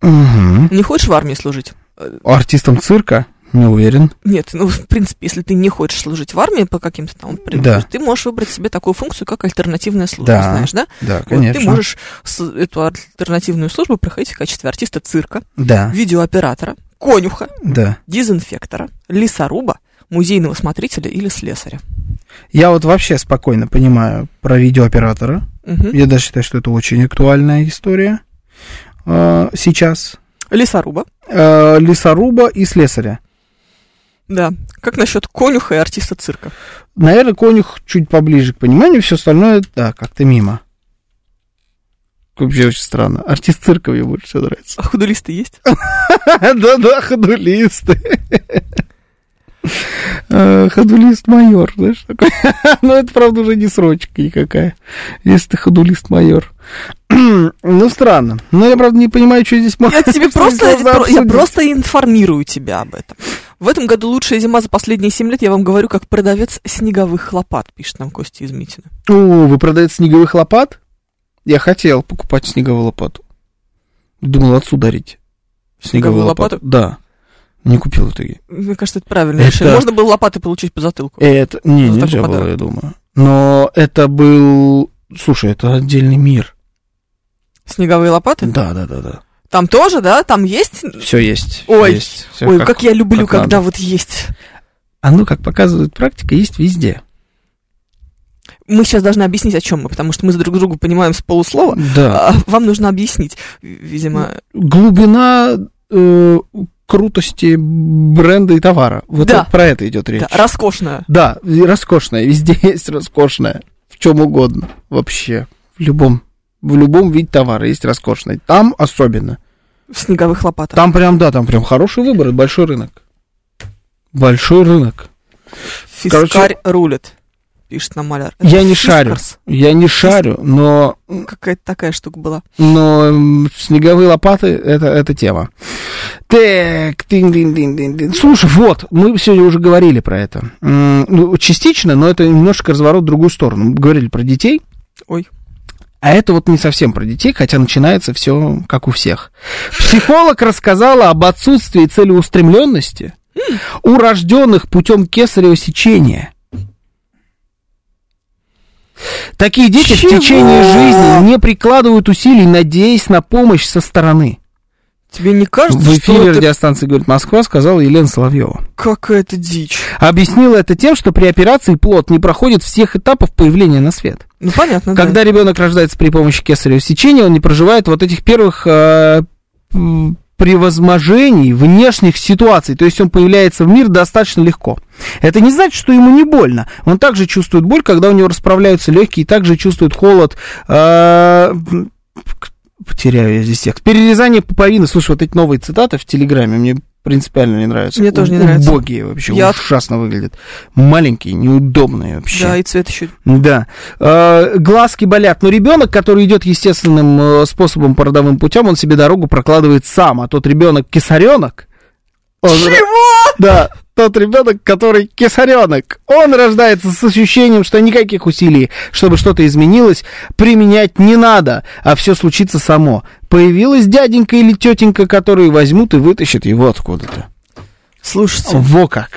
Speaker 2: Мгм.
Speaker 3: Не хочешь в армии служить?
Speaker 2: Артистом цирка? Не уверен.
Speaker 3: Нет, ну, в принципе, если ты не хочешь служить в армии по каким-то там
Speaker 2: Да.
Speaker 3: причинам, ты можешь выбрать себе такую функцию, как альтернативная служба,
Speaker 2: Да,
Speaker 3: знаешь, да?
Speaker 2: Да,
Speaker 3: Вот
Speaker 2: конечно.
Speaker 3: ты можешь с- эту альтернативную службу проходить в качестве артиста цирка,
Speaker 2: Да,
Speaker 3: видеооператора, конюха,
Speaker 2: да.
Speaker 3: дезинфектора, лесоруба, музейного смотрителя или слесаря.
Speaker 2: Я вот вообще спокойно понимаю про видеооператора.
Speaker 3: Мгм.
Speaker 2: Я даже считаю, что это очень актуальная история э, сейчас.
Speaker 3: Лесоруба,
Speaker 2: Э, лесоруба и слесаря.
Speaker 3: да. Как насчет конюха и артиста цирка?
Speaker 2: Наверное, конюх чуть поближе к пониманию, все остальное, да, как-то мимо. Вообще очень странно. Артист цирка мне больше всего нравится.
Speaker 3: А худолисты есть?
Speaker 2: Да-да, ходулисты. Э, Ходулист-майор, знаешь, такой. Но это, правда, уже не срочка никакая, если ты ходулист-майор. Ну, странно. Но я, правда, не понимаю, что здесь можно...
Speaker 3: Я тебе
Speaker 2: что
Speaker 3: просто,
Speaker 2: здесь можно
Speaker 3: про- я
Speaker 2: обсудить.
Speaker 3: просто информирую тебя об этом. В этом году лучшая зима за последние 7 лет, я вам говорю, как продавец снеговых лопат, пишет нам Костя из Митина.
Speaker 2: О, вы продаете снеговых лопат? Я хотел покупать снеговую лопату. Думал отцу дарить.
Speaker 3: Снеговую лопату?
Speaker 2: Да. Не купил в итоге.
Speaker 3: Мне кажется, это правильное
Speaker 2: Это- Э,
Speaker 3: решение. Можно было лопаты получить по затылку.
Speaker 2: Это... Не,
Speaker 3: Ну,
Speaker 2: нельзя
Speaker 3: такой
Speaker 2: было,
Speaker 3: подарок.
Speaker 2: я думаю. Но это был... Слушай, это отдельный мир.
Speaker 3: Снеговые лопаты?
Speaker 2: Да, да, да, да.
Speaker 3: Там тоже, да? Там есть?
Speaker 2: Все есть. всё
Speaker 3: Ой.
Speaker 2: есть. Всё
Speaker 3: Ой, как, я люблю,
Speaker 2: как надо.
Speaker 3: когда вот есть.
Speaker 2: А ну, как показывает практика, есть везде.
Speaker 3: Мы сейчас должны объяснить, о чем мы, потому что мы друг друга понимаем с полуслова.
Speaker 2: Да. Ну,
Speaker 3: А вам нужно объяснить, видимо.
Speaker 2: Глубина э, крутости бренда и товара. Вот
Speaker 3: Да.
Speaker 2: это- про это идет речь.
Speaker 3: Да, роскошно.
Speaker 2: Да, и роскошная, везде есть роскошная, в чем угодно, вообще, в любом, в любом виде товара есть роскошная, там особенно,
Speaker 3: В снеговых лопатах.
Speaker 2: там прям, да, там прям хороший выбор и большой рынок, большой рынок,
Speaker 3: Фискарь
Speaker 2: короче-
Speaker 3: рулит, пишет нам маляр.
Speaker 2: Я
Speaker 3: Это
Speaker 2: не шарю.
Speaker 3: фискарс.
Speaker 2: я не шарю, но,
Speaker 3: Какая-то такая штука была.
Speaker 2: но м, снеговые лопаты, это, это тема. Так, тин -дин -дин -дин -дин. слушай, вот, мы сегодня уже говорили про это, М, ну, частично, но это немножко разворот в другую сторону, мы говорили про детей,
Speaker 3: Ой.
Speaker 2: А это вот не совсем про детей, хотя начинается все как у всех. Психолог рассказала об отсутствии целеустремленности у рожденных путем кесарево сечения. Такие дети
Speaker 3: Чего?
Speaker 2: в течение жизни не прикладывают усилий, надеясь на помощь со стороны.
Speaker 3: Тебе не кажется,
Speaker 2: в
Speaker 3: что
Speaker 2: эфире
Speaker 3: это
Speaker 2: радиостанции «Говорит Москва» сказала Елена Соловьева.
Speaker 3: какая-то дичь?
Speaker 2: Объяснила это тем, что при операции плод не проходит всех этапов появления на свет.
Speaker 3: Ну, понятно, да.
Speaker 2: Когда ребенок рождается при помощи кесарево сечения, он не проживает вот этих первых э, м, превозможений внешних ситуаций. То есть он появляется в мир достаточно легко. Это не значит, что ему не больно. Он также чувствует боль, когда у него расправляются легкие, также чувствует холод. э, м, к- Потеряю я здесь текст. Перерезание пуповины. Слушай, вот эти новые цитаты в Телеграме мне принципиально не нравятся.
Speaker 3: Мне тоже не нравятся.
Speaker 2: Убогие вообще,
Speaker 3: Я-
Speaker 2: ужасно выглядят. Маленькие, неудобные вообще.
Speaker 3: Да, и цвет еще.
Speaker 2: Да. Э, глазки болят. Но ребенок, который идет естественным э, способом по родовым путем, он себе дорогу прокладывает сам. А тот ребенок кисаренок Он-
Speaker 3: Чего?
Speaker 2: Да, тот ребенок, который кисаренок. Он рождается с ощущением, что никаких усилий, чтобы что-то изменилось, применять не надо, а все случится само. Появилась дяденька или тетенька, которые возьмут и вытащат его откуда-то.
Speaker 3: Слушайте,
Speaker 2: Во как.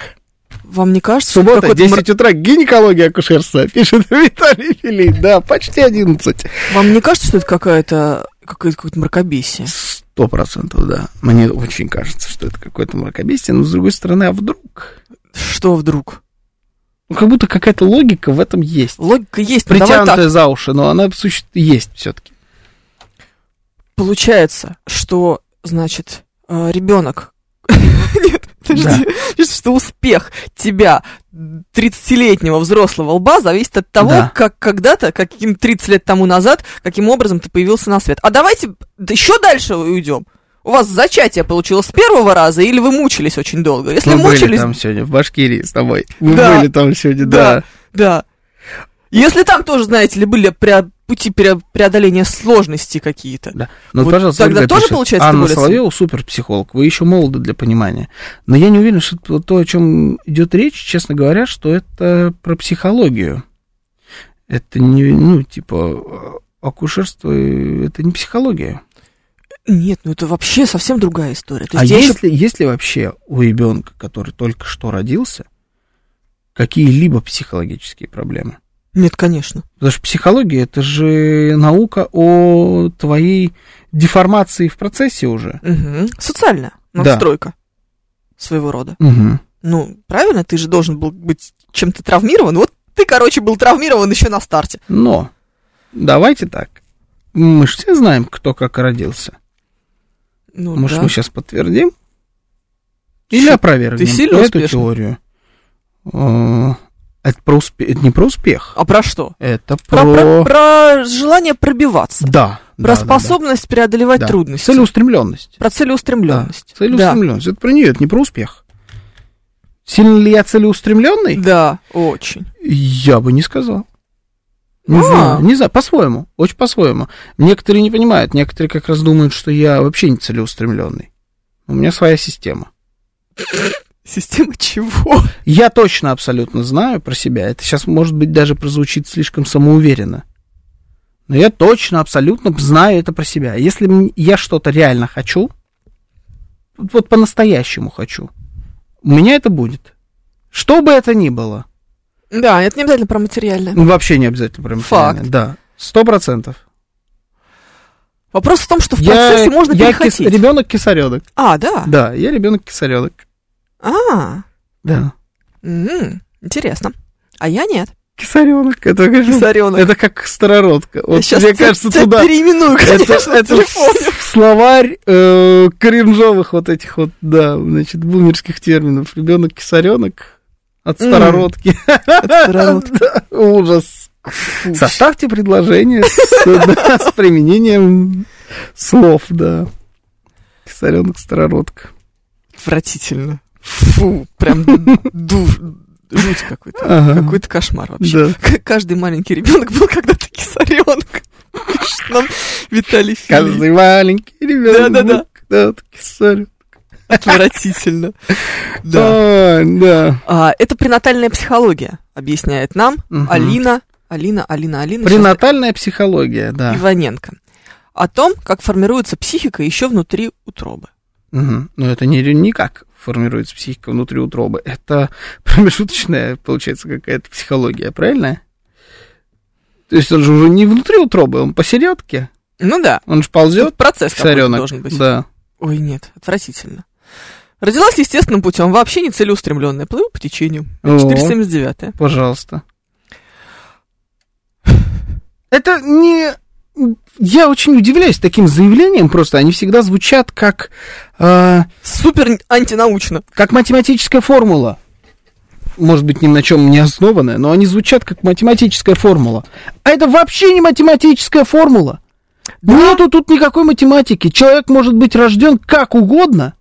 Speaker 3: вам не кажется, что
Speaker 2: А Суббота,
Speaker 3: какой-то мр-
Speaker 2: 10 утра, гинекология акушерства, пишет Виталий Филин. Да, почти 11.
Speaker 3: вам не кажется, что это какая-то какое-то какое-то мракобесие?
Speaker 2: Сто процентов, да. Мне очень кажется, что это какое-то мракобесие, но с другой стороны, а вдруг?
Speaker 3: Что вдруг?
Speaker 2: Ну, как будто какая-то логика в этом есть.
Speaker 3: Логика есть, но давай так.
Speaker 2: притянутая за уши, но она суще- есть все-таки.
Speaker 3: Получается, что значит э, ребенок. Нет, подожди. Получается, Что успех тебя, 30-летнего взрослого лба, зависит от того,
Speaker 2: Да.
Speaker 3: как когда-то, каким 30 лет тому назад, каким образом ты появился на свет. А давайте еще дальше уйдем. У вас зачатие получилось с первого раза, или вы мучились очень долго? Если
Speaker 2: Мы были
Speaker 3: мучились,
Speaker 2: там сегодня, в Башкирии с тобой. Мы
Speaker 3: Да.
Speaker 2: были там сегодня,
Speaker 3: Да.
Speaker 2: да.
Speaker 3: да. Если там тоже, знаете ли, были пре- пути пре- преодоления сложностей какие-то.
Speaker 2: Ну,
Speaker 3: Вот
Speaker 2: пожалуйста,
Speaker 3: тогда
Speaker 2: Ольга
Speaker 3: тоже
Speaker 2: пишет,
Speaker 3: получается
Speaker 2: Анна
Speaker 3: более-
Speaker 2: Соловьева суперпсихолог, вы еще молоды для понимания. Но я не уверен, что то- то, о чем идет речь, честно говоря, что это про психологию. Это не, ну, типа, э, акушерство, э, это не психология.
Speaker 3: Нет, ну это вообще совсем другая история. То
Speaker 2: а
Speaker 3: есть я
Speaker 2: есть, ли, есть ли вообще у ребенка, который только что родился, какие-либо психологические проблемы?
Speaker 3: Нет, конечно.
Speaker 2: Потому что психология это же наука о твоей деформации в процессе уже.
Speaker 3: Мгм. Социальная
Speaker 2: Да.
Speaker 3: настройка своего рода. Ну, правильно, ты же должен был быть чем-то травмирован. Вот ты, короче, был травмирован еще на старте.
Speaker 2: Но давайте так. Мы же все знаем, кто как родился.
Speaker 3: Ну,
Speaker 2: Может,
Speaker 3: да.
Speaker 2: мы сейчас подтвердим? Или
Speaker 3: Чё,
Speaker 2: опровергнем
Speaker 3: ты сильно
Speaker 2: эту
Speaker 3: успешен?
Speaker 2: теорию? Э, Это, про успе- это не про успех.
Speaker 3: А про что?
Speaker 2: Это про...
Speaker 3: Про, про- про желание пробиваться.
Speaker 2: Да. да, да,
Speaker 3: про способность преодолевать
Speaker 2: да.
Speaker 3: трудности.
Speaker 2: Целеустремленность.
Speaker 3: Про целеустремленность.
Speaker 2: Да, целеустремленность. Это про нее, это не про успех. Сильно ли я целеустремленный?
Speaker 3: Да. Да, очень.
Speaker 2: Я бы не сказал. Не
Speaker 3: А.
Speaker 2: знаю, не знаю, по-своему, очень по-своему. Некоторые не понимают, некоторые как раз думают, что я вообще не целеустремленный. У меня своя система.
Speaker 3: Система чего?
Speaker 2: Я точно абсолютно знаю про себя. Это сейчас, может быть, даже прозвучит слишком самоуверенно. Но я точно абсолютно знаю это про себя. Если м- я что-то реально хочу, вот вот по-настоящему хочу, у меня это будет. Что бы это ни было.
Speaker 3: Да, это не обязательно про материальное.
Speaker 2: Ну, Вообще не обязательно прям.
Speaker 3: Факт.
Speaker 2: реально, Да. Сто процентов.
Speaker 3: Вопрос в том, что в процессе можно
Speaker 2: я
Speaker 3: перехотеть.
Speaker 2: ребенок кисаренок.
Speaker 3: А, да.
Speaker 2: Да, я ребенок кисаренок.
Speaker 3: А,
Speaker 2: Да.
Speaker 3: м, интересно. А я нет.
Speaker 2: Кисаренок. Это, конечно,
Speaker 3: Кисаренок.
Speaker 2: это как старородка. Вот,
Speaker 3: щас
Speaker 2: мне
Speaker 3: тебя-
Speaker 2: кажется,
Speaker 3: тебя
Speaker 2: туда...
Speaker 3: переименую,
Speaker 2: Это,
Speaker 3: конечно,
Speaker 2: это
Speaker 3: в телефоне.
Speaker 2: в словарь э, кринжовых вот этих вот, да, значит, бумерских терминов. Ребенок кисаренок от
Speaker 3: М.
Speaker 2: старородки.
Speaker 3: старородки.
Speaker 2: Да, Ужас. Составьте предложение с да, с применением слов, да. Кисаренок, старородка.
Speaker 3: Отвратительно. Фу, прям душ, жуть какой-то.
Speaker 2: Ага.
Speaker 3: Какой-то кошмар вообще.
Speaker 2: Да.
Speaker 3: К- Каждый маленький ребенок был когда-то кисаренок. Пишет нам Виталий Филипп.
Speaker 2: Каждый маленький ребенок.
Speaker 3: Да-да-да.
Speaker 2: Да, таки сорю.
Speaker 3: Отвратительно. Да.
Speaker 2: Да. да.
Speaker 3: А, Это пренатальная психология, объясняет нам
Speaker 2: Мгм.
Speaker 3: Алина. Алина, Алина, Алина. щас
Speaker 2: Пренатальная психология, да.
Speaker 3: Иваненко. О том, как формируется психика еще внутри утробы.
Speaker 2: Мгм. Но это не, не как формируется психика внутри утробы. Это промежуточная, получается, какая-то психология, правильно? То есть он же уже не внутри утробы, он посередке.
Speaker 3: Ну да.
Speaker 2: Он же ползет,
Speaker 3: Тут процесс какой-то
Speaker 2: соренок.
Speaker 3: должен быть.
Speaker 2: Да.
Speaker 3: Ой, нет, отвратительно. Родилась естественным путем, вообще не целеустремленная. Плыву по течению.
Speaker 2: О.
Speaker 3: 479
Speaker 2: Пожалуйста. Это не... Я очень удивляюсь таким заявлениям просто. Они всегда звучат как... э,
Speaker 3: Супер антинаучно.
Speaker 2: как математическая формула. Может быть, ни на чем не основанная, но они звучат как математическая формула. А это вообще не математическая формула. Нету тут никакой математики. Человек может быть рожден как угодно,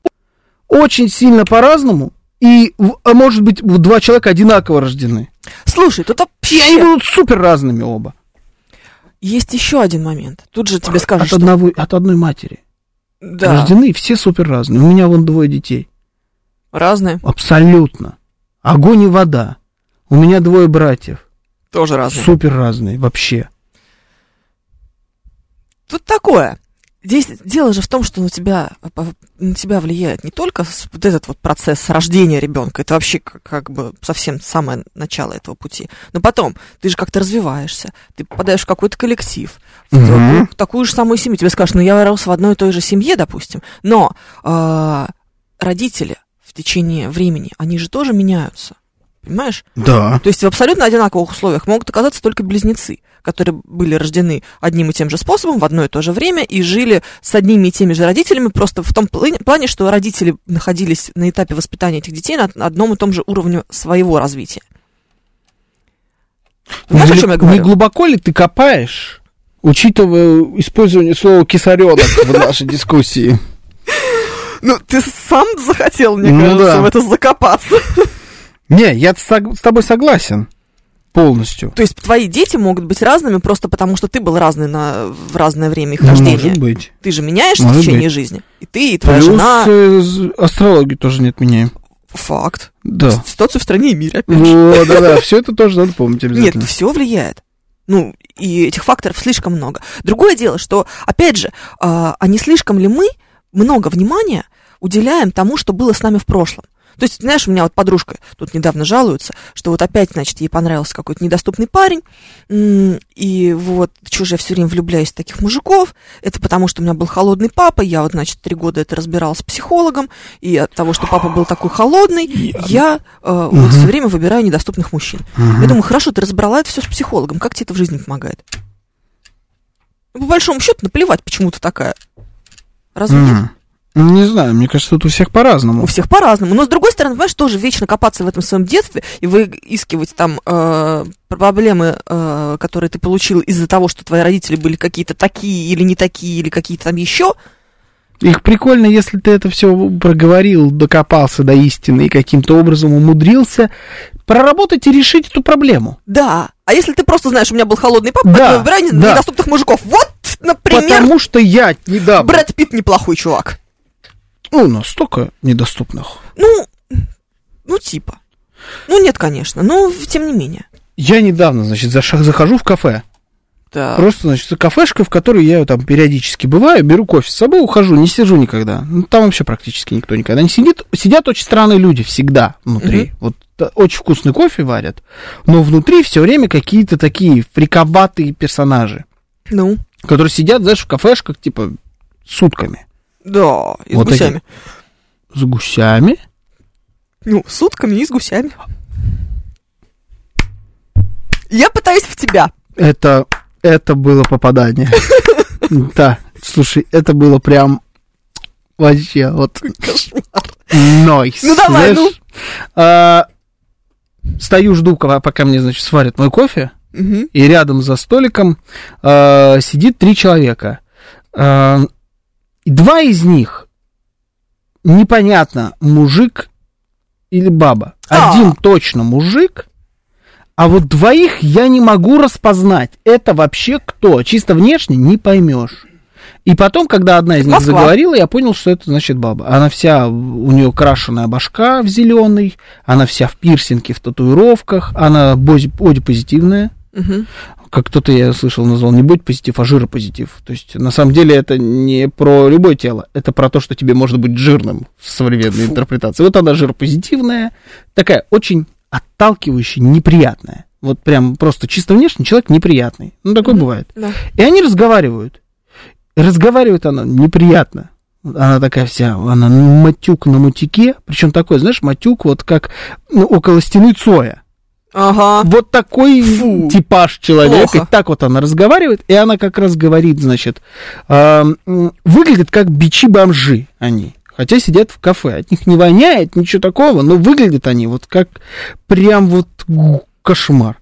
Speaker 2: очень сильно по-разному, и, в- а может быть, в- два человека одинаково рождены.
Speaker 3: Слушай, тут
Speaker 2: И они
Speaker 3: вообще...
Speaker 2: будут супер разными оба.
Speaker 3: Есть еще один момент. Тут же тебе скажут,
Speaker 2: А, От,
Speaker 3: что...
Speaker 2: одного, от одной матери.
Speaker 3: Да.
Speaker 2: Рождены все супер разные. У меня вон двое детей.
Speaker 3: Разные?
Speaker 2: Абсолютно. Огонь и вода. У меня двое братьев.
Speaker 3: Тоже разные.
Speaker 2: Супер разные вообще.
Speaker 3: Тут такое. Здесь дело же в том, что на тебя, на тебя влияет не только с- вот этот вот процесс рождения ребенка, это вообще к- как бы совсем самое начало этого пути, но потом ты же как-то развиваешься, ты попадаешь в какой-то коллектив, в
Speaker 2: Мгм.
Speaker 3: такую- в такую же самую семью. Тебе скажут, ну я рос в одной и той же семье, допустим, но а, родители в течение времени, они же тоже меняются, понимаешь?
Speaker 2: Да.
Speaker 3: То есть в абсолютно одинаковых условиях могут оказаться только близнецы, которые были рождены одним и тем же способом в одно и то же время и жили с одними и теми же родителями, просто в том плы- плане, что родители находились на этапе воспитания этих детей на одном и том же уровне своего развития. Понимаешь, о чем я
Speaker 2: Не
Speaker 3: говорю?
Speaker 2: глубоко ли ты копаешь, учитывая использование слова кисаренок в нашей дискуссии?
Speaker 3: Ну, ты сам захотел, мне
Speaker 2: Ну
Speaker 3: кажется,
Speaker 2: да.
Speaker 3: в это закопаться.
Speaker 2: Не, я сог- с тобой согласен полностью.
Speaker 3: То есть твои дети могут быть разными просто потому, что ты был разный на, в разное время их рождения.
Speaker 2: Ну, Может быть.
Speaker 3: Ты же меняешься в
Speaker 2: Может
Speaker 3: течение
Speaker 2: быть.
Speaker 3: жизни. И ты, и твоя
Speaker 2: Плюс
Speaker 3: жена.
Speaker 2: э, з- астрологию тоже не отменяем.
Speaker 3: Факт.
Speaker 2: Да.
Speaker 3: с- ситуацию в стране и мире. опять же.
Speaker 2: Вот, да, да, все это тоже надо помнить
Speaker 3: Нет,
Speaker 2: обязательно.
Speaker 3: все влияет. Ну, и этих факторов слишком много. Другое дело, что, опять же, а а не слишком ли мы много внимания уделяем тому, что было с нами в прошлом? То есть, знаешь, у меня вот подружка тут недавно жалуется, что вот опять, значит, ей понравился какой-то недоступный парень, м, и вот, чего же я все время влюбляюсь в таких мужиков, это потому, что у меня был холодный папа, я вот, значит, три года это разбиралась с психологом, и от того, что папа был такой холодный, я э, вот
Speaker 2: Мгм.
Speaker 3: все время выбираю недоступных мужчин.
Speaker 2: Мгм.
Speaker 3: Я думаю, хорошо, ты разбрала это все с психологом. Как тебе это в жизни помогает? Ну, По большому счету, наплевать, почему ты такая. Разве нет?
Speaker 2: Мгм. Не знаю, мне кажется, тут у всех по-разному.
Speaker 3: У всех по-разному. Но, с другой стороны, понимаешь, тоже вечно копаться в этом своем детстве и выискивать там э, проблемы, э, которые ты получил из-за того, что твои родители были какие-то такие или не такие, или какие-то там еще.
Speaker 2: Их прикольно, если ты это все проговорил, докопался до истины и каким-то образом умудрился проработать и решить эту проблему.
Speaker 3: Да. А если ты просто знаешь, у меня был холодный папа,
Speaker 2: Да,
Speaker 3: поэтому я выбираю не-
Speaker 2: да.
Speaker 3: недоступных мужиков. Вот, например,
Speaker 2: Потому что я недавно...
Speaker 3: Брэд Питт неплохой чувак.
Speaker 2: Ну, у нас столько недоступных.
Speaker 3: Ну, ну типа. Ну нет, конечно, но в- тем не менее.
Speaker 2: Я недавно, значит, заш- захожу в кафе.
Speaker 3: Да.
Speaker 2: Просто, значит, кафешка, в которой я там периодически бываю, беру кофе с собой, ухожу, не сижу никогда. Ну, там вообще практически никто никогда не сидит. Сидят очень странные люди всегда внутри. Вот да, очень вкусный кофе варят, но внутри все время какие-то такие фриковатые персонажи.
Speaker 3: Ну,
Speaker 2: которые сидят, знаешь, в кафешках, типа, сутками.
Speaker 3: да, и
Speaker 2: Вот
Speaker 3: с гусями.
Speaker 2: С гусями.
Speaker 3: Ну, с утками и с гусями. Я пытаюсь в тебя.
Speaker 2: Это, это было попадание. Да, слушай, это было прям вообще вот нойс.
Speaker 3: Ну, давай, ну.
Speaker 2: ну. Стою, жду, кого- пока мне, значит, сварят мой кофе,
Speaker 3: Мгм.
Speaker 2: и рядом за столиком э, сидит три человека. Э, и Два из них непонятно, мужик или баба.
Speaker 3: А.
Speaker 2: Один точно мужик, а вот двоих я не могу распознать. Это вообще кто? Чисто внешне не поймешь. И потом, когда одна из них
Speaker 3: Москва.
Speaker 2: заговорила, я понял, что это значит баба. Она вся, у нее крашеная башка в зеленый, она вся в пирсинге, в татуировках, она боди- бодипозитивная
Speaker 3: Мгм.
Speaker 2: как кто-то, я слышал, назвал не будь позитив, а жиропозитив. То есть, на самом деле, это не про любое тело, это про то, что тебе может быть жирным в современной
Speaker 3: Фу.
Speaker 2: интерпретации. Вот она жиропозитивная, такая очень отталкивающая, неприятная. Вот прям просто чисто внешне человек неприятный. Ну, такое
Speaker 3: Мгм.
Speaker 2: бывает.
Speaker 3: Да.
Speaker 2: И они разговаривают. И Разговаривает она неприятно. Она такая вся, она матюк на мутике. Причем такой, знаешь, матюк вот как ну, около стены Цоя.
Speaker 3: Ага.
Speaker 2: Вот такой
Speaker 3: Фу.
Speaker 2: типаж человека.
Speaker 3: Плохо.
Speaker 2: И так вот она разговаривает, и она как раз говорит, значит, эм, м, выглядит как бичи-бомжи они. Хотя сидят в кафе, от них не воняет, ничего такого, но выглядят они вот как прям вот гу, кошмар.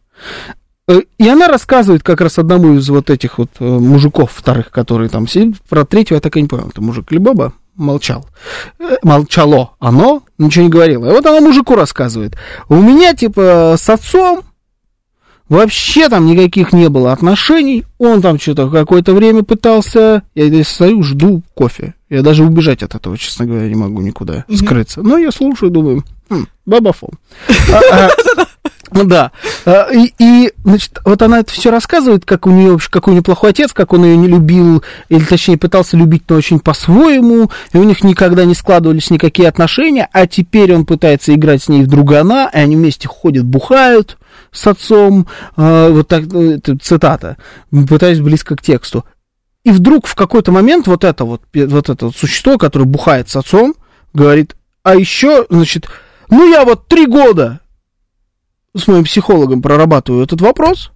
Speaker 2: Э, И она рассказывает как раз одному из вот этих вот э, мужиков вторых, которые там сидят, про третьего я так и не понял, это мужик или баба, молчал. Э, Молчало оно, ничего не говорило. И вот она мужику рассказывает. У меня, типа, с отцом Вообще там никаких не было отношений. Он там что-то какое-то время пытался. Я здесь стою, жду кофе. Я даже убежать от этого, честно говоря, не могу никуда скрыться. Но я слушаю, думаю, «Хм, бабафон. А, а, ну Да. А, И, и, значит, вот она это все рассказывает, как у нее вообще какой неплохой отец, как он ее не любил, или точнее пытался любить, но очень по-своему, и у них никогда не складывались никакие отношения, а теперь он пытается играть с ней в другана, и они вместе ходят, бухают с отцом, а, вот так, ну, это цитата, Ну, пытаюсь близко к тексту. И вдруг в какой-то момент вот это вот, пе- вот это вот существо, которое бухает с отцом, говорит, а еще, значит, ну я вот три года с моим психологом прорабатываю этот вопрос.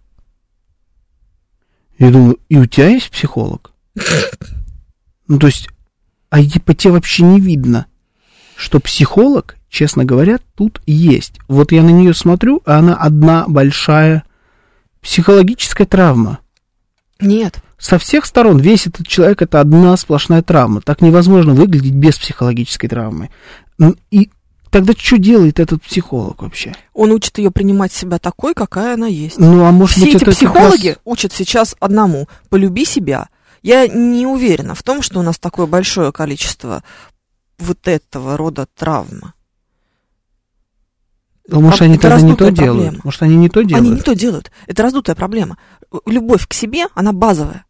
Speaker 2: Я думаю, и у тебя есть психолог? Ну, то есть, а и по тебе вообще не видно, что психолог, честно говоря, тут есть. Вот я на нее смотрю, а она одна большая психологическая травма
Speaker 3: Нет.
Speaker 2: со всех сторон весь этот человек это одна сплошная травма. Так невозможно выглядеть без психологической травмы. М, И тогда что делает этот психолог вообще?
Speaker 3: Он учит ее принимать себя такой, какая она есть.
Speaker 2: Ну, а может
Speaker 3: Все
Speaker 2: быть,
Speaker 3: эти
Speaker 2: это как
Speaker 3: психологи
Speaker 2: раз-
Speaker 3: учат сейчас одному. Полюби себя. Я не уверена в том, что у нас такое большое количество вот этого рода травмы.
Speaker 2: Ну, может, они
Speaker 3: это
Speaker 2: тогда не то
Speaker 3: раздутая
Speaker 2: делают?
Speaker 3: проблема.
Speaker 2: Может, они не то делают?
Speaker 3: Они не то делают. Это раздутая проблема. Любовь к себе, она базовая.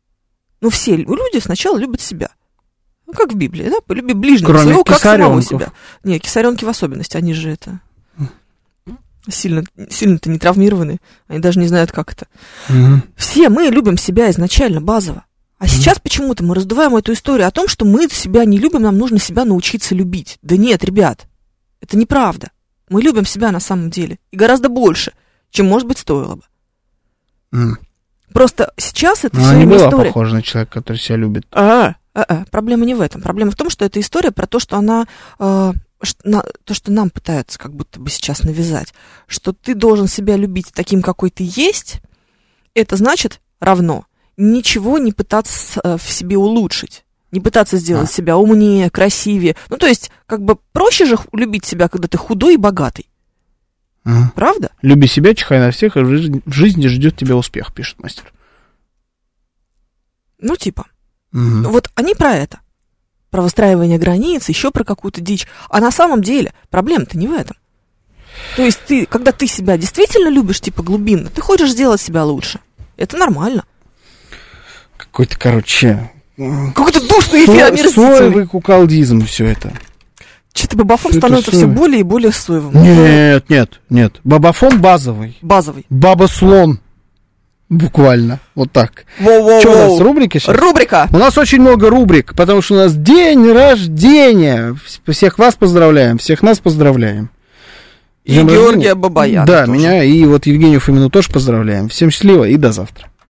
Speaker 3: Ну, все лю- люди сначала любят себя. Ну, как в Библии, да? Полюби ближнего
Speaker 2: Кроме
Speaker 3: своего, как самого
Speaker 2: кисаренков.
Speaker 3: себя. Не, кисаренки в особенности, они же это... Сильно, сильно-то не травмированы. Они даже не знают, как это.
Speaker 2: Мгм.
Speaker 3: Все мы любим себя изначально, базово. А сейчас почему-то мы раздуваем эту историю о том, что мы себя не любим, нам нужно себя научиться любить. Да нет, ребят, это неправда. Мы любим себя на самом деле. И гораздо больше, чем, может быть, стоило бы.
Speaker 2: М.
Speaker 3: Просто сейчас это
Speaker 2: Ну,
Speaker 3: все
Speaker 2: Она не
Speaker 3: время
Speaker 2: была
Speaker 3: история.
Speaker 2: похожа на человека, который себя любит.
Speaker 3: А, а, а, проблема не в этом. Проблема в том, что это история про то, что она э, ш- на- то, что нам пытаются как будто бы сейчас навязать, что ты должен себя любить таким, какой ты есть. Это значит равно ничего не пытаться э, в себе улучшить, не пытаться сделать
Speaker 2: А.
Speaker 3: себя умнее, красивее. Ну то есть как бы проще же х- любить себя, когда ты худой и богатый,
Speaker 2: Мгм.
Speaker 3: правда?
Speaker 2: Люби себя, чихай на всех, и в жизни, в жизни ждет тебя успех, пишет мастер.
Speaker 3: Ну типа.
Speaker 2: Мгм.
Speaker 3: Вот они про это. Про выстраивание границ, еще про какую-то дичь. А на самом деле проблема-то не в этом. То есть ты, когда ты себя действительно любишь, типа глубинно, ты хочешь сделать себя лучше. Это нормально.
Speaker 2: Какой-то, короче...
Speaker 3: Какой-то душный эфир
Speaker 2: со-
Speaker 3: омерзительный.
Speaker 2: Соевый куколдизм все это.
Speaker 3: Что-то бабафом
Speaker 2: Что-то
Speaker 3: становится все
Speaker 2: соевый.
Speaker 3: более и более соевым.
Speaker 2: Нет, нет, нет. Бабафон базовый.
Speaker 3: Базовый.
Speaker 2: Баба слон. Буквально. Вот так.
Speaker 3: Воу-воу-воу.
Speaker 2: Что у нас, рубрики сейчас?
Speaker 3: Рубрика.
Speaker 2: У нас очень много рубрик, потому что у нас день рождения. Вс- Всех вас поздравляем, всех нас поздравляем.
Speaker 3: И
Speaker 2: С днем
Speaker 3: Георгия
Speaker 2: рождения.
Speaker 3: Бабаяна
Speaker 2: Да,
Speaker 3: тоже.
Speaker 2: меня и вот Евгению Фомину тоже поздравляем. Всем счастливо и до завтра.